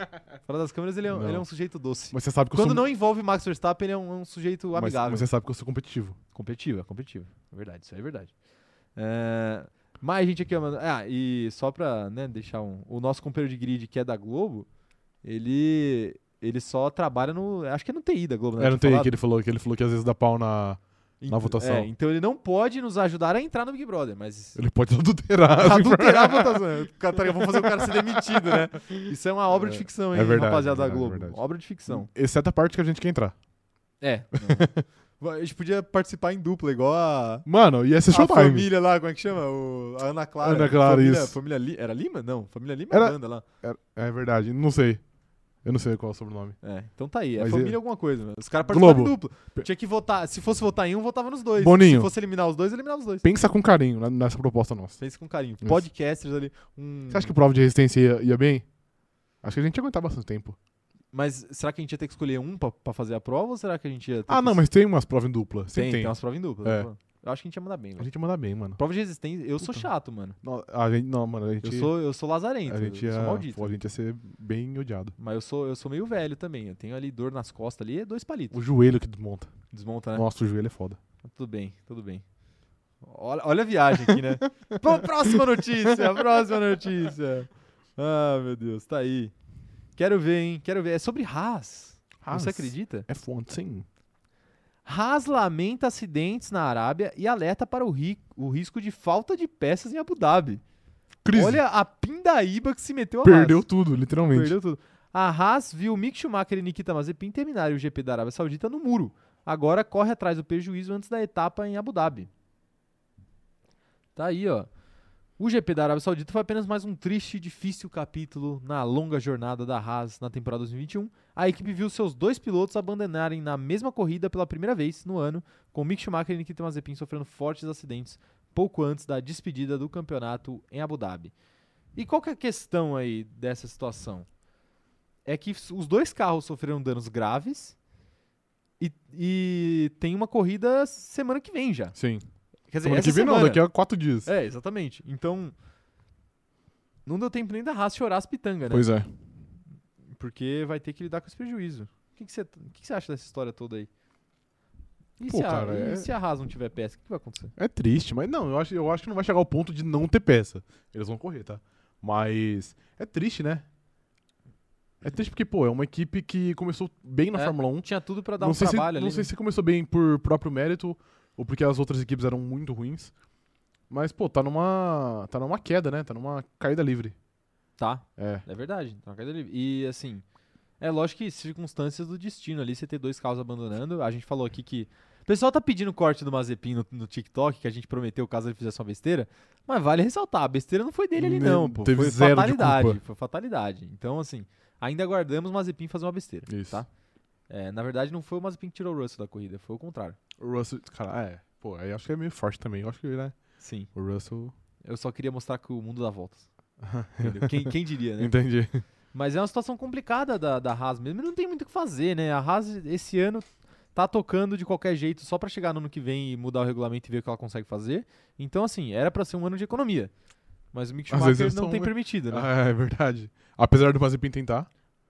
fora das câmeras ele é, um- Não. ele é um sujeito doce. Mas você sabe que eu Quando sou... um não envolve Max Verstappen, ele é um, um sujeito mas, amigável. mas você sabe que eu sou competitivo. Competitivo, é competitivo. É verdade, isso aí é verdade. É... Mas, gente, aqui, ó, mano. Ah, e só pra né, deixar um. O nosso companheiro de grid, que é da Globo, ele. Ele só trabalha no. Acho que é no TI da Globo, né? É, não Tinha tem falado? que ele falou que ele falou que às vezes dá pau na. na Ent- votação. é, então ele não pode nos ajudar a entrar no Big Brother, mas. tá Ele pode adulterar. assim, as Adulterar a votação. Cara, tá, Vamos fazer o cara ser demitido, né? Isso é uma obra de ficção, é hein, verdade, rapaziada da verdade, Globo. verdade. Obra de ficção. informações. Exceto a é parte que a gente quer entrar. É. não. a gente podia participar em dupla, igual a. Mano, ia ser a Showtime. família lá, como é que chama? O, a Ana Clara. Ana Clara, família, isso. Família Li- era Lima? Não, família Lima Era- Miranda lá. É verdade, não sei. Eu não sei qual é o sobrenome. É, então tá aí. É Mas família e- alguma coisa, né? Os caras participaram em Globo. dupla. Tinha que votar. Se fosse votar em um, votava nos dois. Boninho. Se fosse eliminar os dois, eliminava os dois. Pensa com carinho na- nessa proposta nossa. Pensa com carinho. Isso. Podcasters ali. Um... Você acha que o prova de resistência ia, ia bem? Acho que a gente ia aguentar bastante tempo. Mas será que a gente ia ter que escolher um pra, pra fazer a prova ou será que a gente ia. ter Ah, que- não, mas tem umas provas em dupla. Tem, Sempre tem tem. umas provas em dupla. É. né? Eu acho que a gente ia mandar bem, A velho. gente ia mandar bem, mano. Prova de resistência, eu sou Puta. chato, mano. Não, a gente, não mano, a gente. Eu sou, eu sou lazarento. a gente eu ia, sou maldito. pô, a gente ia ser bem odiado. Mas eu sou, eu sou meio velho também. Eu tenho ali dor nas costas ali, é dois palitos. O joelho que desmonta. Desmonta, né? Nossa, o joelho é foda. Tudo bem, tudo bem. Olha, olha a viagem aqui, né? Pró- próxima notícia, próxima notícia. Ah, meu Deus, tá aí. Quero ver, hein? Quero ver. É sobre Haas. Você acredita? É fonte, sim. Haas lamenta acidentes na Arábia e alerta para o, ri- o risco de falta de peças em Abu Dhabi. Crise. Olha a pindaíba que se meteu a Haas. Perdeu tudo, literalmente. Perdeu tudo. A Haas viu Mick Schumacher e Nikita Mazepin terminarem o GP da Arábia Saudita no muro. Agora corre atrás do prejuízo antes da etapa em Abu Dhabi. Tá aí, ó. O GP da Arábia Saudita foi apenas mais um triste e difícil capítulo na longa jornada da Haas na temporada 2021. A equipe viu seus dois pilotos abandonarem na mesma corrida pela primeira vez no ano, com Mick Schumacher e Nikita Mazepin sofrendo fortes acidentes pouco antes da despedida do campeonato em Abu Dhabi. E qual que é a questão aí dessa situação? É que s- os dois carros sofreram danos graves e, e tem uma corrida semana que vem já. Sim. Quer dizer, Semana essa que vem não, semana. daqui a quatro dias. É, exatamente. Então, não deu tempo nem da raça chorar as pitangas, né? Pois é. Porque vai ter que lidar com esse prejuízo. O que que você o que que você acha dessa história toda aí? E, Pô, se, a, cara, e é- se a Haas não tiver peça, o que, que vai acontecer? É triste, mas não, eu acho, eu acho que não vai chegar ao ponto de não ter peça. Eles vão correr, tá? Mas é triste, né? É triste porque, pô, é uma equipe que começou bem na É, Fórmula 1. Tinha tudo pra dar Não, um sei, se, trabalho não ali. sei né? se começou bem por próprio mérito ou porque as outras equipes eram muito ruins. Mas, pô, tá numa. tá numa queda, né? Tá numa caída livre. Tá, É. é verdade. Tá uma queda livre. E assim, é lógico que circunstâncias do destino ali, você ter dois carros abandonando. A gente falou aqui que. O pessoal tá pedindo corte do Mazepin no, no TikTok, que a gente prometeu caso ele fizesse uma besteira. Mas vale ressaltar, a besteira não foi dele ali, Não, não, pô. teve foi zero de fatalidade. culpa. Foi fatalidade. Então, assim, ainda aguardamos o Mazepin fazer uma besteira. Isso. Tá? É, na verdade, não foi o Mazepin que tirou o Russell da corrida, foi o contrário. O Russell. Cara, é. Pô, aí acho que é meio forte também. Eu acho que, né? Sim. O Russell. Eu só queria mostrar que o mundo dá voltas. Entendeu? Quem, quem diria, né? Entendi. Mas é uma situação complicada da, da Haas mesmo. e Não tem muito o que fazer, né? A Haas esse ano tá tocando de qualquer jeito só pra chegar no ano que vem e mudar o regulamento e ver o que ela consegue fazer. Então, assim, era pra ser um ano de economia. Mas o Mick Às vezes Schumacher eles não são, tem né? permitido, né? Ah, é verdade. Apesar do Mazepin tentar,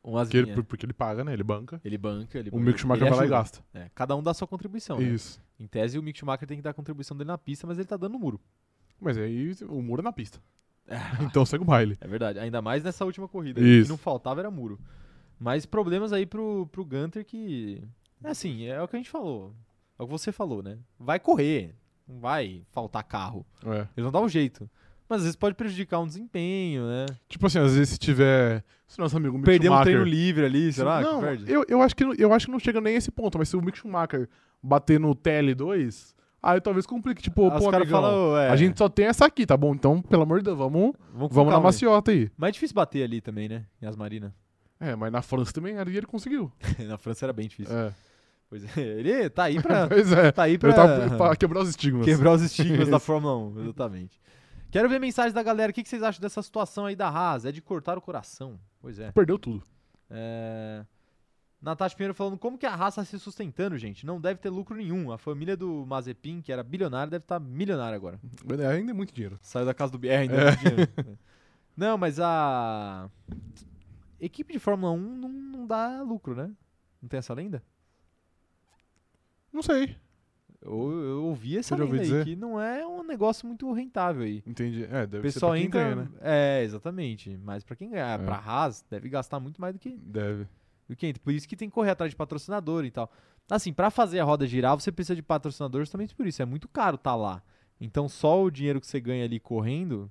Um porque Asminha. ele, Ele, porque ele paga, né? Ele banca. banca, ele O Mick Schumacher vai lá e ajuda. gasta. É, cada um dá a sua contribuição. né? Isso. Em tese, o Mick Schumacher tem que dar a contribuição dele na pista, mas ele tá dando no muro. Mas aí o muro é na pista. Então segue o baile. É verdade. Ainda mais nessa última corrida. né? O que Isso. não faltava era muro. Mas problemas aí pro, pro Gunter que. É assim, é o que a gente falou. É o que você falou, né? Vai correr. Não vai faltar carro. É. Eles vão dar um jeito. Mas às vezes pode prejudicar um desempenho, né? Tipo assim, às vezes se tiver. Se nosso amigo Mick Perder um Schumacher- treino livre ali, será? que não, perde? eu, eu, acho que, não- eu acho que não chega nem a esse ponto, mas se o Mick Schumacher bater no TL2, aí talvez complique. Tipo, Ah, pô, Os caras amigão, falam, "Ô, é, a gente só tem essa aqui, tá bom? Então, pelo amor de Deus, vamos, vamos, vamos na calma aí." maciota aí. Mas é difícil bater ali também, né? Em Asmarina. É, mas na França também ali ele conseguiu. Na França era bem difícil. É. Pois é, ele tá aí pra. Pois é. tá aí pra. Ele tá pra quebrar os estigmas. Quebrar os estigmas da Fórmula 1, exatamente. Quero ver mensagens da galera. O que que vocês acham dessa situação aí da Haas? É de cortar o coração. Pois é. Perdeu tudo. é... Natasha Pinheiro falando como que a Haas tá se sustentando, gente. Não deve ter lucro nenhum. A família do Mazepin, que era bilionário, deve estar milionária agora. Mas Ainda é muito dinheiro. Saiu da casa do BR ainda. não tinha. Não, mas a. Equipe de Fórmula 1 não, não dá lucro, né? Não tem essa lenda? Não sei. Eu, eu ouvi essa Eu já ouvi lenda aí, dizer. que não é um negócio muito rentável aí. Entendi. É, deve O ser pra pessoal quem entra. ganha, né? É, exatamente. Mas pra quem ganhar, É. pra Haas, deve gastar muito mais do que, Deve. do que entra. Por isso que tem que correr atrás de patrocinador e tal. Assim, pra fazer a roda girar, você precisa de patrocinador justamente por isso. É muito caro tá lá. Então só o dinheiro que você ganha ali correndo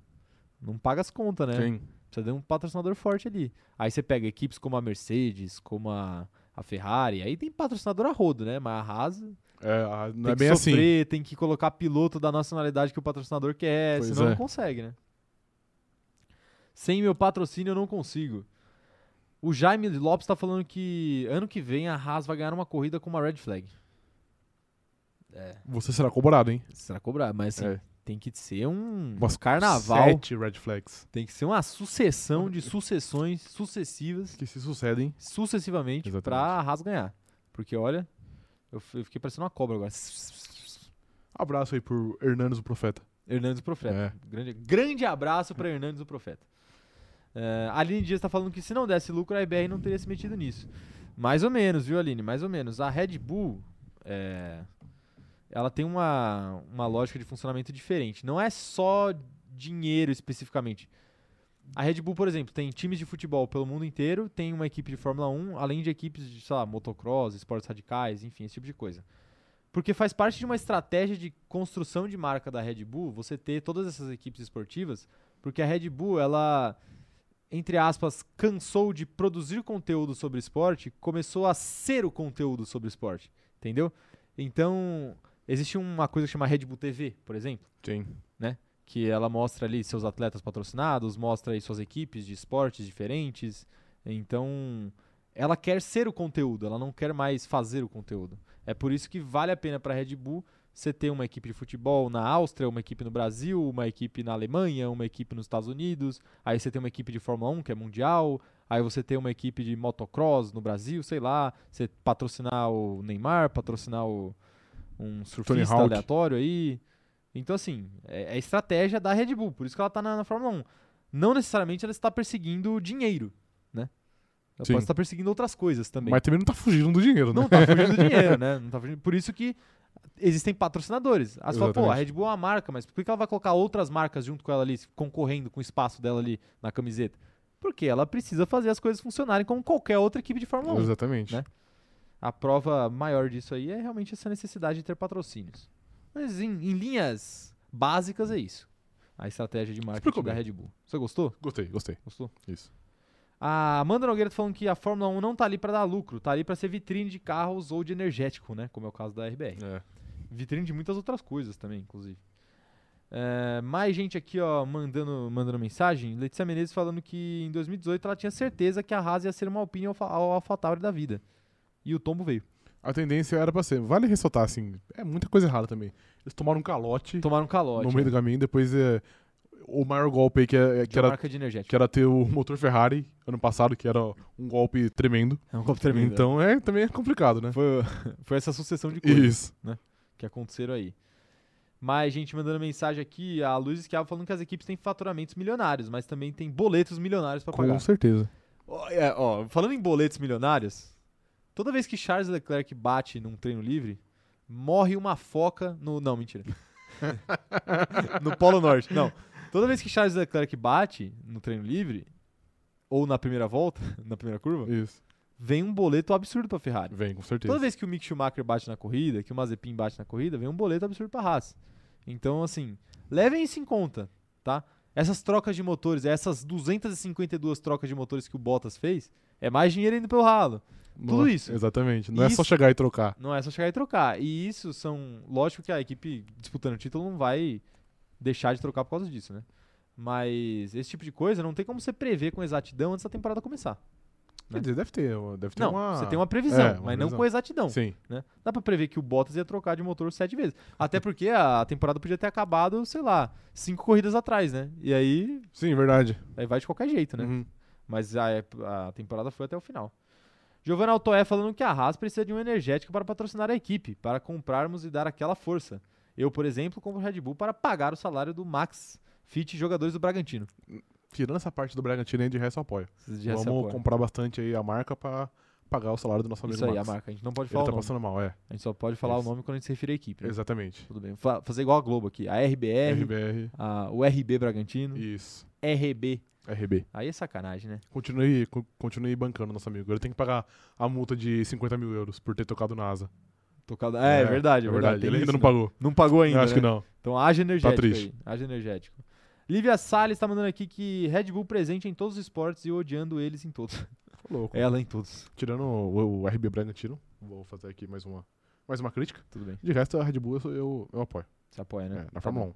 não paga as contas, né? Sim. Precisa de um patrocinador forte ali. Aí você pega equipes como a Mercedes, como a, a Ferrari, aí tem patrocinador a rodo, né? Mas a Haas É, ah, não tem é que bem assim. sofrer, tem que colocar piloto da nacionalidade que o patrocinador quer, Pois senão é. não consegue, né? Sem meu patrocínio eu não consigo. O Jaime Lopes tá falando que ano que vem a Haas vai ganhar uma corrida com uma red flag. Você será cobrado, hein? Será cobrar, mas assim, É. tem que ser um Umas carnaval, Sete red flags. tem que ser uma sucessão de sucessões sucessivas, Que se sucedem. sucessivamente, Exatamente. pra a Haas ganhar. Porque olha, eu f- eu fiquei parecendo uma cobra agora. Abraço aí pro Hernandes, o profeta. É. Hernandes o Profeta. Grande, grande abraço para Hernandes o Profeta. É, a Aline Dias tá falando que se não desse lucro, a IBR não teria se metido nisso. Mais ou menos, viu, Aline? Mais ou menos. A Red Bull, é, ela tem uma, uma lógica de funcionamento diferente. Não é só dinheiro especificamente. A Red Bull, por exemplo, tem times de futebol pelo mundo inteiro, tem uma equipe de Fórmula 1, além de equipes de, sei lá, motocross, esportes radicais, enfim, esse tipo de coisa. Porque faz parte de uma estratégia de construção de marca da Red Bull você ter todas essas equipes esportivas, porque a Red Bull, ela, entre aspas, cansou de produzir conteúdo sobre esporte, começou a ser o conteúdo sobre esporte, entendeu? Então, existe uma coisa que chama Red Bull TV, por exemplo Sim. que ela mostra ali seus atletas patrocinados, mostra aí suas equipes de esportes diferentes. Então, ela quer ser o conteúdo, ela não quer mais fazer o conteúdo. É por isso que vale a pena para a Red Bull você ter uma equipe de futebol na Áustria, uma equipe no Brasil, uma equipe na Alemanha, uma equipe nos Estados Unidos, aí você tem uma equipe de Fórmula 1 que é mundial, aí você tem uma equipe de motocross no Brasil, sei lá, você patrocinar o Neymar, patrocinar o, um surfista Hawk. aleatório aí. Então, assim, é, é a estratégia da Red Bull, por isso que ela tá na, na Fórmula 1. Não necessariamente ela está perseguindo o dinheiro, né? Ela Sim. pode estar perseguindo outras coisas também. Mas também não tá fugindo do dinheiro, né? Não tá fugindo do dinheiro, né? Não tá fugindo. Por isso que existem patrocinadores. Aí você fala, pô, a Exatamente. Red Bull é uma marca, mas por que ela vai colocar outras marcas junto com ela ali, concorrendo com o espaço dela ali na camiseta? Porque ela precisa fazer as coisas funcionarem como qualquer outra equipe de tá Fórmula 1. Exatamente. né? A prova maior disso aí é realmente essa necessidade de ter patrocínios. Mas em, em linhas básicas é isso. A estratégia de marketing Explicou da bem. Red Bull. Você gostou? Gostei, gostei. Gostou? Isso. A Amanda Nogueira tá falando que a Fórmula 1 não tá ali pra dar lucro, tá ali pra ser vitrine de carros ou de energético, né? Como é o caso da RBR. É. Vitrine de muitas outras coisas também, inclusive. É, mais gente aqui, ó, mandando, mandando mensagem. Letícia Menezes falando que em 2018 ela tinha certeza que a Haas ia ser uma Alpine ao, ao AlphaTauri da vida. E o tombo veio. A tendência era pra ser. Vale ressaltar, assim, é muita coisa errada também. Eles tomaram um calote Tomaram um calote. no meio né? do caminho, depois é, o maior golpe aí que, é, de que, era, marca de energético. que era ter o motor Ferrari ano passado, que era um golpe tremendo. É um copo Então é, também é complicado, né? foi, foi essa sucessão de coisas Isso. que aconteceram aí. Mas, gente, mandando mensagem aqui, a Luiz Esquiava falando que as equipes têm faturamentos milionários, mas também tem boletos milionários pra pagar. Com certeza. Ó, é, ó, falando em boletos milionários, toda vez que Charles Leclerc bate num treino livre, morre uma foca no. Não, mentira. no Polo Norte. Não. Toda vez que Charles Leclerc bate no treino livre, ou na primeira volta, na primeira curva, Isso. vem um boleto absurdo pra Ferrari. Vem, com certeza. Toda vez que o Mick Schumacher bate na corrida, que o Mazepin bate na corrida, vem um boleto absurdo pra Haas. Então, assim, levem isso em conta, tá? Essas trocas de motores, essas 252 trocas de motores que o Bottas fez, é mais dinheiro indo pelo ralo. tudo isso. Exatamente. Não é só Isso. chegar e trocar. Não é só chegar e trocar. E isso são. Lógico que a equipe disputando o título não vai deixar de trocar por causa disso, né? Mas esse tipo de coisa não tem como você prever com exatidão antes da temporada começar. Quer dizer, deve ter. uma- Deve ter não, uma... você tem uma previsão, É, uma mas não previsão. com exatidão. Sim. né? Dá pra prever que o Bottas ia trocar de motor sete vezes. Até porque a temporada podia ter acabado, sei lá, cinco corridas atrás, né? E aí, Sim, verdade. aí vai de qualquer jeito, né? Uhum. Mas a, ép- a temporada foi até o final. Giovanna Altoé falando que a Haas precisa de um energético para patrocinar a equipe, para comprarmos e dar aquela força. Eu, por exemplo, compro Red Bull para pagar o salário do Max Fit e jogadores do Bragantino. Tirando essa parte do Bragantino aí, de resto eu apoio. Esses dias Vamos se apoia. comprar bastante aí a marca pra pagar o salário do nosso amigo é. Isso aí, Max. a marca. A gente não pode Ele falar tá o nome. passando mal, é. A gente só pode falar Isso. o nome quando a gente se refere à equipe, né? Exatamente. Tudo bem. Fa- fazer igual a Globo aqui. A RBR, RBR. a- o RB Bragantino, Isso. RB. RB. Aí é sacanagem, né? Continue, co- continue bancando nosso amigo. Ele tem que pagar a multa de 50 mil euros por ter tocado na asa. Tocado... É, é verdade, é verdade. Tem Ele ainda isso, não né? pagou. Não pagou Eu ainda. acho né? que não. Tá Então haja energético triste. aí, haja energético. Lívia Salles tá mandando aqui que Red Bull presente em todos os esportes e odiando eles em todos. Tô louco. Ela em todos. É, Tirando o, o RB Bragantino, vou fazer aqui mais uma, mais uma crítica. Tudo bem. De resto, a Red Bull eu, sou- eu, eu apoio. Se apoia, né? É, na Tá Fórmula bom. 1.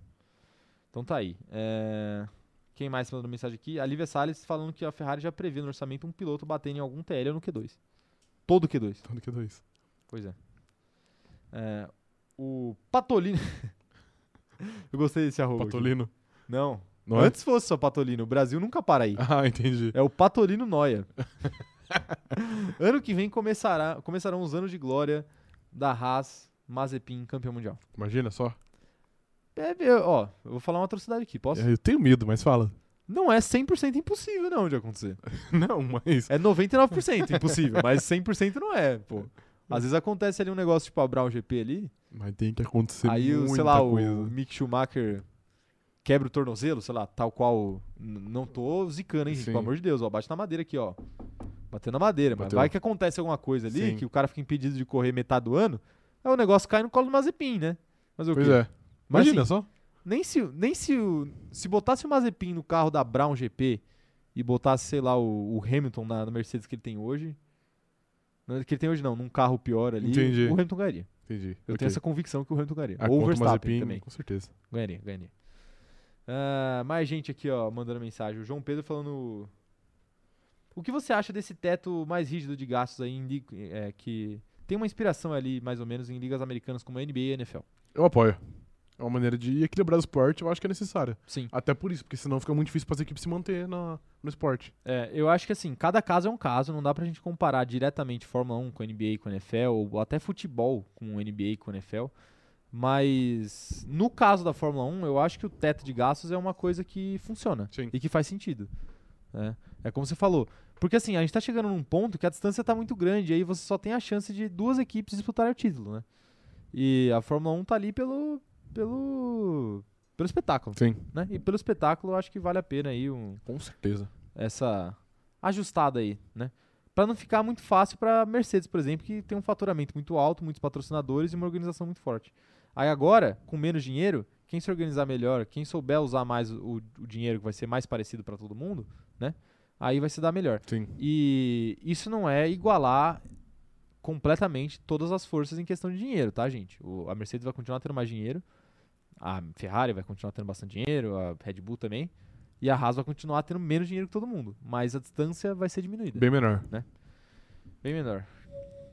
Então tá aí. É, Quem mais mandou mensagem aqui? A Lívia Salles falando que a Ferrari já prevê no orçamento um piloto batendo em algum TL ou no Q2. Todo Q2. Tanto que eu dou isso. Pois é. É, O Patolino. Eu gostei desse arroba. aqui. Patolino. Não. Não é? Antes fosse só Patolino. O Brasil nunca para aí. Ah, entendi. É o Patolino Noia. ano que vem começará, começarão os anos de glória da Haas Mazepin, campeão mundial. Imagina só. É, eu- ó, eu vou falar uma atrocidade aqui, posso? É, Eu tenho medo, mas fala. Não é 100% impossível não de acontecer. Não, mas. É 99% impossível, mas 100% não é, pô. Às vezes acontece ali um negócio tipo a Brown GP ali, Mas tem que acontecer aí, o- muita sei lá, o coisa. Mick Schumacher quebra o tornozelo, sei lá, tal qual. N- Não tô zicando, hein, gente, Sim. pelo amor de Deus, ó, bate na madeira aqui, ó. Bateu na madeira, mas Bateu. vai que acontece alguma coisa ali, Sim. que o cara fica impedido de correr metade do ano, aí o negócio cai no colo do Mazepin, né? Mas o Pois quê? é. Mas, Imagina assim, só. nem se, nem se, o- se botasse o Mazepin no carro da Brown GP e botasse, sei lá, o, o Hamilton na, na Mercedes que ele tem hoje, não, que ele tem hoje não, num carro pior ali, Entendi. o Hamilton ganharia. Entendi. Eu Ok. tenho essa convicção que o Hamilton ganharia. Ah, Ou contra o o Verstappen Mazepin, também. Com certeza. Ganharia, ganharia. Ah, mais gente aqui, ó, mandando mensagem. O João Pedro falando. O que você acha desse teto mais rígido de gastos aí em li- é, que tem uma inspiração ali, mais ou menos, em ligas americanas como a NBA e a NFL? Eu apoio. É uma maneira de equilibrar o esporte, eu acho que é necessária. Sim. Até por isso, porque senão fica muito difícil para as equipes se manter na, no esporte. É, eu acho que assim, cada caso é um caso, não dá pra gente comparar diretamente Fórmula 1 com NBA com NFL, ou até futebol com NBA com NFL, mas no caso da Fórmula 1, eu acho que o teto de gastos é uma coisa que funciona Sim. e que faz sentido. né? É como você falou, porque assim, a gente tá chegando num ponto que a distância tá muito grande, e aí você só tem a chance de duas equipes disputarem o título, né? E a Fórmula 1 tá ali pelo. pelo. pelo espetáculo. Sim, Né? E pelo espetáculo, eu acho que vale a pena aí um, com certeza. essa ajustada aí, né? Pra não ficar muito fácil pra Mercedes, por exemplo, que tem um faturamento muito alto, muitos patrocinadores e uma organização muito forte. Aí agora, com menos dinheiro, quem se organizar melhor, quem souber usar mais o, o dinheiro que vai ser mais parecido pra todo mundo, né? Aí vai se dar melhor. Sim. E isso não é igualar completamente todas as forças em questão de dinheiro, tá, gente? O- a Mercedes vai continuar tendo mais dinheiro, a Ferrari vai continuar tendo bastante dinheiro, a Red Bull também, e a Haas vai continuar tendo menos dinheiro que todo mundo, mas a distância vai ser diminuída, bem, Bem menor. menor.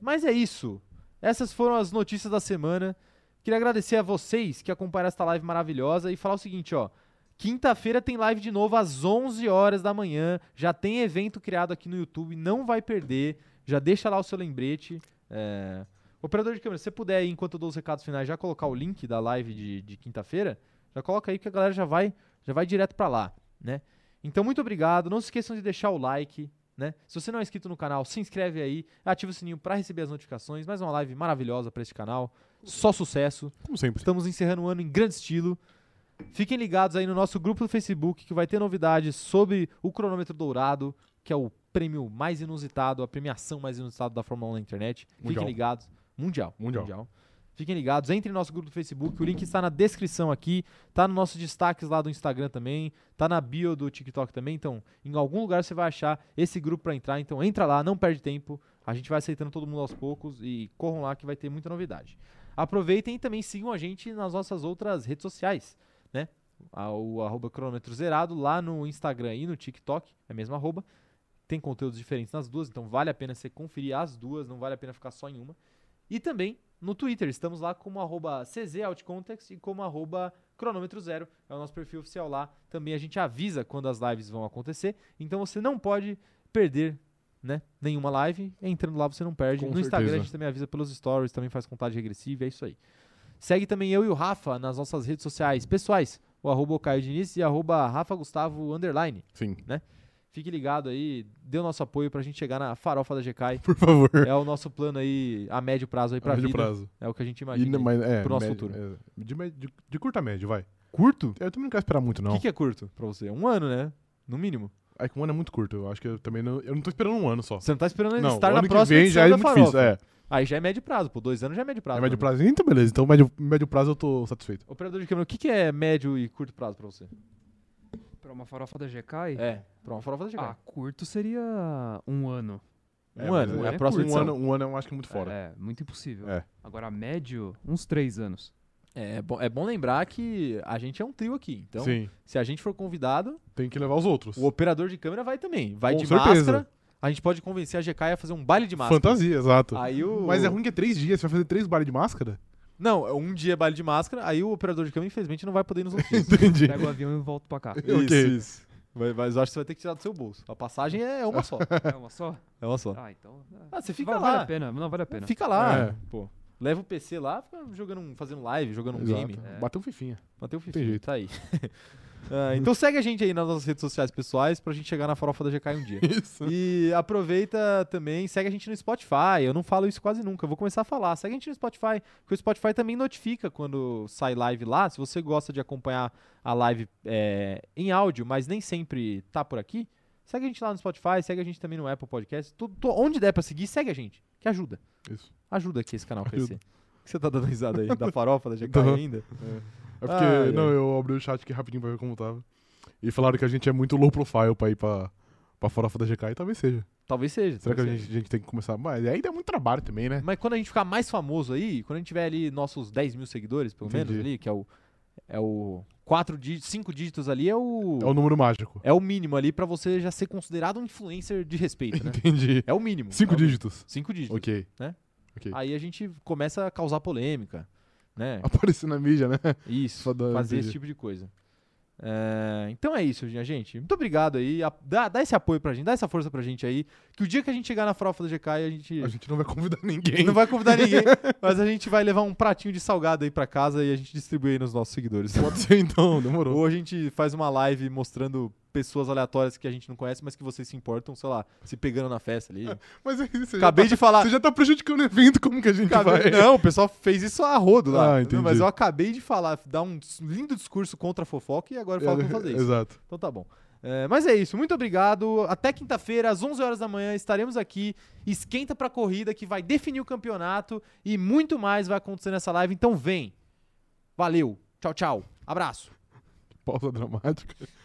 Mas é isso. Essas foram as notícias da semana. Queria agradecer a vocês que acompanharam esta live maravilhosa e falar o seguinte, ó. Quinta-feira tem live de novo às 11 horas da manhã. Já tem evento criado aqui no YouTube, não vai perder. Já deixa lá o seu lembrete. É, Operador de câmera, se você puder, aí, enquanto eu dou os recados finais, já colocar o link da live de, de quinta-feira, já coloca aí que a galera já vai, já vai direto pra lá, né? Então, muito obrigado. Não se esqueçam de deixar o like, né? Se você não é inscrito no canal, se inscreve aí, ativa o sininho pra receber as notificações. Mais uma live maravilhosa pra este canal. Só sucesso. Como sempre. Estamos encerrando o ano em grande estilo. Fiquem ligados aí no nosso grupo do Facebook que vai ter novidades sobre o cronômetro dourado, que é o prêmio mais inusitado, a premiação mais inusitada da Fórmula 1 na internet. Mundial. Fiquem ligados. Mundial. Mundial. Fiquem ligados, entre no nosso grupo do Facebook, o link está na descrição aqui, tá no nosso destaques lá do Instagram também, tá na bio do TikTok também, então em algum lugar você vai achar esse grupo pra entrar, então entra lá, não perde tempo, a gente vai aceitando todo mundo aos poucos e corram lá que vai ter muita novidade. Aproveitem e também sigam a gente nas nossas outras redes sociais, né? A- O arroba cronômetro zerado lá no Instagram e no TikTok, é a mesma arroba. Tem conteúdos diferentes nas duas, então vale a pena você conferir as duas, não vale a pena ficar só em uma. E também no Twitter, estamos lá como arroba czoutcontext e como arroba cronômetro zero, é o nosso perfil oficial lá. Também a gente avisa quando as lives vão acontecer, então você não pode perder né, nenhuma live. Entrando lá você não perde. Com no Instagram a certeza. gente também avisa pelos stories, também faz contagem regressiva, é isso aí. Segue também eu e o Rafa nas nossas redes sociais pessoais, o arroba o Caio Diniz e arroba Rafa Gustavo underline. Sim. Fique ligado aí, dê o nosso apoio pra gente chegar na farofa da GK. Por favor. É o nosso plano aí a médio prazo aí pra a médio vida. prazo. É o que a gente E imagina. não- mas, é, pro nosso médio- futuro. é, de, médio- de, de curto a médio, vai. Curto? Eu também não quero esperar muito, O não. que, que é curto pra você? Um ano, né? No mínimo. É que um ano é muito curto. Eu acho que eu também não. Eu não tô esperando um ano só. Você não tá esperando Não, estar o na ano que próxima vem edição já é da muito farofa. difícil. É, Aí já é médio prazo, pô. Dois anos já é médio prazo. é médio mano. prazo. Então, beleza. Então, médio, médio prazo eu tô satisfeito. Operador de câmera, o que, que é médio e curto prazo pra você? Pra uma farofa da GK? É, pra uma farofa da GK. Ah, curto seria um ano. Um ano, mas é a curto. próxima um edição. ano, um ano eu acho que é muito fora. É, muito impossível. É. Agora, médio, uns três anos. É, bom, é bom lembrar que a gente é um trio aqui. Então, Sim. se a gente for convidado, Tem que levar os outros. o operador de câmera vai também. Vai Com de certeza. máscara. A gente pode convencer a GK a fazer um baile de máscara. Fantasia, exato. Aí o... Mas é ruim que é três dias. Você vai fazer três bares de máscara? Não, é um dia é baile de máscara, aí o operador de câmera, infelizmente, não vai poder ir nos outros dias. Entendi. Pego o avião e volto pra cá. Isso, Ok. isso. Vai- Mas eu acho que você vai ter que tirar do seu bolso. A passagem é uma só. É uma só? É uma só. Ah, então. é. Ah, você fica Vale- lá. Vale a pena, não vale a pena. Fica lá, É. pô. Leva o PC lá, fica jogando, um- fazendo live, jogando um game. Exato. É. Bateu um fifinha. Matei o Fifi, Tem jeito. tá aí. Ah, então segue a gente aí nas nossas redes sociais pessoais pra gente chegar na farofa da GK um dia. Isso. E aproveita também, segue a gente no Spotify. Eu não falo isso quase nunca, eu vou começar a falar. Segue a gente no Spotify, porque o Spotify também notifica quando sai live lá. Se você gosta de acompanhar a live é, em áudio, mas nem sempre tá por aqui, segue a gente lá no Spotify, segue a gente também no Apple Podcast. Tudo, to- onde der pra seguir, segue a gente, que ajuda. Isso. Ajuda aqui esse canal a Ajuda. crescer. O que você tá dando risada aí? Da farofa, da GK Tô. ainda? É porque, Ai, não, ai. eu abri o chat aqui rapidinho pra ver como tava. E falaram que a gente é muito low profile pra ir pra, pra farofa da GK, e talvez seja. Talvez seja. Será que a talvez seja. gente, a gente tem que começar? Mas aí dá muito trabalho também, né? Mas quando a gente ficar mais famoso aí, quando a gente tiver ali nossos 10 mil seguidores, pelo menos Entendi. ali, que é o. É o. Quatro dígitos, cinco dígitos ali é o. É o número mágico. É o mínimo ali pra você já ser considerado um influencer de respeito, né? Entendi. É o mínimo. Cinco é o mínimo. dígitos. Cinco dígitos. Ok. né? Ok. Aí a gente começa a causar polêmica, né? Apareceu na mídia, né? Isso, Só dá- fazer esse entendi. tipo de coisa. É, então é isso, minha gente. Muito obrigado aí. A- Dá, dá esse apoio pra gente, dá essa força pra gente aí. Que o dia que a gente chegar na farofa da GK, a gente. A gente não vai convidar ninguém. Não vai convidar ninguém, mas a gente vai levar um pratinho de salgado aí pra casa e a gente distribui aí nos nossos seguidores. Pode ser então, demorou. Ou a gente faz uma live mostrando pessoas aleatórias que a gente não conhece, mas que vocês se importam, sei lá, se pegando na festa ali. Mas é isso, você já Acabei tá- de falar. Você já tá prejudicando o evento, como que a gente Acabei- vai? Não, o pessoal fez isso a rodo lá. Ah, entendeu? Mas entendi. eu acabei de falar, dar um s- lindo discurso contra a fofoca e agora eu falo que eu vou fazer isso. Exato. Então tá bom. É, mas é isso, muito obrigado. Até quinta-feira, às 11 horas da manhã, estaremos aqui. Esquenta pra corrida que vai definir o campeonato e muito mais vai acontecer nessa live. Então vem. Valeu. Tchau, tchau. Abraço. Pausa dramática.